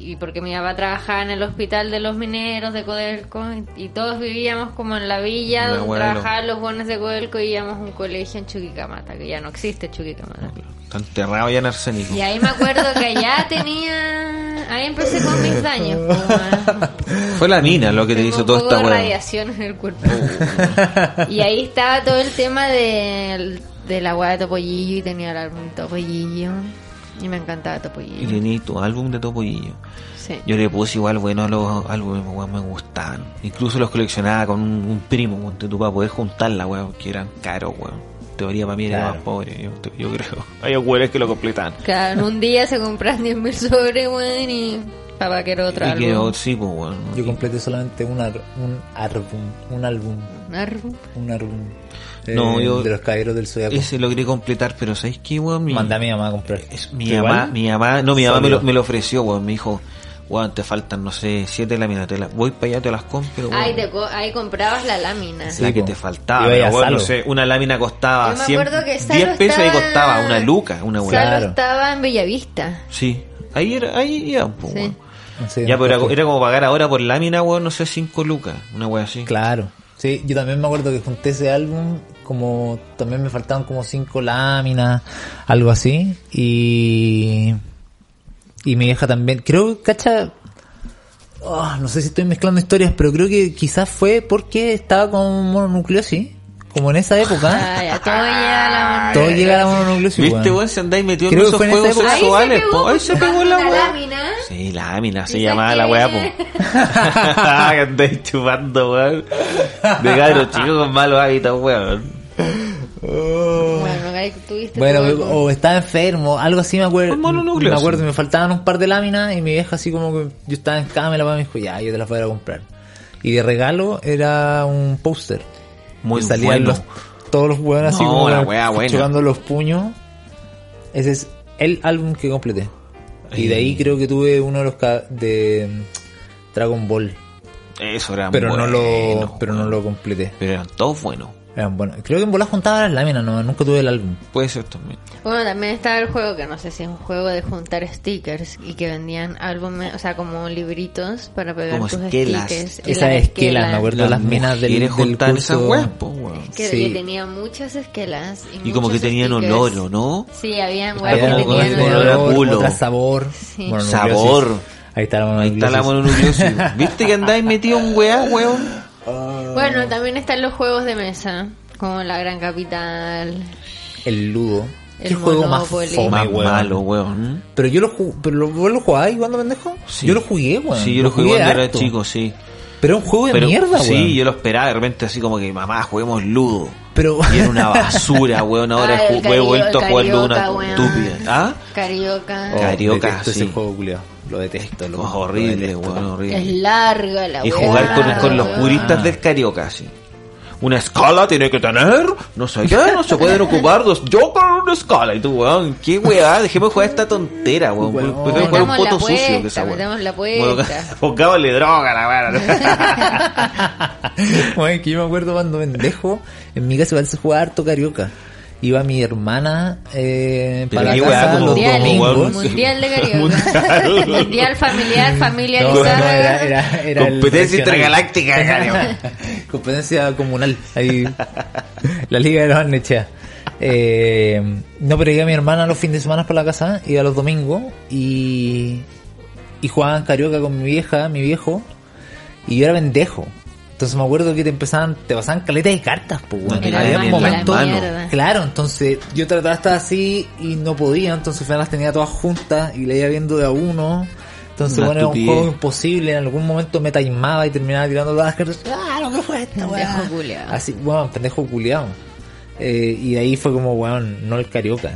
Y porque mi papá trabajaba en el hospital de los mineros de Codelco. Y todos vivíamos como en la villa La donde weá de los- trabajaban los buenos de Codelco. Y íbamos a un colegio en Chuquicamata, que ya no existe Chuquicamata. Está enterrado ya en arsénico. Y ahí me acuerdo que allá tenía. Ahí empecé con mis daños. pues, weá. Fue la mina lo que te Tengo hizo un toda poco esta Oh, de weá. radiación en el cuerpo. oh. y ahí estaba todo el tema del- de la weá de Topollillo y tenía el álbum Topollillo. Y me encantaba Y Topollillo. tenía tu álbum de Topollillo. Sí. Yo le puse igual bueno a los álbumes, weón, me gustaban. Incluso los coleccionaba con un, un primo, weón, de tu para poder juntarla, weón, que eran caros, weón. Teoría para mí era Claro. más pobre, yo, yo creo. Hay weones que lo completan. Claro, en un día se compran 10.000 sobres, weón, y papá quiero otro Y que, álbum. oh, sí, pues, weón. yo completé solamente un, ar- un álbum un álbum Un álbum. un álbum eh, No, yo- de los caballeros del zodiaco Ese logré completar, pero ¿sabes qué, weón? Mi, mandé a mi mamá a comprar es- mi ¿Tú mamá, igual? mi mamá, no, mi mamá me Sólido. lo, me lo ofreció, weón. Me dijo, weón, te faltan, no sé, siete láminas. Te las- voy para allá, te las compro, weón. Ahí, te co- ahí comprabas la lámina. Sí. la que po. te faltaba. Iba a ir a pero, weón, Salo. no sé, una lámina costaba Yo me 100, acuerdo que Salo 10 pesos y estaba- costaba una luca, una weá. Salo Claro. estaba en Bellavista. Sí, ahí era, ahí iban, po, Sí. weón. No sé, Ya, pero era, nunca era como pagar ahora por lámina, weón, no sé, 5 lucas, una weá así. fui. claro sí yo también me acuerdo que junté ese álbum como también me faltaban como cinco láminas algo así y y mi vieja también creo cacha oh, no sé si estoy mezclando historias pero creo que quizás fue porque estaba con mononucleosis como en esa época Ay, a todo llega la Ah. todo llega a la mononucleosis ¿Viste, weón. weón? Se andáis metido en Creo que esos fue en esa época. juegos Ahí se sexuales, pegó, po. Ahí se pegó la Una weá. lámina. Sí, lámina, se ¿Y llamaba la sabes weá, qué? po. que andáis chupando, weón. De cabro chico con malos hábitos, weón. Bueno, ahí tuviste Bueno, tu- o estaba enfermo, algo así me acuerdo. Con mononucleosis. Me acuerdo, me faltaban un par de láminas y mi vieja así como que yo estaba en cama y la mamá me dijo, ya, yo te las voy a ir a comprar. Y de regalo era un póster. Muy Que salían bueno. los- todos los hueones así No, como la wea buena. chocando los puños. Ese es el álbum que completé. Y de ahí Eh. creo que tuve uno de los ca- de mm, Dragon Ball. Eso era Pero no bueno, lo pero no bueno. lo completé. Pero eran todos buenos. Eran buenos. Creo que en bolas juntaba las láminas, no, nunca tuve el álbum. Puede ser también. Bueno, también estaba el juego que no sé si es un juego de juntar stickers y que vendían álbumes, o sea, como libritos para pegar Como tus esquelas. stickers. Y Esa las esquela, me acuerdo de Las las minas del, mujeres del juntaban esas curso. weas, po, weón. Que Sí. yo tenía muchas esquelas. Y, Y como que muchos tenían stickers. olor, ¿o no? Sí, habían weas Había que Como con tenían el olor, olor. olor a culo. otra sabor. Sí. mononucleosis. Sabor. Ahí está la Ahí está la mononucleosis. mononucleosis. ¿Viste que andáis metido en weá, weón? Bueno, también están los juegos de mesa, como La Gran Capital. El ludo. El Qué juego más Monopoly. fome, Más Oh, weón. malo, weón. Pero yo lo jugué, pero lo, ¿vos lo jugabais cuando pendejo? Sí. Yo lo jugué, weón. Sí, yo lo jugué cuando era harto. chico, sí. Pero era un juego de Pero- mierda, Sí, weón. yo lo esperaba de repente así como que, mamá, juguemos ludo. Pero Y era una basura, weón. Ahora Ah, el he ju- he vuelto a Carioca, jugar ludo una Carioca, weón. estúpida. ¿Ah? Carioca. Oh, Carioca, detesto sí. ese juego, culiao. Lo detesto, lo Es horrible, lo detesto. weón, Es horrible. larga la Y wea, jugar con, con los weón. puristas del carioca, sí. Una escala tiene que tener, no sé qué, no se pueden ocupar dos jokers en una escala. Y tú, weón, qué weá, dejemos de jugar esta tontera, weón. Weón. Prefiero jugar un Metamos poto la sucio que apuesta, esa weá. metamos la apuesta. Bueno, Pongámosle droga a la weá. Bueno, que yo me acuerdo cuando pendejo, en mi casa igual se jugaba harto carioca. Iba mi hermana eh, Pero para qué la weá, casa como- los mundial, domingos. como mundial de Carioca. mundial familiar, familia No, no, Lizárraga. era, era, era el Competencia regional. intergaláctica, carioca. Competencia comunal. Ahí. La Liga de los Barnechea. Eh, no, pero iba mi hermana los fines de semana para la casa, iba los domingos y, y jugaban carioca con mi vieja, mi viejo, y yo era pendejo. Entonces me acuerdo que te empezaban, te pasaban caletas de cartas, pues, weón. tenía Había ni en la momentos- mano. Claro, entonces yo trataba de estar así y no podía, entonces al final las tenía todas juntas y la iba viendo de a uno. Entonces, Una bueno, era un estupidez. juego imposible. En algún momento me taimaba y terminaba tirando todas las cartas. ¡Ah, lo que fue esta, Pendejo weá! culiao. Así, weón, pendejo culiao. Eh, y de ahí fue como, weón, no el carioca.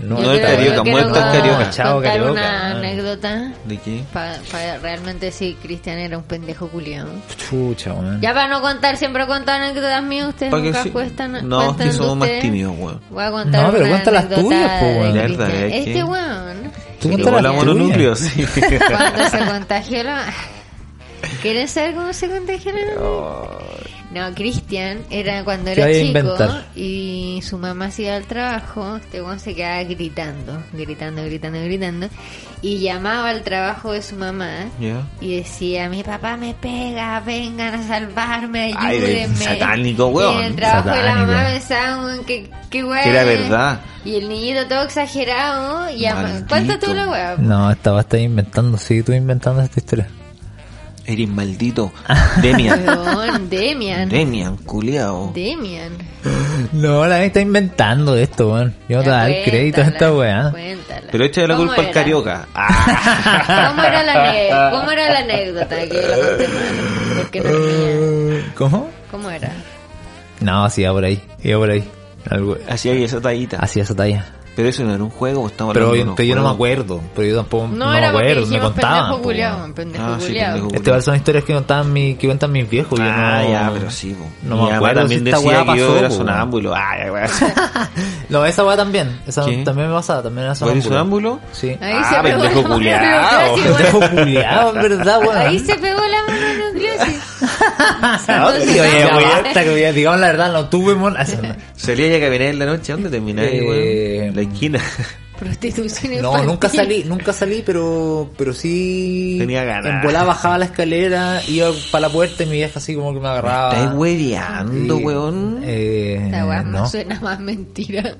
Yo No el creo- carioca, yo quiero muerto el con- carioca. Chao, contar carioca, una ah. anécdota ¿De qué? para realmente decir que Cristian era un pendejo culiado. Chucha, weón. Ya para no contar, siempre he contado anécdotas mías, ustedes Pa' que nunca sí. cuestan, No, es cuentan que de somos más ustedes. tímidos, weón. Voy a contar No, pero una cuenta las anécdota tuyas, po, de weón. Cristian. Verdad, es que- Este weón, Tú Se contaste llevó la la mononucleo, tuya. sí. cuando se contagió la... ¿Quieren saber cómo se contagió la No, Cristian era cuando Te era voy a chico inventar. y su mamá se iba al trabajo, este weón se quedaba gritando, gritando, gritando, gritando y llamaba al trabajo de su mamá Ya. y decía, mi papá me pega, vengan a salvarme, Ay, de ayúdenme. satánico, weón, Y en el trabajo de la mamá satánico. pensaba, weón, que, que weón. Que era verdad. Y el niñito todo exagerado y ama- Maldito. cuenta tú la weá. No, estaba estabas inventando, sí, tú inventando esta historia. Eres maldito. Demian. Weón, Demian. Demian, culiao. Demian. No, la está inventando esto, weón. Yo no te voy a dar Ya, crédito a esta cuéntala, weá. cuéntala. Pero este échale la ¿Cómo culpa al era? carioca. Ah, ¿Cómo era, la ane- ¿Cómo era la anécdota que yo la conté mal? Porque no tenía. ¿Cómo? ¿Cómo era? No, sí, iba por ahí. Iba por ahí. Algo, así hay esa tallita. hacía esa talla. Pero eso no era un juego, estamos Pero, hablando de unos pero yo no me juegos. acuerdo. Pero yo tampoco No, no, me era porque acuerdo. Me dijimos contaban. pendejo po, culiao, weón. pendejo Ah, sí, culiao. pendejo. Este igual son historias que contaban mi, que cuentan mis viejos. yo Ah, no- ya, pero sí, po. No me Mi mamá acuerdo. también si esta decía weá que pasó, yo era po, weón. sonámbulo. Ay, ay, weón. No, esa weá también. Esa ¿Qué? también me pasaba. También era ¿Tú eres sonámbulo. sonámbulo? Sí. Ahí Ah, se pegó pendejo la mano culiao. nucleosis, weón. Pendejo culiao, en verdad, weón. Ah, Ahí se pegó la mano nucleosis. Oye, Entonces, ya no, basta, que ya, digamos la verdad, no tuve mon... Ah, sí, no. Salía ya a caminar en la noche, ¿a ¿dónde terminaba? Eh, weón? La esquina. Prostitución No, infantil. nunca salí, nunca salí, pero pero sí. Tenía ganas. En volada bajaba la escalera, iba para la puerta y mi vieja así como que me agarraba. Estás hueveando, Y, weón. eh, Esta weá no, más suena más mentira.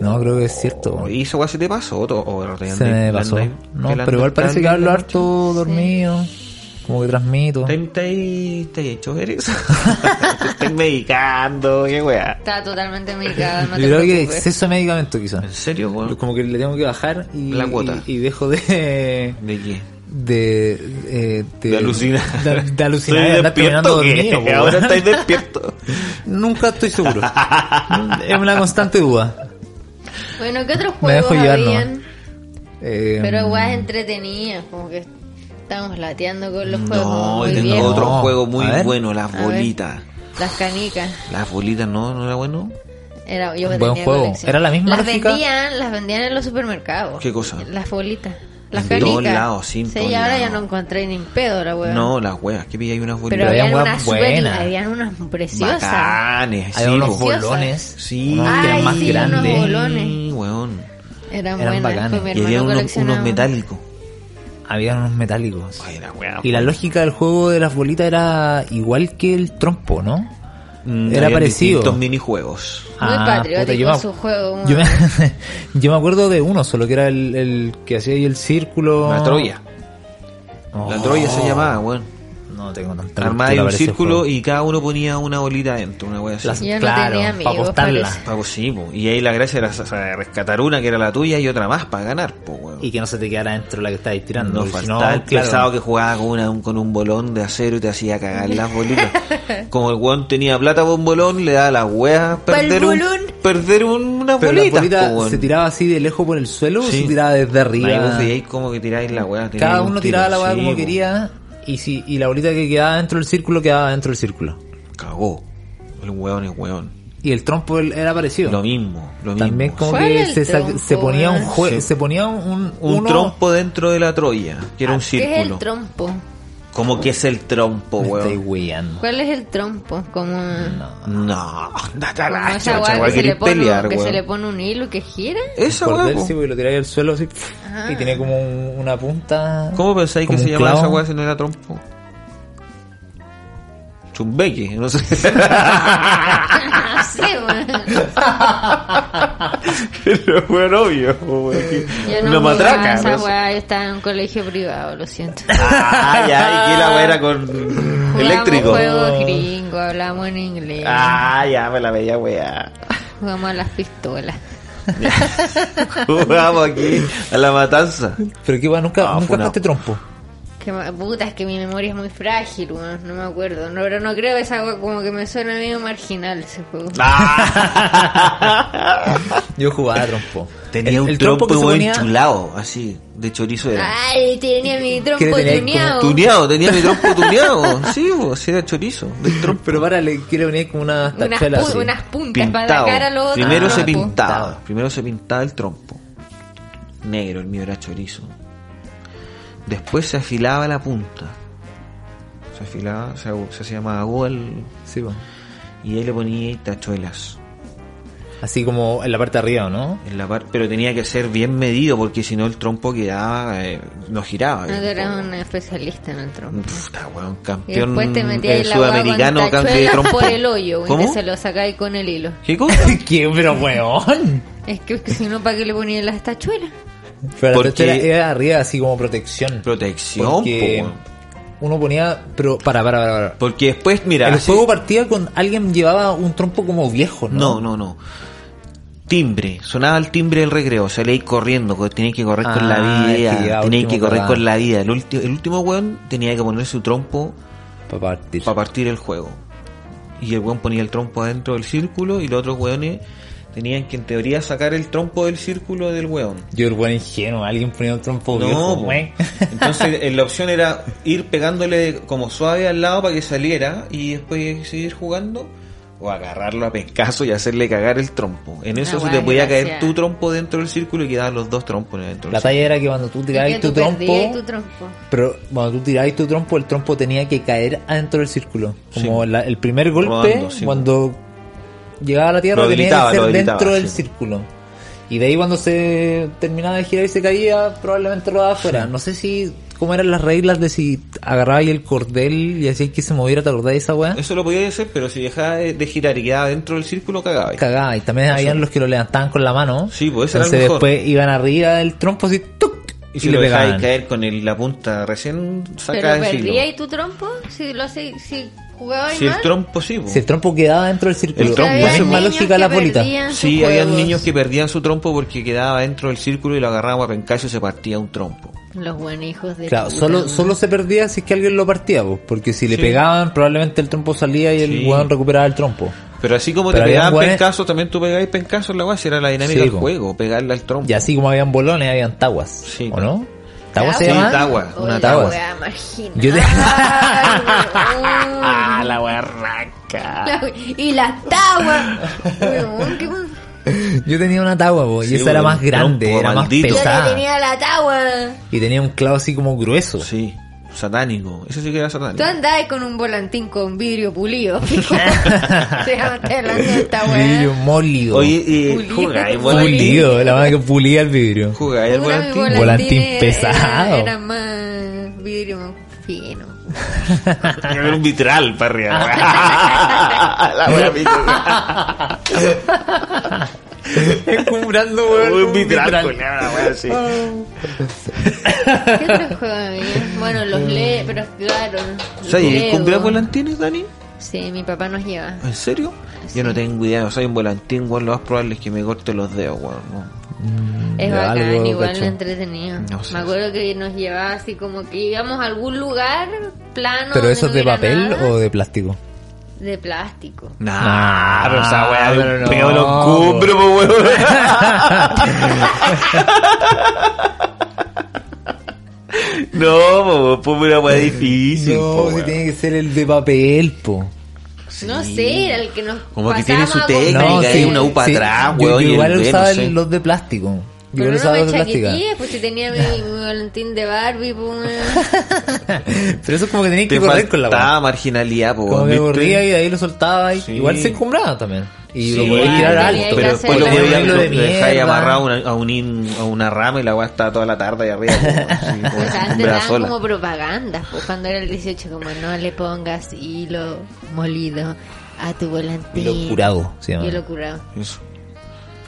no, creo que es cierto. Oh, ¿Y eso weón se te pasó? ¿O, o te Se andáis- me pasó. andáis- No, te la pero igual andáis parece que dando hablo en la noche? harto dormido, como que transmito. ¿Te- te- ¿Te hecho eres? te estás medicando, qué weá. Estaba totalmente medicada, no Yo te creo que preocupes. exceso de medicamento quizás. ¿En serio, weón? Como que le tengo que bajar y, La cuota. y, y dejo de... ¿De qué? de, eh, De alucinar. De, de alucinar, Estoy de andar despierto, caminando ¿qué? dormido. po, Ahora weón. estáis despierto. Nunca estoy seguro. es una constante duda. Bueno, ¿qué otros Me juegos dejo llevar, habían? nomás. Eh, Em, Pero guay entretenidas, como que estamos lateando con los juegos. No, muy tengo viejos. otro No, juego a muy ver. bueno, las A ver. bolitas. Las canicas. Las bolitas, ¿no? ¿No era bueno? Era, yo Buen tenía juego. colección. ¿Era la misma Las gráfica? vendían, las vendían en los supermercados. ¿Qué cosa? Las bolitas. Las En canicas. todos lados, sí, en Sí, todos y ahora ya lados. no encontré ni en pedo la hueá. No, las huevas. ¿Qué pilláis unas Pero bolitas? había habían hueá unas super, buena. habían unas preciosas. Bacanes. Hay sí, unos po. bo- bolones. Sí. Unos que eran Ay, más sí, unos grandes. bolones. Sí, weón. Eran, Eran buenas. bacanes. pues mi Y había hermano unos, coleccionaba. unos metálicos. Había unos metálicos. Ay, la wea, y la lógica del juego de las bolitas era igual que el trompo, ¿no? Mm, Era habían parecido. Distintos minijuegos. Muy patriótico Ah, yo me- su juego, Yo me, bueno. yo me acuerdo de uno solo, que era el, el que hacía ahí el círculo. La Troya. Oh, La Troya se llamaba, weón. No tengo tanta cultura Armaba ahí un para ese círculo juego. y cada uno ponía una bolita adentro, una wea así. Las- Yo no claro, tenía amigos, para apostarla. parece. Ah, pues sí, po. y ahí la gracia era sa- sa- rescatar una que era la tuya y otra más para ganar, po, weón. Y que no se te quedara dentro la que estabas tirando. No porque si faltaba el claro, pesado que jugaba con, una- un- con un bolón de acero y te hacía cagar las bolitas. Como el weón tenía plata por un bolón, le daba las weas Pa'l perder, un, bolón. perder un- unas Pero bolitas. la bolita po, weón. se tiraba así de lejos por el suelo o Sí. se tiraba desde Ahí arriba. vos veíais como que tiráis la wea. teníais Cada un uno tiro, tiraba la weá sí, como po. quería y si y la bolita que quedaba dentro del círculo quedaba dentro del círculo. Cagó. El weón es weón. Y el trompo el- era parecido. Lo mismo, lo mismo. También como ¿Cuál que el se, sa- trompo, se ponía un weón? jue- Sí. se ponía un, Un uno- trompo dentro de la Troya, que era un Ah, ¿Qué es el círculo. trompo? como que es el trompo, Me estáis weón. weyando. ¿Cuál es el trompo? Como, como No, andate a la esa chucha, hueá weón, que, se queréis le, pone, pelear, que se weón. le pone un hilo que gira. Esa Cordel, weá, po. sí, pues, y lo tiráis al suelo así Ah. y tenía como un- una punta. ¿Cómo pensáis que como se un llamaba esa clavo. weá si no era trompo? Chumbeque, no sé. No sé, Ah, weón. Pero weón, obvio. weón. Yo no Una jugaba matraca. Esa no sé. weá, yo estaba en un colegio privado, lo siento. Ah, ya, y que la weá era con eléctrico. Jugábamos juegos gringos, hablábamos en inglés, Ah, ya, me la veía weá. jugamos a las pistolas. Jugamos aquí a la matanza. Pero que weón, nunca, Ah, nunca fue una- jugaste trompo. Que ma- puta, es que mi memoria es muy frágil, weón, no me acuerdo. No, pero no creo que esa weá como que me suena medio marginal ese juego. Ah. Yo jugaba a trompo. Tenía El- un el trompo, que se weón, ponía- chulado, así, de chorizo era. Ay, tenía mi Que trompo le tenía tuneado. Tuneado, tenía mi trompo tuneado. Sí, vos, sí, era chorizo. del trompo. Pero para, le quiero venir como unas Unas, tachuelas pu- así. unas puntas para pintado. la cara a los otros Primero se trompos. pintaba. Pintado. Primero se pintaba el trompo. Negro, el mío era chorizo. Después se afilaba la punta. Se afilaba, se, agu- se hacía más agudo el- Sí, po. y ahí le ponía tachuelas. Así como en la parte de arriba, ¿no? En la par- pero tenía que ser bien medido porque si no el trompo quedaba, eh, no giraba. No, el tú eras trompo. un especialista en el trompo. Puta, weón, Y campeón después te metías eh, en la weá sudamericano con campeón de tachuelas trompo. por el hoyo, weón, y ¿Cómo? te se lo sacáis con el hilo. ¿Qué cosa? ¿Qué? Pero weón. Es que, es que si no, ¿para qué le ponían las tachuelas? Pero la Porque- tachuela era arriba así como protección. Protección, Porque po, weón. uno ponía... Pero para, para, para. para. Porque después, mira, El así- juego partía con... Alguien llevaba un trompo como viejo, ¿no? No, no, no. Timbre, sonaba el timbre del recreo, salíais corriendo, co- teníais que correr con Ah, la es que vida, llegaba teníais que último, correr ¿verdad? con la vida. El, ulti- el último weón tenía que poner su trompo Para partir. para partir el juego. Y el weón ponía el trompo adentro del círculo y los otros weones tenían que en teoría sacar el trompo del círculo del weón. Yo el buen ingenuo, alguien ponía un trompo viejo, No, po. weón. entonces eh, la opción era ir pegándole como suave al lado para que saliera y después seguir jugando o agarrarlo a pescazo y hacerle cagar el trompo. En eso Ah, se te guay, podía caer gracias. tu trompo dentro del círculo y quedaban los dos trompos dentro. del La talla era que cuando tú Y que tirabas tu tú perdías trompo, tu trompo. pero cuando tú tirabas tu trompo, el trompo tenía que caer adentro del círculo. Como Sí. la- el primer golpe, Rodando, sí. cuando llegaba a la tierra, Lo tenía habilitaba, que lo ser habilitaba, dentro del sí. círculo. Y de ahí cuando se terminaba de girar y se caía, probablemente rodaba afuera. No sé si cómo eran las reglas de si agarrabais el cordel y hacíais que se moviera, ¿te acordás de esa weá? círculo. Eso lo podía hacer, pero si dejaba de, de girar y quedaba dentro del círculo, cagaba. cagaba. Y también habían los que lo levantaban con la mano. Sí, pues, ese era el Entonces mejor. después iban arriba del trompo así, ¡tuc! Y si le lo dejabas pegaban. caer con el- la punta recién sacada Pero del círculo. perdías tu trompo si lo hace- si jugabas Si mal. el trompo sí, po. Si el trompo quedaba dentro del círculo. pues. El trompo, La ese misma bueno. lógica de la bolita. Ah, Sí, había niños que perdían su trompo porque quedaba dentro del círculo y lo agarraba a pencacho y se partía un trompo. Los buenos hijos de. Claro, puta, solo, weón. solo se perdía si es que alguien lo partía, pues, porque si le Sí. pegaban, probablemente el trompo salía y el Sí. weón recuperaba el trompo. Pero así como Pero te pegaban habían hueones- pencaso, también tú pegabas pencaso en la weá, si era la dinámica Sí, del po. juego, pegarle al trompo. Y así como habían bolones, habían taguas. Sí. ¿O no? Ah, ¿Taguas se Sí, llaman? taguas. Oye, una la tabla. wea marginal. Yo te- Ah, Weón. la guarraca. La we- y las taguas. Weón, qué weón. Yo tenía una tagua, po, y Sí, esa era un más grande, trompo, era más maldito. Yo pesada. le tenía la tagua. Y tenía un clavo así como grueso. Sí, satánico. Eso sí que era Tú satánico. andabas con un volantín con vidrio pulido. pico. Te llamaste hablando de ¿eh? esta Vidrio weá. molido. Oye, eh, Pulido. jugáis volantín. pulido, la madre que pulía el vidrio. Jugáis al Una de mis volantín. volantín. volantines pesado. Era, era más vidrio fino. Era un vitral para arriba. la wea pico. Encumbrando, Un vitral, culiao, la wea así. ¿Qué otro juego había? Bueno, los lee, pero claro. Mm. O sea, ¿y Lego. compré volantines, Dani? Sí, mi papá nos lleva. ¿En serio? Yo no tengo idea. O sea, un volantín, weón, lo más probable es que me corte los dedos, weón. No. Es Ya, bacán, algo, igual cacho. entretenido. No sé. Me acuerdo que nos llevaba así como que íbamos a algún lugar plano. ¿Pero donde eso es no de hubiera papel nada, o de plástico? de plástico. Nah, Nah, Ah, pero esa weá Ah, pero de no, un peo lo cumplo, po, weón. No, po, po, una weá difícil. po, No, si weón. tiene que ser el de papel, po. No sé, era el que nos. Como que tiene su pasábamos a No, comprar. técnica, y hay una upa sí, atrás, yo- weón, Yo y el igual dedo, usaba no sé. los de plástico. Yo igual Pero no usaba me los de plástico. chaqueteé, pues si tenía mi, mi volantín de Barbie, pues. weón. Pero eso es como que tenías Te que correr con la faltaba weá. marginalidad, po, Como que ¿viste? corría y de ahí lo soltaba. y- Sí. Igual se encumbraba también. Y lo Sí, podías tirar igual, alto. tenía Pero que después hacer lo el podías podías arreglo lo, lo de lo dejáis mierda. amarrado a una, a, un in- a una rama y la weá estaba toda la tarde ahí arriba. po, así, como Pues antes sombra daban sola. como propaganda, pues cuando era el 18, como no le pongas hilo molido a tu volantín. Hilo curado, se llama. Hilo curado. Eso.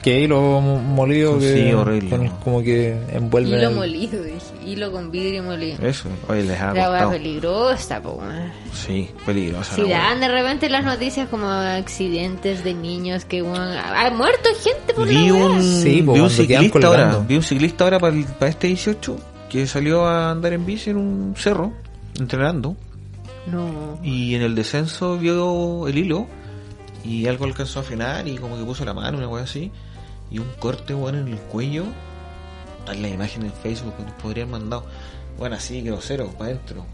Que ahí lo mo- molido Sí, que horrible. con- como que envuelve Hilo molido, dije. Hilo con vidrio molido. Eso, hoy les ha La hueá costado. peligrosa, po. weón. Sí, peligrosa. Si la weá. dan de repente las noticias como accidentes de niños que weón, ha ha muerto gente por Vi la hueá. un, Sí, po, vi un cuando quedan ciclista ahora, colgando. vi un ciclista ahora para, el- para este 18 que salió a andar en bici en un cerro entrenando No. y en el descenso vio el hilo y algo alcanzó a frenar y como que puso la mano, una cosa así y un corte bueno en el cuello. Hay la imagen en Facebook que nos podrían mandado. Bueno, así grosero, para adentro.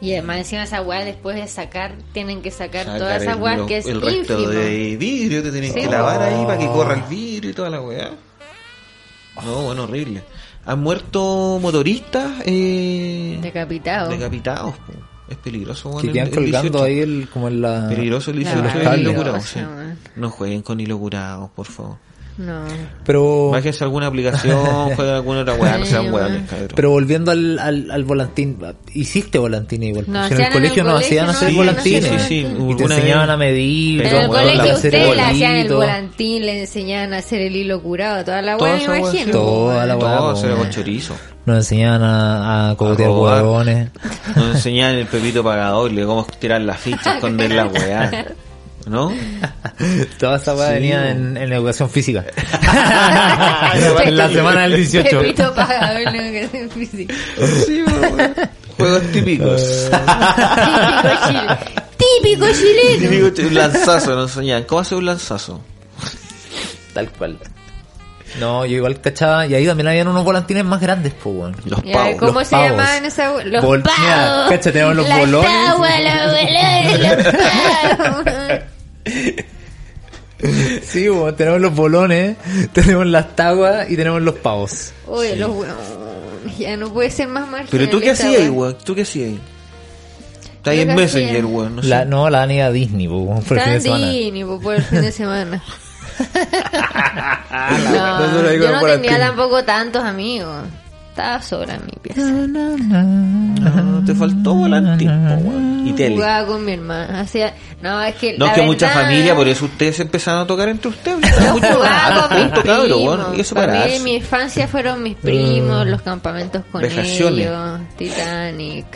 Y además encima esa weá después de sacar, tienen que sacar, Sacar todas esas el- weas lo- que es El resto ínfimo. de vidrio te tienen Sí, Oh. que po. lavar ahí para que corra el vidrio y toda la weá. No, bueno, horrible. Han muerto motoristas eh, Decapitado. decapitados. po. Es peligroso, weón. Que el- quedan el colgando 18. ahí ah, el, como en la... Peligroso el La 18 verdad, del hilo peligroso, curado, sí. weón. No jueguen con hilo curado, por favor. No. Pero, Bájense alguna aplicación, jueguen alguna otra weá, no Sí, sean weón. weones, cabrón. pero volviendo al, al, al volantín, hiciste volantín igual. No, si en hacían el colegio nos hacían no, hacer sí, volantines. sí, sí, sí. Y te Alguna enseñaban vez- a medir. Pero En el como la colegio hacer ustedes le hacían el bolito. volantín, le enseñaban a hacer el hilo curado, toda la Toda weá, me esa weá, sí, imagino. po. Toda la weá, Todo po, se era weón. con chorizo. Nos enseñaban a, a cogotear A robar. huevones. Nos enseñaban el pepito pagadoble, cómo tirar las fichas, esconder la weá. ¿No? Toda esa weá Sí, venía weón. en, en educación física. en la semana del 18. Pepito paga, bueno, que es en física. Sí, weón. Juegos típicos. Típico chile. Típico chileno. Típico ch- un lanzazo, nos enseñaban. ¿Cómo hacer un lanzazo? Tal cual. No, yo igual cachaba. Y ahí también habían unos volantines más grandes, pues, weón. Los Ya, pavos. ¿Cómo los se pavos. llamaban esa we- Los Vol- pavos. Mira, cacha, tenemos los Las bolones. taguas, los bolones, los pavos. Sí, weón, tenemos los bolones, tenemos las taguas y tenemos los pavos. Oye, los huevones. Ya no puede ser más marginal. Pero tú qué esta hacías ahí, wea. weón. ¿Tú qué hacías ahí? Está ahí Yo en qué hacía. Messenger, weón. No sé. La, no, la Dani a Disney, po, weón, por el fin de semana. Tandini, po, por el fin de semana. la wea. no, Nosotros ahí yo con no el tenía Tandini. tampoco tantos amigos. Estaba sola en mi pieza. No, te faltó volantín, po, weón. Y tele. Jugaba con mi hermana. Hacía... No, es que. No, la es que mucha verdad- familia, por eso ustedes se empezaron a tocar entre ustedes. Yo Mucho jugaba con mis punto, cabrón, primos. weón. Y eso Para para mí, mi infancia fueron mis primos, los campamentos con Vejaciones. ellos, Titanic,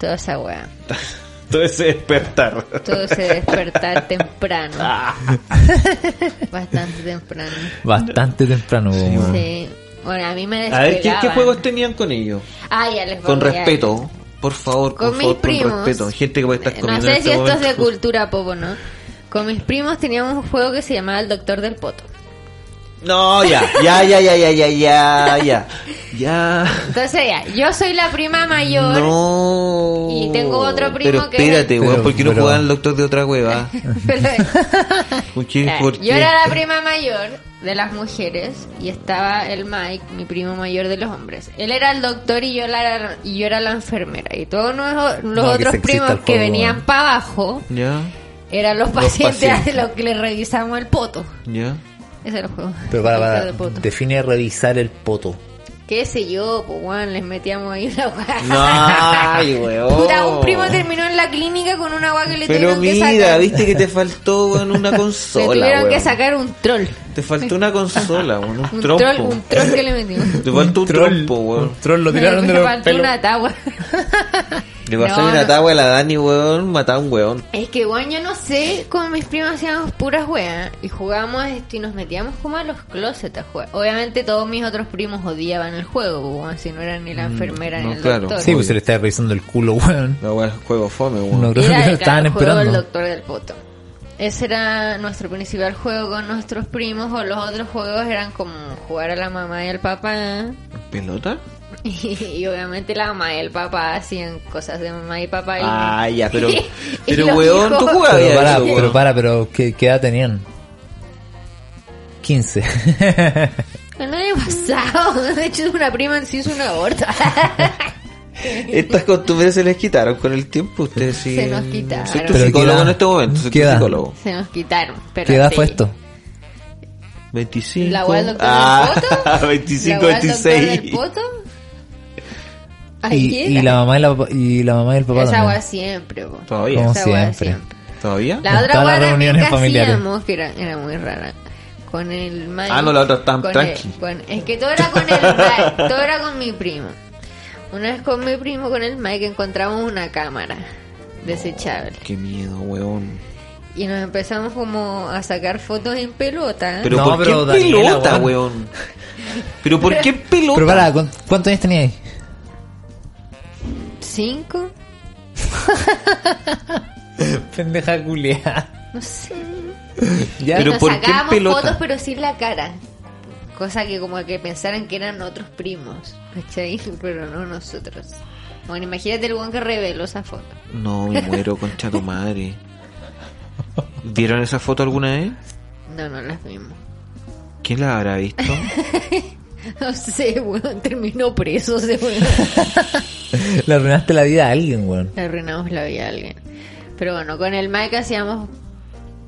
toda esa weá, Todo ese despertar. todo ese despertar temprano. Bastante temprano. Bastante temprano, po, weón. Sí. Bueno, a mí me A ver, ¿qué, despegaban. qué juegos tenían con ellos? Ah, ya les voy Con a- respeto. Por favor, con por mis favor, primos. con respeto. Gente que puede estar No comiendo. sé en este si esto es de momento. cultura pop o no. Con mis primos teníamos un juego que se llamaba El Doctor del Poto. No, ya, ya, ya, ya, ya, ya, ya, ya. Ya. Entonces ya, yo soy la prima mayor. No. Y tengo otro primo pero que- Espérate, weón, Pero- ¿por qué no pero- jugaban al doctor de otra hueva? ¿Por qué? Ya, ¿Por yo qué? era la prima mayor de las mujeres y estaba el Mike, mi primo mayor de los hombres. Él era el doctor y yo la, y yo era la enfermera. Y todos nos- los No, que otros sexista primos el que juego, venían bueno. para abajo Ya, eran los Los pacientes, pacientes. a los que le revisamos el poto. ya. Ese era el juego. Pero para, Doctor para, de poto. define revisar el poto. ¿Qué sé yo? Pues weón, les metíamos ahí una weá. No, ay, weón. Puta, un primo terminó en la clínica con una weá que le Pero tuvieron mira, que sacar. viste que te faltó weón, una le consola. tuvieron que weón. sacar un troll. Te faltó una consola, weón, un, Un trompo. troll, un troll que le metimos. Te faltó un trompo, weón. un troll lo Me tiraron de los faltó pelos. una tagua. Le pasó No, una no. tagua a la Dani, weón, mataba a un weón. Es que, bueno, yo no sé cómo mis primos hacíamos puras weas. Y jugábamos esto y nos metíamos como a los closets a jugar. Obviamente todos mis otros primos odiaban el juego, pues, weón, si no eran ni la enfermera Mm, no, ni el claro. doctor. Sí, pues se le está revisando el culo, weón. La weón, juego fome, weón. No creo Era que el lo estaban juego del esperando. doctor del poto. Ese era nuestro principal juego con nuestros primos o los otros juegos eran como jugar a la mamá y al papá. ¿Pelota? Y, obviamente la mamá y el papá hacían cosas de mamá y papá. Y Ah, ya, pero. Y Pero, los weón, tú hijos- jugabas Pero para, eso, pero weón. para, pero ¿qué, qué edad tenían? 15. No le ha pasado. De hecho, una prima en sí hizo una aborto. Estas costumbres se les quitaron con el tiempo. Ustedes sí. Se nos quitaron. Soy tu Pero ¿qué psicólogo edad? en este momento. Soy ¿Qué tu edad? psicólogo. Se nos quitaron. Pero ¿Qué edad sí. fue esto? 25. La guarda del ah, poto. 25, La guarda del 26. poto. Y, Ahí y la mamá y la, pap- y la mamá y el papá Esa también. agua siempre. po. Todavía. Como Esa hueá siempre. ¿Todavía? La En otra todas hueá las también reuniones que familiares. hacíamos, que era, era muy rara. Con el Mike. Ah, no, la otra estaba con tranqui. el- con- es que todo era con el Mike, todo era con mi primo. Una vez con mi primo, con el Mike, encontramos una cámara desechable. Qué miedo, weón. ¿Eh? Y nos empezamos como a sacar fotos en pelota. ¿eh? Pero No, ¿por qué pero en Daniela, pelota, weón? weón? Pero ¿por qué en pelota? Pero para, ¿cu- ¿cuántos años tenía ahí? ¿Cinco? Pendeja culia. No sé. Ya, Pero nos ¿por qué en sacábamos pelota? fotos pero sin la cara. Cosa que como que pensaran que eran otros primos. ¿Cachai? Pero no nosotros. Bueno, imagínate el guan que reveló esa foto. No, me muero, concha tu madre. ¿Vieron esa foto alguna vez? No, no las vimos. ¿Quién la habrá visto? No sé, weón, terminó preso ese weón. le arruinaste la vida a alguien, weón. Le arruinamos la vida a alguien. Pero bueno, con el Mike hacíamos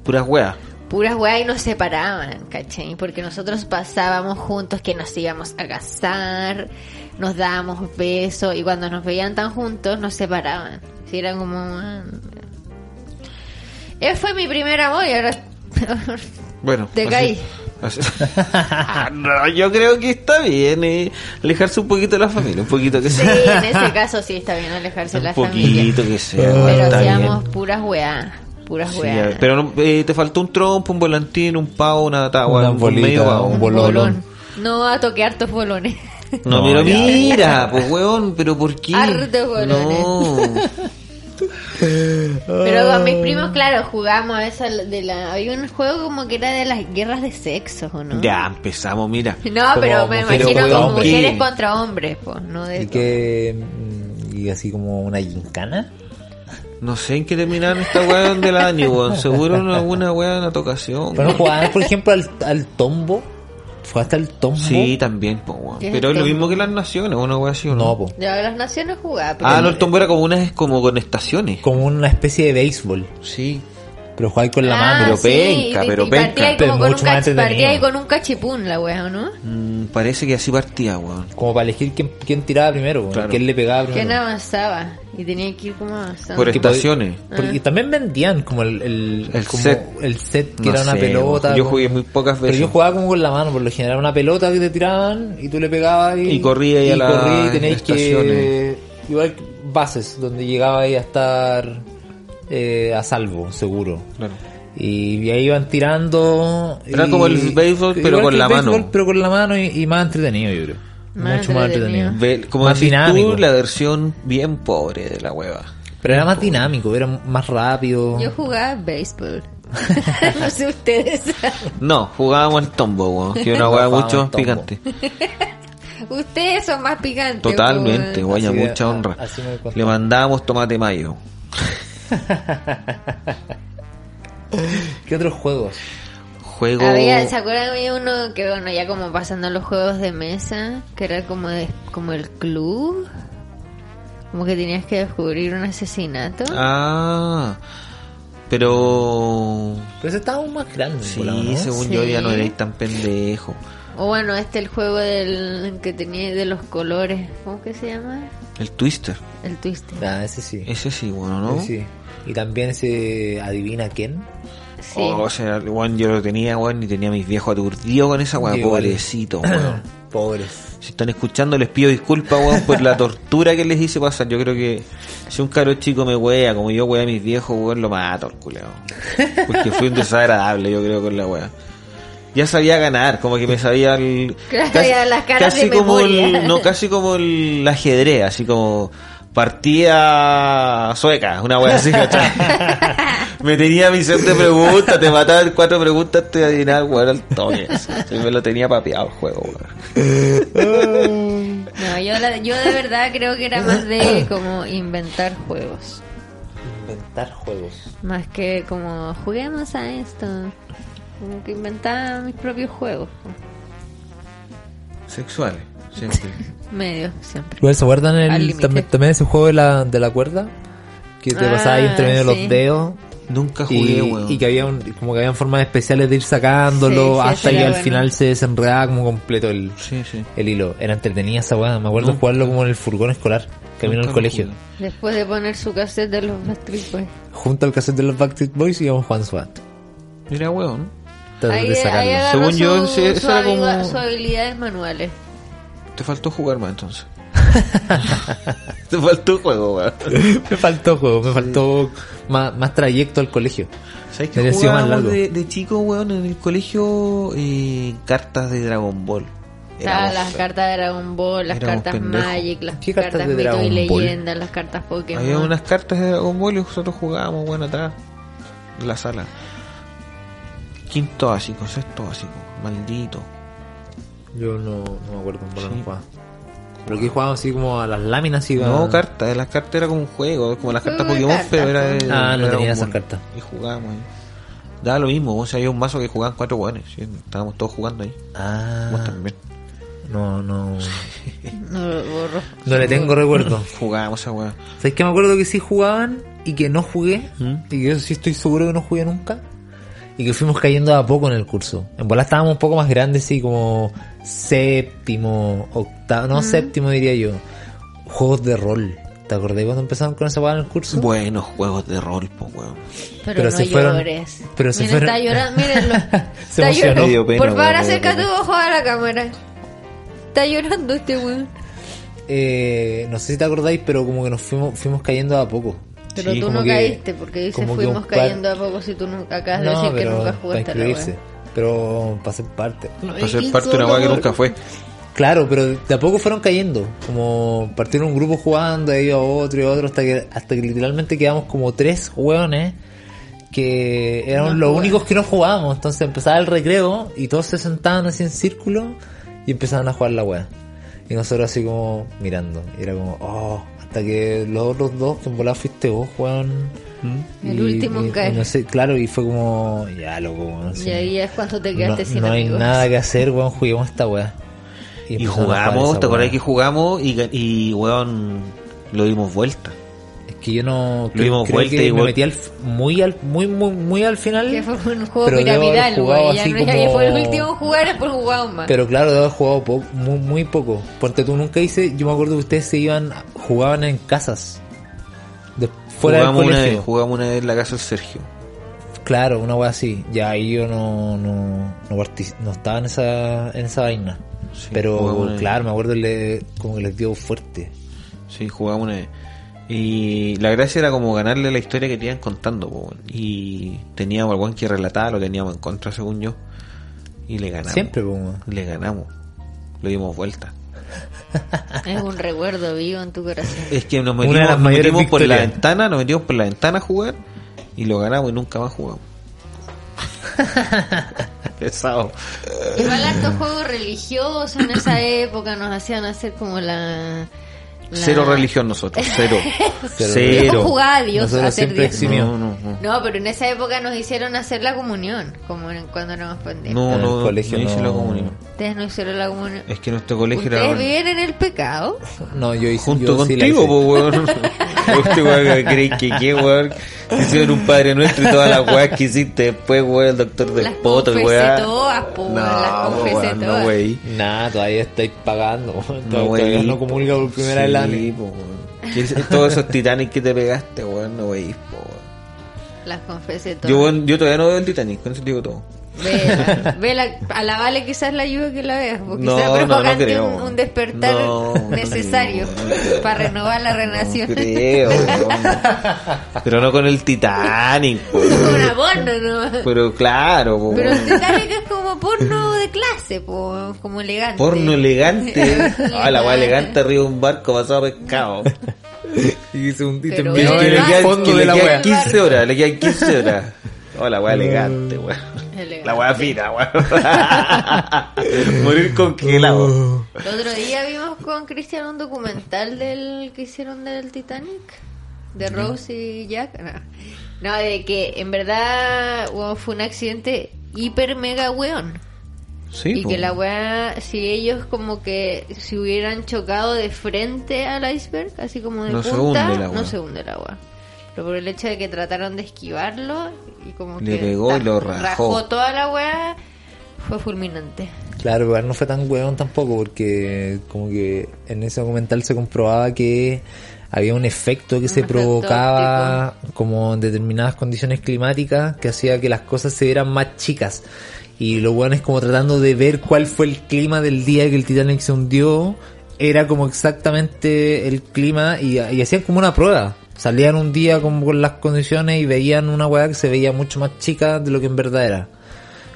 Puras weas. puras weas y nos separaban, ¿cachai? Porque nosotros pasábamos juntos que nos íbamos a casar, nos dábamos besos y cuando nos veían tan juntos nos separaban. Si era como... ah, Él fue mi primer amor y ahora... Bueno. Te así- caí. así- Ah, no, yo creo que está bien eh, alejarse un poquito de la familia, un poquito que Sí, sea. en ese caso sí está bien alejarse de un la familia. poquito que sea. Pero weón, Pero está bien. hacíamos puras weas, puras Sí, weas. ya, pero no- eh, te faltó un trompo, un volantín, un pavo, una Una tagua, un bolita, medio pavo. un bolón. No, a toquear tus bolones. No, No, pero ya. mira, pues weón, pero ¿por qué? Hartos bolones. No. Pero con mis primos, Ah. claro, jugamos a eso de la... Había un juego como que era de las guerras de sexos, ¿o no? Ya empezamos, mira. No, Como pero me mujeres imagino contra como hombres. mujeres contra hombres, pues, no de... Y que. mm, Y así como una gincana. No sé en qué terminaron esta weón de la Dani, weón. Seguro en alguna weón, una tocación. Pero no jugaban, por ejemplo, al, al tombo. ¿Jugaste al tombo? Sí, también, pues weón. ¿Qué es Pero el es lo tombo? mismo que las naciones, una weón así o no. No, po. De las naciones jugaba, pero... Ah, no, el tombo era como unas, como con estaciones. Como una especie de béisbol. Sí. Pero jugáis con la Ah, mano. pero sí, penca, y- pero y partía ahí penca. como con Mucho un más cach- entretenido. partía ahí con un cachipún la wea, ¿o ¿no? Mm, parece que así partía, weón. Como para elegir quién, quién tiraba primero, Claro. quién le pegaba Que primero. no avanzaba y tenía que ir como avanzando. Por Ah. Que estaciones. pod- Porque también vendían como el, el, El como set. el set que No era una sé, pelota. weón. Yo con- jugué muy pocas Pero veces. yo jugaba como con la mano, por lo general una pelota que te tiraban y tú le pegabas y, Y corría ahí y a la- corría y tenéis que estaciones. igual bases donde llegaba ahí a estar eh, a salvo, seguro. Claro. Y, y ahí iban tirando. Era y- como el béisbol, pero igual con que el la mano. béisbol, Pero con la mano y, y más entretenido, yo creo. Mucho más entretenido. Ve- como Más decís tú, dinámico. la versión bien pobre de la hueva. Pero era más dinámico, era más rápido. Yo jugaba béisbol. no sé ustedes. No, jugábamos al tombo, weón, que una hueva Jugábamos mucho al más tombo. picante. ustedes son más picantes. Totalmente, weón. guaya, Así de- mucha honra. así me contó. Le mandábamos tomate mayo. ¿Qué otros juegos? Juego. Había, ¿se acuerdan que había uno que, bueno, ya como pasando los juegos de mesa, que era como, de, como el club? Como que tenías que descubrir un asesinato. Ah, pero. Pero ese estaba Pues aún más grande. Sí, por la mano, ¿no? según yo ya no Sí. erais tan pendejo. O bueno, este el juego del que tenía de los colores. ¿Cómo que se llama? El Twister, El twister. Ah, ese sí. ese sí, bueno, ¿no? Ese sí. Y también ese adivina quién. Sí. Oh, o sea, weón, yo lo tenía, weón, y tenía a mis viejos aturdidos con esa weá, Yo igual. pobrecito, weón. Pobres. Si están escuchando, les pido disculpas, weón, por la tortura que les hice pasar. Yo creo que si un caro chico me wea, como yo wea a mis viejos, weón, lo mato, el culeado. Porque fui un desagradable, yo creo, con la wea. Ya sabía ganar, como que me sabía el. Claro, ya las caras de como memoria. el, No, casi como el ajedrez, así como. Partida sueca, una wea así, ¿cachai? Me tenía misión de preguntas, te mataban cuatro preguntas, te adivinaba, weón, al toque. así. Me lo tenía papeado el juego, weón. No, yo, la- yo de verdad creo que era más de como inventar juegos. Inventar juegos. Más que como juguemos a esto. Como que inventaba mis propios juegos. Sexuales, siempre. Medio, siempre. Igual se guardan Al el, límite. también, también ese juego de la, de la cuerda. Que te Ah, pasaba ahí entre medio de sí. los dedos. Nunca Y, jugué, weón. y que había un- como que habían formas especiales de ir sacándolo Sí, sí, hasta sí, que era al bueno. final se desenredaba como completo el, Sí, sí. el hilo. Era entretenida esa weá. Me acuerdo Nunca- jugarlo como en el furgón escolar, camino Nunca al lo colegio. jugué. Después de poner su cassette de los Backstreet Boys. Junto al cassette de los Backstreet Boys íbamos Juan Swat. Mira, weón. Tratar Ahí, de ahí sacarlo. agarró Según su, yo, ese- su eso era como- habitua- sus habilidades manuales. Te faltó jugar más entonces. Te faltó juego, weón. Me faltó juego, me faltó más, más trayecto al colegio. ¿Sabes qué Debería sido más jugábamos largo. de, de chico, weón, en el colegio? eh, cartas de Dragon Ball. Estaban Éramos Ah, las fe- cartas de Dragon Ball, las Éramos cartas pendejos. Magic, las ¿Qué cartas cartas de Mito y Dragon Ball? Leyenda, las cartas Pokémon. Había unas cartas de Dragon Ball y nosotros jugábamos, weón, atrás. En la sala. Quinto básico, sexto básico. Maldito. Yo no, no me acuerdo cómo Sí. lo jugaba. Pero que jugábamos así como a las láminas y No, cartas, las cartas era como un juego, como las Juego cartas de Pokémon, cartas, pero era de- Ah, no era tenía un esas mono. cartas. Y jugábamos ahí. Daba lo mismo, o sea, había un mazo que jugaban cuatro guanes, estábamos todos jugando ahí. Vos Ah, también. no, no. No lo borro. No le tengo recuerdo. Jugábamos esa weá. ¿Sabes que me acuerdo que sí jugaban y que no jugué? Y que eso sí estoy seguro que no jugué nunca. Y que fuimos cayendo de a poco en el curso. En bola estábamos un poco más grandes, sí, como séptimo, octavo, no séptimo diría yo. Juegos de rol. ¿Te acordás cuando empezaron con esa hueá en el curso? Buenos juegos de rol, po weón. Pero, Pero no se fueron- llores. pero se Miren, fueron- está llorando, mírenlo. Se Está emocionó. llorando. Me dio pena, Por favor, weón, me dio acerca tu pena. ojo a la cámara. Está llorando este weón. Eh, no sé si te acordáis, pero como que nos fuimos, fuimos cayendo de a poco. Pero Sí, tú como no que- caíste, porque dice como que fuimos un par- cayendo a poco si tú nunca acabas de decir que nunca para jugaste a la inscribirse. weá. Pero para ser parte. Para ser parte de una weá que nunca fue. Claro, pero de a poco fueron cayendo. Como partieron un grupo jugando, ahí a otro y a otro, hasta que, hasta que literalmente quedamos como tres hueones que eran los No jugaban. únicos que no jugábamos. Entonces empezaba el recreo y todos se sentaban así en círculo y empezaban a jugar la hueá. Y nosotros así como mirando. Y era como, oh, hasta que los otros dos, que en volada fuiste vos, hueón. El último en y- caer. y no sé, claro, y fue como, ya loco, hueón, sí. Y ahí es cuando te No, quedaste sin no hay amigos. nada que hacer, weón, juguemos esta weá. Y empezamos a jugar jugamos, esa ¿te acordás que weá. jugamos? Y, ga- y weón, lo dimos vuelta. Es que yo no... Lo dimos creo vuelta que y me vuel- metí al, f- muy, al, muy, muy, muy al Que final. fue un juego Pero debo haber piramidal, jugado güey. Ya así no ya que fue el como- último en jugar, después jugado más. Pero claro, debo haber jugado po- muy, muy poco. Porque tú nunca hice... Yo me acuerdo que ustedes se iban... Jugaban en casas. de- fuera jugamos, del una colegio. vez, jugamos una vez en la casa del Sergio. Claro, una weá así. Ya ahí yo no, no, no, partic- no estaba en esa, en esa vaina. Sí, jugamos Pero en- claro, me acuerdo le, como que les dio fuerte. Sí, jugábamos una vez. Y la gracia era como ganarle la historia que te iban contando, po, weón. Y teníamos al weón que relataba, lo teníamos en contra, según yo. Y le ganamos. Siempre, po, weón. Le ganamos. Lo dimos vuelta. Es un recuerdo vivo en tu corazón. Es que nos Una de metimos, las nos mayores metimos por la victorias. ventana, nos metimos por la ventana a jugar y lo ganamos y nunca más jugamos. Pesado. Igual hartos juegos religiosos en esa época nos hacían hacer como la... la- Cero religión nosotros, cero. Cero Yo cero. jugaba a Dios, Nosotros a hacer siempre Dios. eximimos. No, no, no. No, pero en esa época nos hicieron hacer la comunión, como en- cuando éramos pendientes. No, En el no, colegio no hice la no. comunión. Ustedes no hicieron la comunión. Es que nuestro colegio Ustedes era viven en el pecado. No, yo hice junto yo sí la contigo, hice. po, weón. Este weón crees que qué, weón. Te Hicieron un padre nuestro y todas las weas que hiciste después, weón, Pues, el doctor del Las poto, confesé weón. todas, po, las confesé weón, todas. No, wey. Nah, todavía estáis pagando. No, No, todavía güey. no comulga por primera vez la Sí, po, weón. Que es- Todos esos titanes que te pegaste, weón, no wey, po, weón. Las confesé todas. Yo, weón, yo todavía no veo el Titanic, con eso te digo todo. Vela, vela, a la Vale quizás la ayuda que la veas, porque No, sea no, no provocante creo. un, un despertar No, no necesario creo, no creo. para renovar la No renación. creo, weón. Pero no con el Titanic, po, un weón. abono, ¿no? Pero claro, po, Pero weón. el Titanic es como porno de clase, po, como elegante. Porno elegante. Ah, la Elegante. weá elegante arriba de un barco pasado a pescado. Y hice un y Pero terminó bueno, en el el barco. fondo que de le la quedan wea. 15 horas, le quedan 15 horas. Oh, la weá elegante, weón. Elegante. La weá fina, weón. Morir congelado. El otro día vimos con Cristian un documental del que hicieron del Titanic, de Rose y Jack. No, No, de que en verdad weón, fue un accidente hiper mega weón. Sí, y po. que la weá, si ellos como que se hubieran chocado de frente al iceberg, así como de No se punta, hunde la weá. no se hunde la weá. Pero por el hecho de que trataron de esquivarlo y como Le que pegó y lo ta- rajó. toda la weá, fue fulminante. Claro, pero no fue tan hueón tampoco, porque como que en ese documental se comprobaba que había un efecto que se efecto provocaba como en determinadas condiciones climáticas que hacía que las cosas se vieran más chicas. Y lo bueno es como tratando de ver cuál fue el clima del día que el Titanic se hundió, era como exactamente el clima y, y hacían como una prueba. Salían un día como con las condiciones y veían una weá que se veía mucho más chica de lo que en verdad era.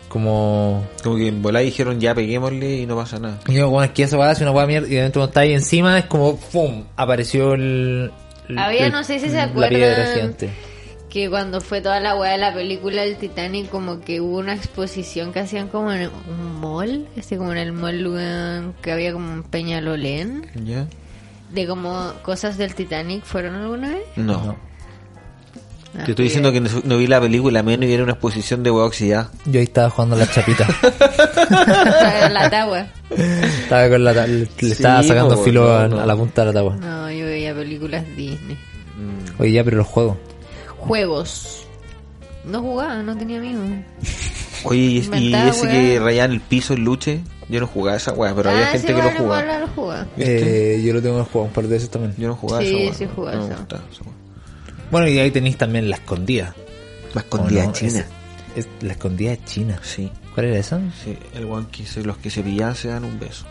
Como Como que en volá dijeron ya peguémosle y no pasa nada. y yo, bueno, es que esa weá, si una weá mierda, y dentro cuando está ahí encima, es como, ¡pum! Apareció el. el- Había, el- Ah, no sé si se La acuerdan. piedra gigante. que cuando fue toda la weá de la película del Titanic, como que hubo una exposición que hacían como en un mall, así como en el mall weón, que había como un Peñalolén, ¿Ya? de como cosas del Titanic, ¿fueron alguna vez? No. No. Ah, Te estoy diciendo que no, no vi la película menos y era una exposición de weá oxidada. Yo ahí estaba jugando a la chapita. La tagua. estaba con la. ta- Le le estaba Sí, sacando po, filo no, a, no. a la punta de la tabla. No, yo veía películas Disney. Oye, ya, pero los juegos. Juegos. No jugaba, no tenía amigos. Oye, y, es- y Inventada, ese weá. que rayaban el piso en luche, yo no jugaba esa weá, pero había Ah, gente sí, que lo bueno, jugaba. Pablo lo jugaba. Eh, yo lo tengo jugado un par de veces también. Yo no jugaba Sí, esa weá. sí no, jugaba no me esa. gustaba esa weá. Bueno, y ahí tenéis también la escondida. La escondida ¿o no? china. Es- es la escondida china. Sí, ¿Cuál era esa? sí. El weón que se- los que se pillaban se dan un beso.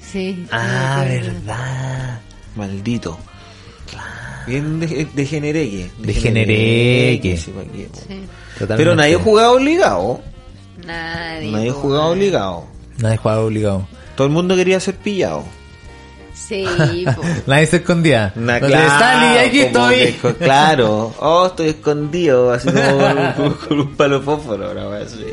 Sí. Ah, me acuerdo. verdad. Maldito. Bien de- eh, degenereque. Degenereque. Sí, pa' Eh, qué, po. Sí. Totalmente. Pero nadie jugaba obligado. Nadie. Nadie po. jugaba obligado. Nadie jugaba obligado. Todo el mundo quería ser pillado. Sí, po. Nadie se escondía. Na- No te salí, aquí como estoy. que esco- claro. Oh, estoy escondido. Así como con un- con, un palo fósforo. Una wea así.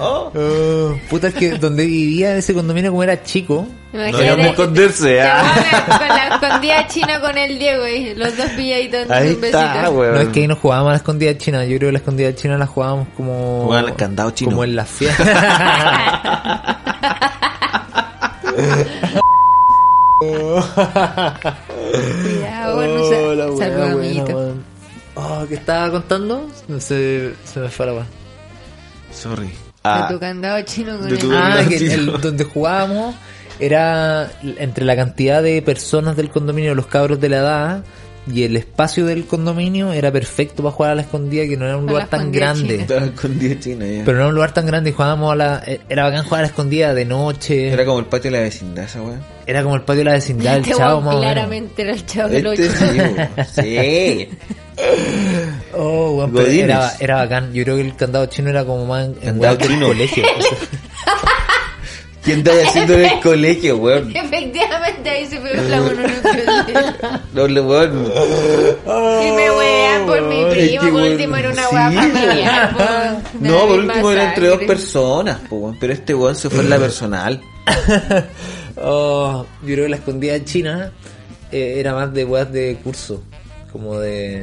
Oh. Oh, puta, es que donde vivía ese condominio como era chico. No era muy Imagínate. esconderse. Se ah. van a- con la escondida china con el Diego y los dos pilladitos dándose Ahí un besito. está, weón. No es que ahí no jugábamos a la escondida china. Yo creo que la escondida china la jugábamos como. Jugaban al candado chino. Como en las fiestas. Ya, Ah, Oh, bueno, sa- saludos, amiguito. Oh, ¿qué estaba contando? Se, se me fue la weá. Sorry. De Ah, tu candado chino con De tu- el... Ah, candado que chino. el- donde jugábamos era entre la cantidad de personas del condominio, los cabros de la edad. Y el espacio del condominio era perfecto para jugar a la escondida, que no era un la lugar tan escondida grande. china. estaba escondido chino ya. Pero no era un lugar tan grande y jugábamos a la... Era bacán jugar a la escondida de noche. Era, Era como el patio de la vecindad esa weá. como el patio de la vecindad, el Este chavo weón más o menos. claramente era el chavo del Este ocho. sí, weón. sí. Oh, weón, pero Godines. era, era bacán. Yo creo que el candado chino era como más en- en Candado weas del chino. colegio. ¿Qué andáis haciendo en el colegio, weón? Efectivamente, ahí se pegó la mano en el colegio. No, le weón. Y me wean por mi Ay, primo, qué por bueno. último era una Sí. guapa familiar. po, de No, la por misma último era entre dos sangre. personas, po, weón, pero este weón se fue en la personal. Oh, yo creo que la escondida en China eh, era más de weas de curso. Como de.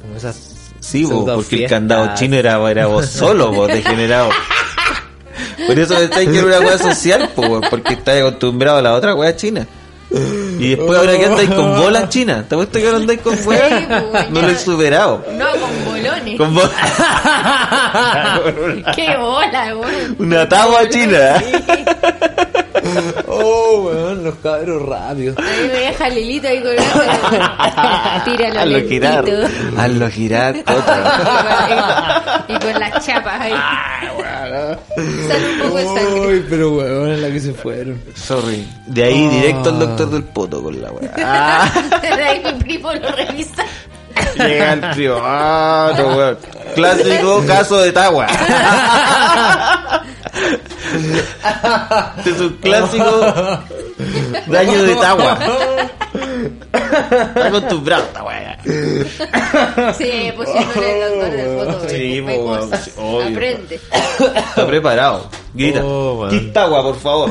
Como esas. Sí, po, pseudo porque el fiestas. candado chino era, era vos solo, vos degenerado. Por eso estáis que era una weá social, po, weón, porque estáis acostumbrado a la otra weá china. Y después ahora que andáis con bolas chinas, te puesto que ahora andáis con Sí, po, weá, weón, no ya. lo he superado. No, con bolones. Con bolas. ¡Qué bola, weón! Una tabua china. ¿eh? Oh, weón, los cabros rápidos. A mí me deja Lilito ahí con eso. Tíralo Hazlo girar. lentito. Hazlo girar, otra. Y con las chapas ahí. Sale un poco de sangre. Uy, pero weón, es la que se fueron. Sorry. Oh. De ahí Ah. directo al doctor del poto con la weá. De ahí mi primo lo revisa. Llega el privado, weón. Clásico caso de Tagua. Este es un clásico daño de Tagua. Está acostumbrado esta weá. Sí, pues si no le doctor del foto. Sí, ve po, cosas. sí, obvio. Aprende. Está preparado. Grita. Oh, weón. Quitagua, por favor.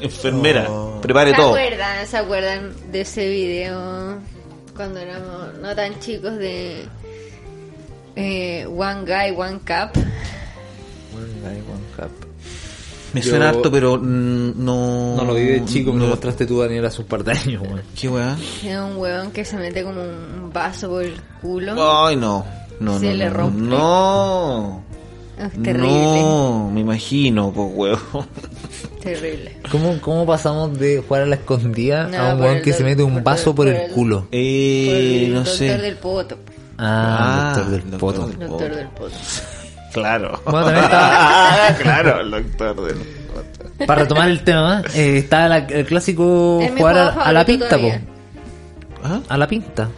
Enfermera, prepare ¿Se todo. acuerdan, se acuerdan de ese video cuando éramos no tan chicos de eh, One Guy, One Cup? Me Yo- suena harto, pero mm, no. No lo vi de chico, me lo no. mostraste tú, Daniel, hace un par de años, weón. ¿Qué weá? Era un huevón que se mete como un vaso por el culo. Ay, no. No, Se no, le no, rompe. No. Es Ah, terrible, No, me imagino, pues huevo. terrible. ¿Cómo, ¿Cómo pasamos de jugar a la escondida No, a un por weón el que do- se mete por un vaso el- por por el el- culo? Eh, Por no el doctor sé. Oh. del poto. po. Ah, el Ah, doctor del doctor poto. del- Doctor del poto. Claro. Bueno, también estaba- Ah, claro, el doctor del poto. Para retomar el tema, eh, está la- el clásico Es mi jugar juego a, a la favorito pinta, po. todavía. ¿Ah? A la pinta.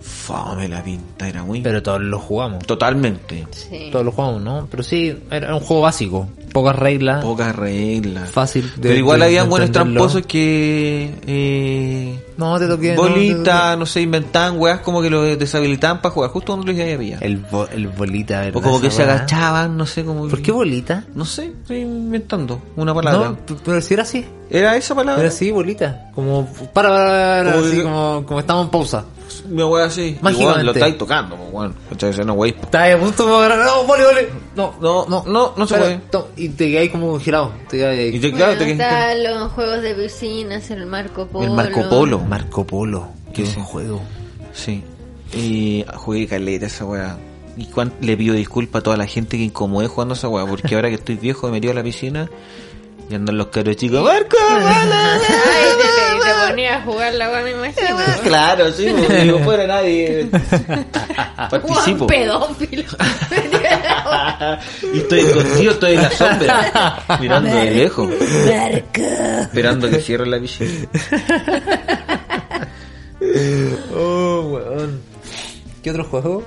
Fame la pinta, era muy. Pero todos lo jugamos. Totalmente. Sí. Todos lo jugamos, ¿no? Pero sí, era un juego básico. Pocas reglas. Pocas reglas. Fácil de- Pero igual de- había de buenos entenderlo. tramposos que. Eh, No te toqué. no te bolita, toqué. no, sé, inventaban weas como que lo deshabilitaban para jugar justo cuando les había pillado. El, bo- el bolita, ¿verdad? O como que Esa se weá. agachaban, no sé cómo. ¿Por qué bolita? No sé, estoy inventando una palabra. No, p- pero si era así. ¿Era esa palabra? Era así, bolita. Como. Para, para, para, Como así, que- como, como estamos en pausa. Me voy así. Mágicamente. Igual lo estáis tocando, pues, bueno. Cachai, ese no, güey. Estás ahí a punto de agarrar. No, vole, vole. No, No, no, no, no se Espera, puede. to- Y te quedáis como girado. Te quedáis ahí. Y te, Bueno, claro, te- están los juegos de piscinas, el Marco Polo. El Marco Polo. Marco Polo. Qué Sí. buen juego. Sí. Y jugué caleta esa weá. Y cuan- le pido disculpas a toda la gente que incomodé jugando esa weá. Porque ahora que estoy viejo, me metí a la piscina. Y andan los caros chicos. ¡Marco! hola". Ay, Ah, te, te- te ponía a jugar la agua, me imagino. Claro, sí, pues. porque digo, fuera nadie. Juan Participo. pedófilo. Y estoy escondido, estoy en la sombra, mirando de lejos, esperando que cierre la piscina. Oh, weón. ¿Qué otro juego?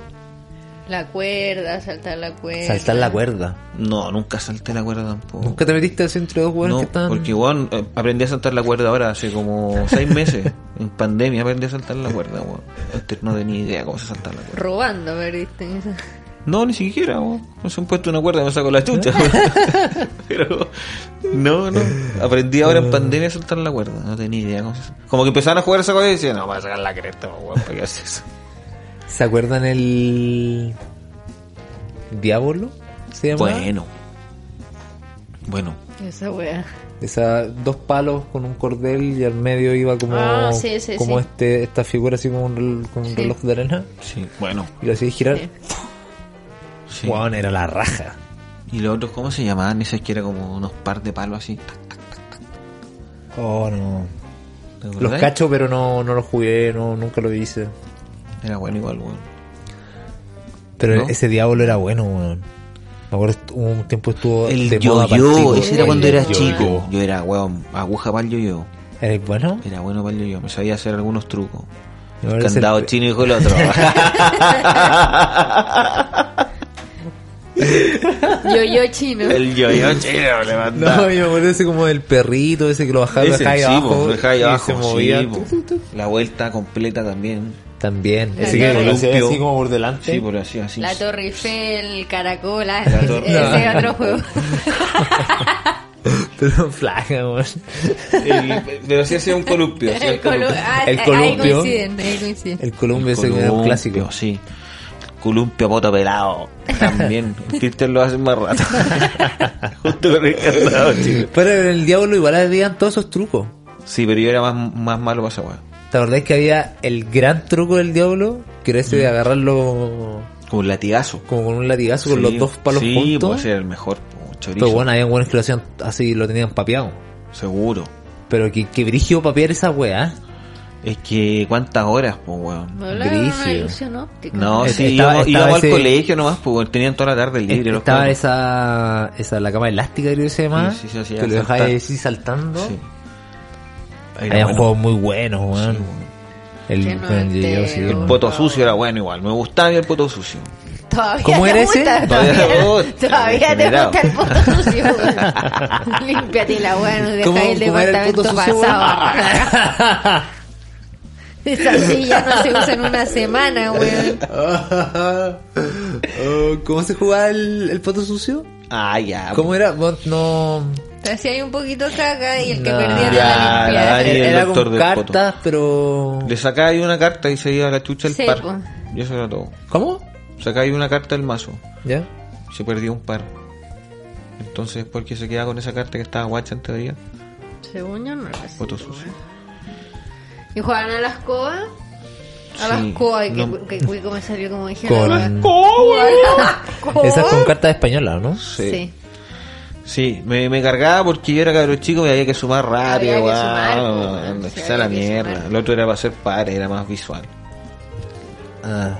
la cuerda, saltar la cuerda. Saltar la cuerda. No, nunca salté la cuerda tampoco. Oh. ¿Nunca te metiste así entre dos weones no, que están? porque weón, eh, aprendí a saltar la cuerda ahora hace como seis meses. En pandemia aprendí a saltar la cuerda, weón. Antes no tenía idea cómo se saltar la cuerda. Robando, perdiste. No, ni siquiera, weón. No se han puesto una cuerda y me saco la chucha, weón. Pero, no, no. Aprendí ahora Ah. en pandemia a saltar la cuerda. No tenía idea cómo se Como que empezaron a jugar esa cosa y decían, no, voy a sacar la cresta, weón, ¿para qué haces eso? ¿Se acuerdan el. Diablo? ¿Se llama? Bueno. Bueno. Esa wea. Esa, dos palos con un cordel y al medio iba como, Ah, sí, sí, como sí. Este, esta figura así como un, rel- con un Sí. reloj de arena Sí, bueno. y lo hacía girar. Sí. Sí. Weón, era la raja. Y los otros, ¿cómo se llamaban? Esas que eran como unos par de palos así. tac, tac, Oh, no. ¿te Los acordás? cacho, pero no, no los jugué, no, nunca lo hice. Era bueno igual, weón. Pero ¿No? ese diablo era bueno, weón. Me acuerdo, estu- hubo un tiempo estuvo de El moda yo-yo, Pantico. ese era El cuando era yo-yo. chico. Yo era, weón, aguja para el yo-yo. ¿Era el bueno? Era bueno para el yo-yo, me sabía hacer algunos trucos. Y ahora El es el- candado chino dijo el otro. Yo, yo chino. El yo-yo chino levanta. No, yo me acuerdo ese como del perrito, ese que lo bajaba, lo Ese, dejaba ahí sí, po, abajo. lo dejaba ahí y abajo, se sí, pues. movía. po. La vuelta completa también. También. La Ese que torre. lo hacía Columpio. así como por delante. Sí, por así, así. La Torre Eiffel, Caracol, ah, La torre- ese es otro juego. Pero flaca, weón. El- pero sí hacía un columpio. hacía El, colu- ah, El ahí columpio. coinciden, ahí coinciden. El Columbio ese que era un Columpio, clásico. sí. Columpio poto pelado. También. Cristian lo hace más rato. Justo con el candado, chico. Pero en el diablo igual habían todos esos trucos. Sí, pero yo era más, más malo para esa weá. ¿Te acordás que había el gran truco del diablo? Que era ese Mm. de agarrarlo Como un latigazo. como con un latigazo con Sí, los dos palos sí, pues. juntos. puede ser el mejor. po, Chorizo. Pero bueno, había buenos que lo hacían así, lo tenían papeado. Seguro. Pero que, que brígido papear esa ¿eh? weá. Es que cuántas horas, pues, weón. Me hablaba de una Brígido. ilusión óptica. No, Eh, sí, estaba- íbamos, estaba íbamos ese- al colegio nomás, pues, weón. Tenían toda la tarde libre. los Estaba cabros. esa, esa, la cama elástica creo que se llama. Sí, sí, sí, sí, que lo dejaba saltar. así saltando. Sí. Ahí era Había bueno. juegos muy buenos, weón. Sí, weón. El, Que no con- te- yo, sí, El weón. Poto sucio era bueno igual. Me gustaba el poto sucio. Todavía ¿Cómo te era gusta, ese? Todavía Todavía, te gusta, todavía te degenerado. gusta el poto sucio. weón. Límpiate la weá, no ¿Cómo- dejáis el cómo era el departamento poto sucio, weón? pasado. Esa silla no se usa en una semana, weón. Oh, ¿Cómo se jugaba el, el poto sucio? Ah, ya. ¿Cómo era? No, no- Te hacía un poquito caca y el que No. perdía Ya, la la limpieza. Dani, el era doctor con del poto. cartas, pero... Le sacáis una carta y se iba a la chucha el Sí, par. po. Y eso era todo. ¿Cómo? Sacáis una carta del mazo. ¿Ya? Se perdió un par. Entonces, ¿por qué se queda con esa carta que estaba guacha en teoría? Según yo no era así, Poto weón. sucio. ¿Y jugaban a las cobas? A las Sí, cobas, y que, no- que, que- como salió como dije. Con- Esas con cobas? cartas españolas, ¿no? Sí. Sí. Sí, me, me cargaba porque yo era cabro chico y había que sumar rápido, Había que weón. sumar, pues, anda, sí, que había sea la que mierda. sumar. El otro era para hacer pares, era más visual. Ah,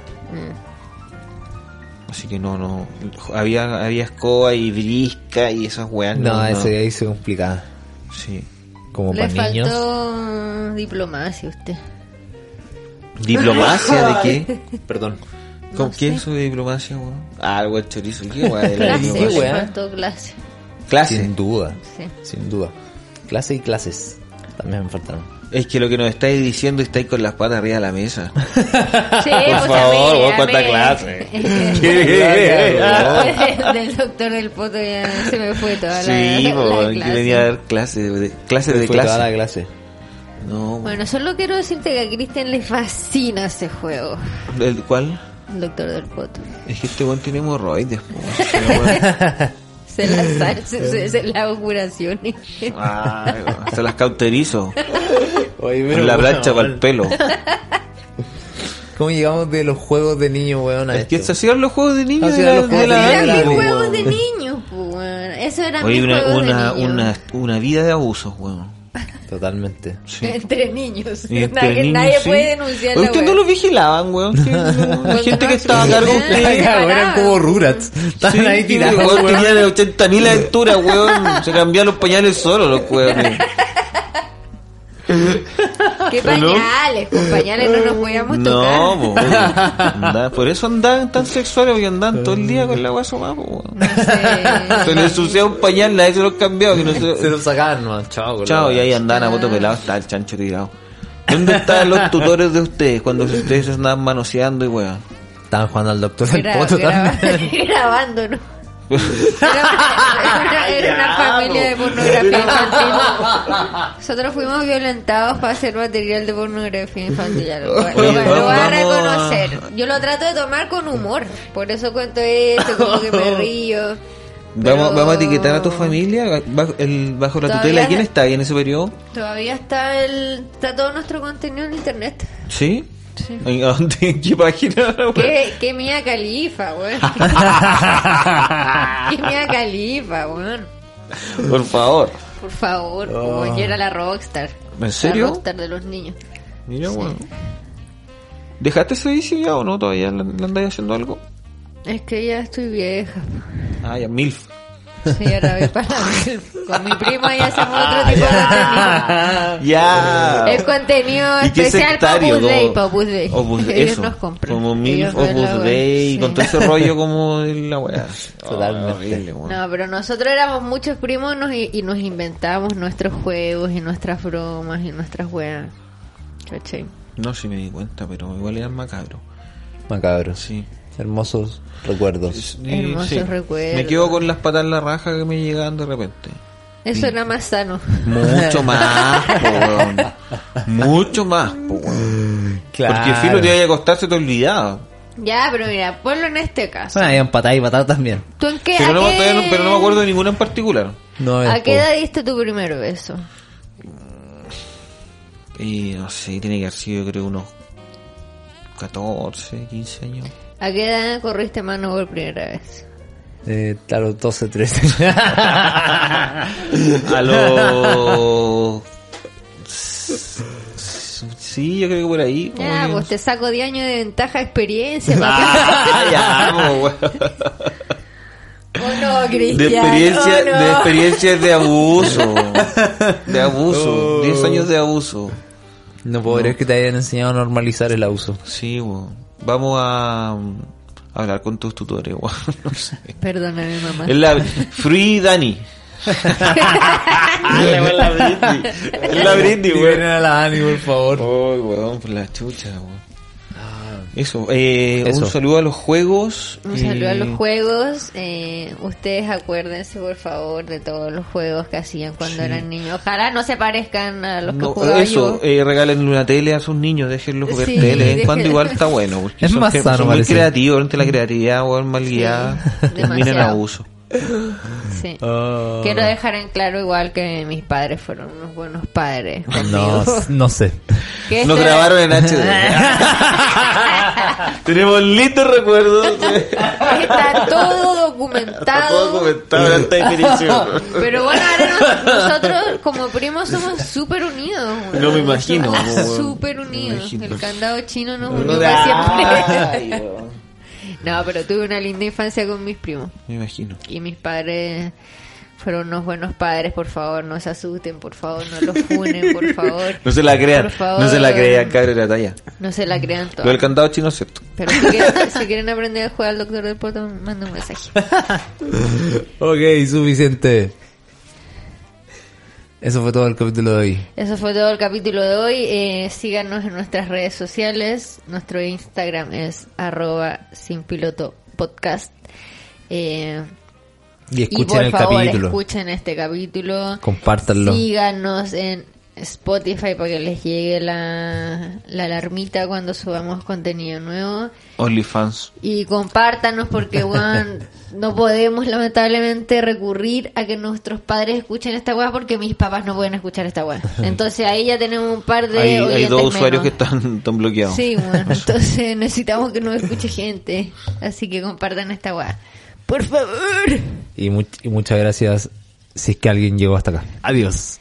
Así que no, no. Había, había escoba y brisca y esas weas. no, eso ya ahí se complicaba. Sí. Como Le para niños. faltó diplomacia a usted. ¿Diplomacia de qué? Perdón. ¿Con quién pues, soy de diplomacia, weón? Ah, el weón chorizo. ¿Qué weón? Clase, diplomacia. le Weá. faltó clase. Clase. Sin duda. Sí. Sin duda. Clase y clases. También me faltaron. Es que lo que nos estáis diciendo estáis con las patas arriba de la mesa. Sí, pues, Por favor, vos cuánta clase. Sí, del doctor del poto ya se me fue toda la, la weón, que clase. venía a dar clases de clases Fue de toda la clase. clase. No, weón. Bueno, solo quiero decirte que a Cristian le fascina ese juego. ¿El cuál? El doctor del poto. Es que este weón tiene hemorroides, po. Este weón- Se las sal- se, se- se las curaciones. Ay, weón, Se las cauterizo. Con Con la plancha para el pelo. pelo. ¿Cómo llegamos de los juegos de niños, weón? a Es que esto? estos hacían los juegos de niños Así de eran la, los juegos de de la Eran niños, Dani, mis Andy, po, juegos weón. de niños, pues, weón. Eso eran Oye, mis una, juegos una, de niños. una, una vida de abusos, weón. Totalmente. Sí. Entre niños. Y entre nadie niños, nadie sí. puede denunciar Oye, Usted no lo vigilaban, weón. Sí, no. La Cuando gente no que estaba a cargo de existía. usted. eran como Rurats. Estaban Sí, ahí tirados, weón, weón. Tenían 80.000 aventuras, weón. Se cambiaban los pañales solo, los weones. ¿Qué Pero no. pañales? Con pañales no nos podíamos No, tocar. po, weón. Andá- Por eso andaban tan sexuales, porque andaban todo el día con la guasa, po, weón. No sé. Se les ensuciaba un pañal, nadie se los cambiaba. Que no se... Se los sacaban, no, chao, weón. Chao, y ahí andaban a voto pelado, está el chancho tirado. ¿Dónde están los tutores de ustedes cuando ustedes se andaban manoseando y weón? Estaban jugando al doctor del Gra- poto graba- también. grabando, ¿no? Era una, era una familia de pornografía infantil. Nosotros fuimos violentados para hacer material de pornografía infantil. ya Lo, voy- lo, voy- lo voy a Vamos a- reconocer. Yo lo trato de tomar con humor. Por eso cuento esto, como que me río. Vamos, Pero vamos a etiquetar a tu familia bajo, el, bajo la Todavía tutela. no- ¿Quién está ahí en ese periodo? Todavía está, el, está todo nuestro contenido en internet. ¿Sí? Sí. ¿En, a dónde- en qué página? Qué, qué mía califa, weón. qué mía califa, weón. Por favor. Por favor, Ah. weón. Yo era la rockstar. ¿En serio? La rockstar de los niños. Mira, bueno. ¿Dejaste ese vicio ya o no? ¿Todavía le, le andáis haciendo algo? Es que ya estoy vieja. Ah, ya, MILF. Señora Bepanavel, con mi primo y hacemos Ah, otro tipo de contenido. ya. El contenido ¿Y qué especial para sectario, Opus Dei, como- para Opus Dei. Opus Dei, Ellos eso. nos compran. Como mil Ellos nos la Opus van, Dei, sí. con todo ese rollo como de la weá. Totalmente. horrible, weón. No, pero nosotros éramos muchos primos nos- y, y nos inventábamos nuestros juegos y nuestras bromas y nuestras weas. ¿Cachai? No, sí me di cuenta, pero igual eran macabros. Macabros. Sí. Hermosos recuerdos. Sí, Hermosos sí. recuerdos. Me quedo con las patas en la raja que me llegaban de repente. Eso era más sano. Mucho más, po, weón. Mucho más, po, weón. Claro. Porque filo te iba a acostar, se te olvidaba. Ya, pero mira, ponlo en este caso. Bueno, habían patadas y patadas también. ¿Tú en qué, Pero a no, qué- todavía no- pero no me acuerdo de ninguna en particular. No, ¿A es qué poco. edad diste tu primer beso? Y no sé, tiene que haber sido, yo creo, unos 14, 15 años. ¿A qué edad corriste mano por primera vez? Eh, a los 12, 13. A los. Sí, yo creo que por ahí. como Ya, que- pues te saco 10 años de ventaja de experiencia, papá. Ah, ya, po, weón. Oh, no, Cristian. De experiencia, oh, no. de experiencias de abuso. De abuso. 10 años de abuso. no puedo creer que te hayan enseñado a normalizar el abuso. Sí, weón. Vamos a, mm, hablar con tus tutores, weón. No sé. Perdóname, mamá. Es la Free Dani. es Ah, la Britney. Es la Britney, Liberen weón. a la Dani, por favor. Ay, weón, por la chucha, weón. Eso, eh, Eso. un saludo a los juegos. Un y- saludo a los juegos. Eh, ustedes acuérdense, por favor, de todos los juegos que hacían cuando eran niños. Ojalá no se parezcan a los que No, jugaba yo. eso, eh, regalen una tele a sus niños, déjenlos jugar Sí, tele. De vez en dejen- cuando igual está bueno. porque Es son más que- sano, Son muy parece. creativos, ante la creatividad, weón, mal guiada. Terminan demasiado. abuso. Sí. Ah. Quiero dejar en claro igual que mis padres fueron unos buenos padres No, conmigo. no sé. Que Nos esto- grabaron en HD. Tenemos lindos recuerdos. de- Está todo documentado. Está todo documentado en alta definición. Pero bueno, ahora nos- nosotros como primos somos súper unidos. güey. No me imagino, Nosotros güey. Súper No me unidos. imagino. El candado chino nos No, unió de- para siempre. Ay, weón. No, pero tuve una linda infancia con mis primos. Me imagino. Y mis padres fueron unos buenos padres. Por favor, no se asusten. Por favor, no los funen. Por favor. No se la crean, Por favor. no se la crean, cabrón, la talla. No se la crean Lo del todos. candado chino es cierto. Pero si quieren, si quieren aprender a jugar al doctor del puerto, manda un mensaje. Ok, suficiente. Eso fue todo el capítulo de hoy. Eso fue todo el capítulo de hoy. Eh, síganos en nuestras redes sociales. Nuestro Instagram es arroba sin piloto podcast. Eh, Y y escuchen por el favor, capítulo. escuchen este capítulo. Compártanlo. Síganos en Spotify para que les llegue la, la alarmita cuando subamos contenido nuevo. OnlyFans. Y compártanos porque, weón, no podemos lamentablemente recurrir a que nuestros padres escuchen esta weá porque mis papás no pueden escuchar esta weá. Entonces ahí ya tenemos un par de... Hay, hay oyentes dos usuarios menos. que están, están bloqueados. Sí, weón, entonces necesitamos que nos escuche gente. Así que compartan esta weá. Por favor. Y, much- y muchas gracias si es que alguien llegó hasta acá. Adiós.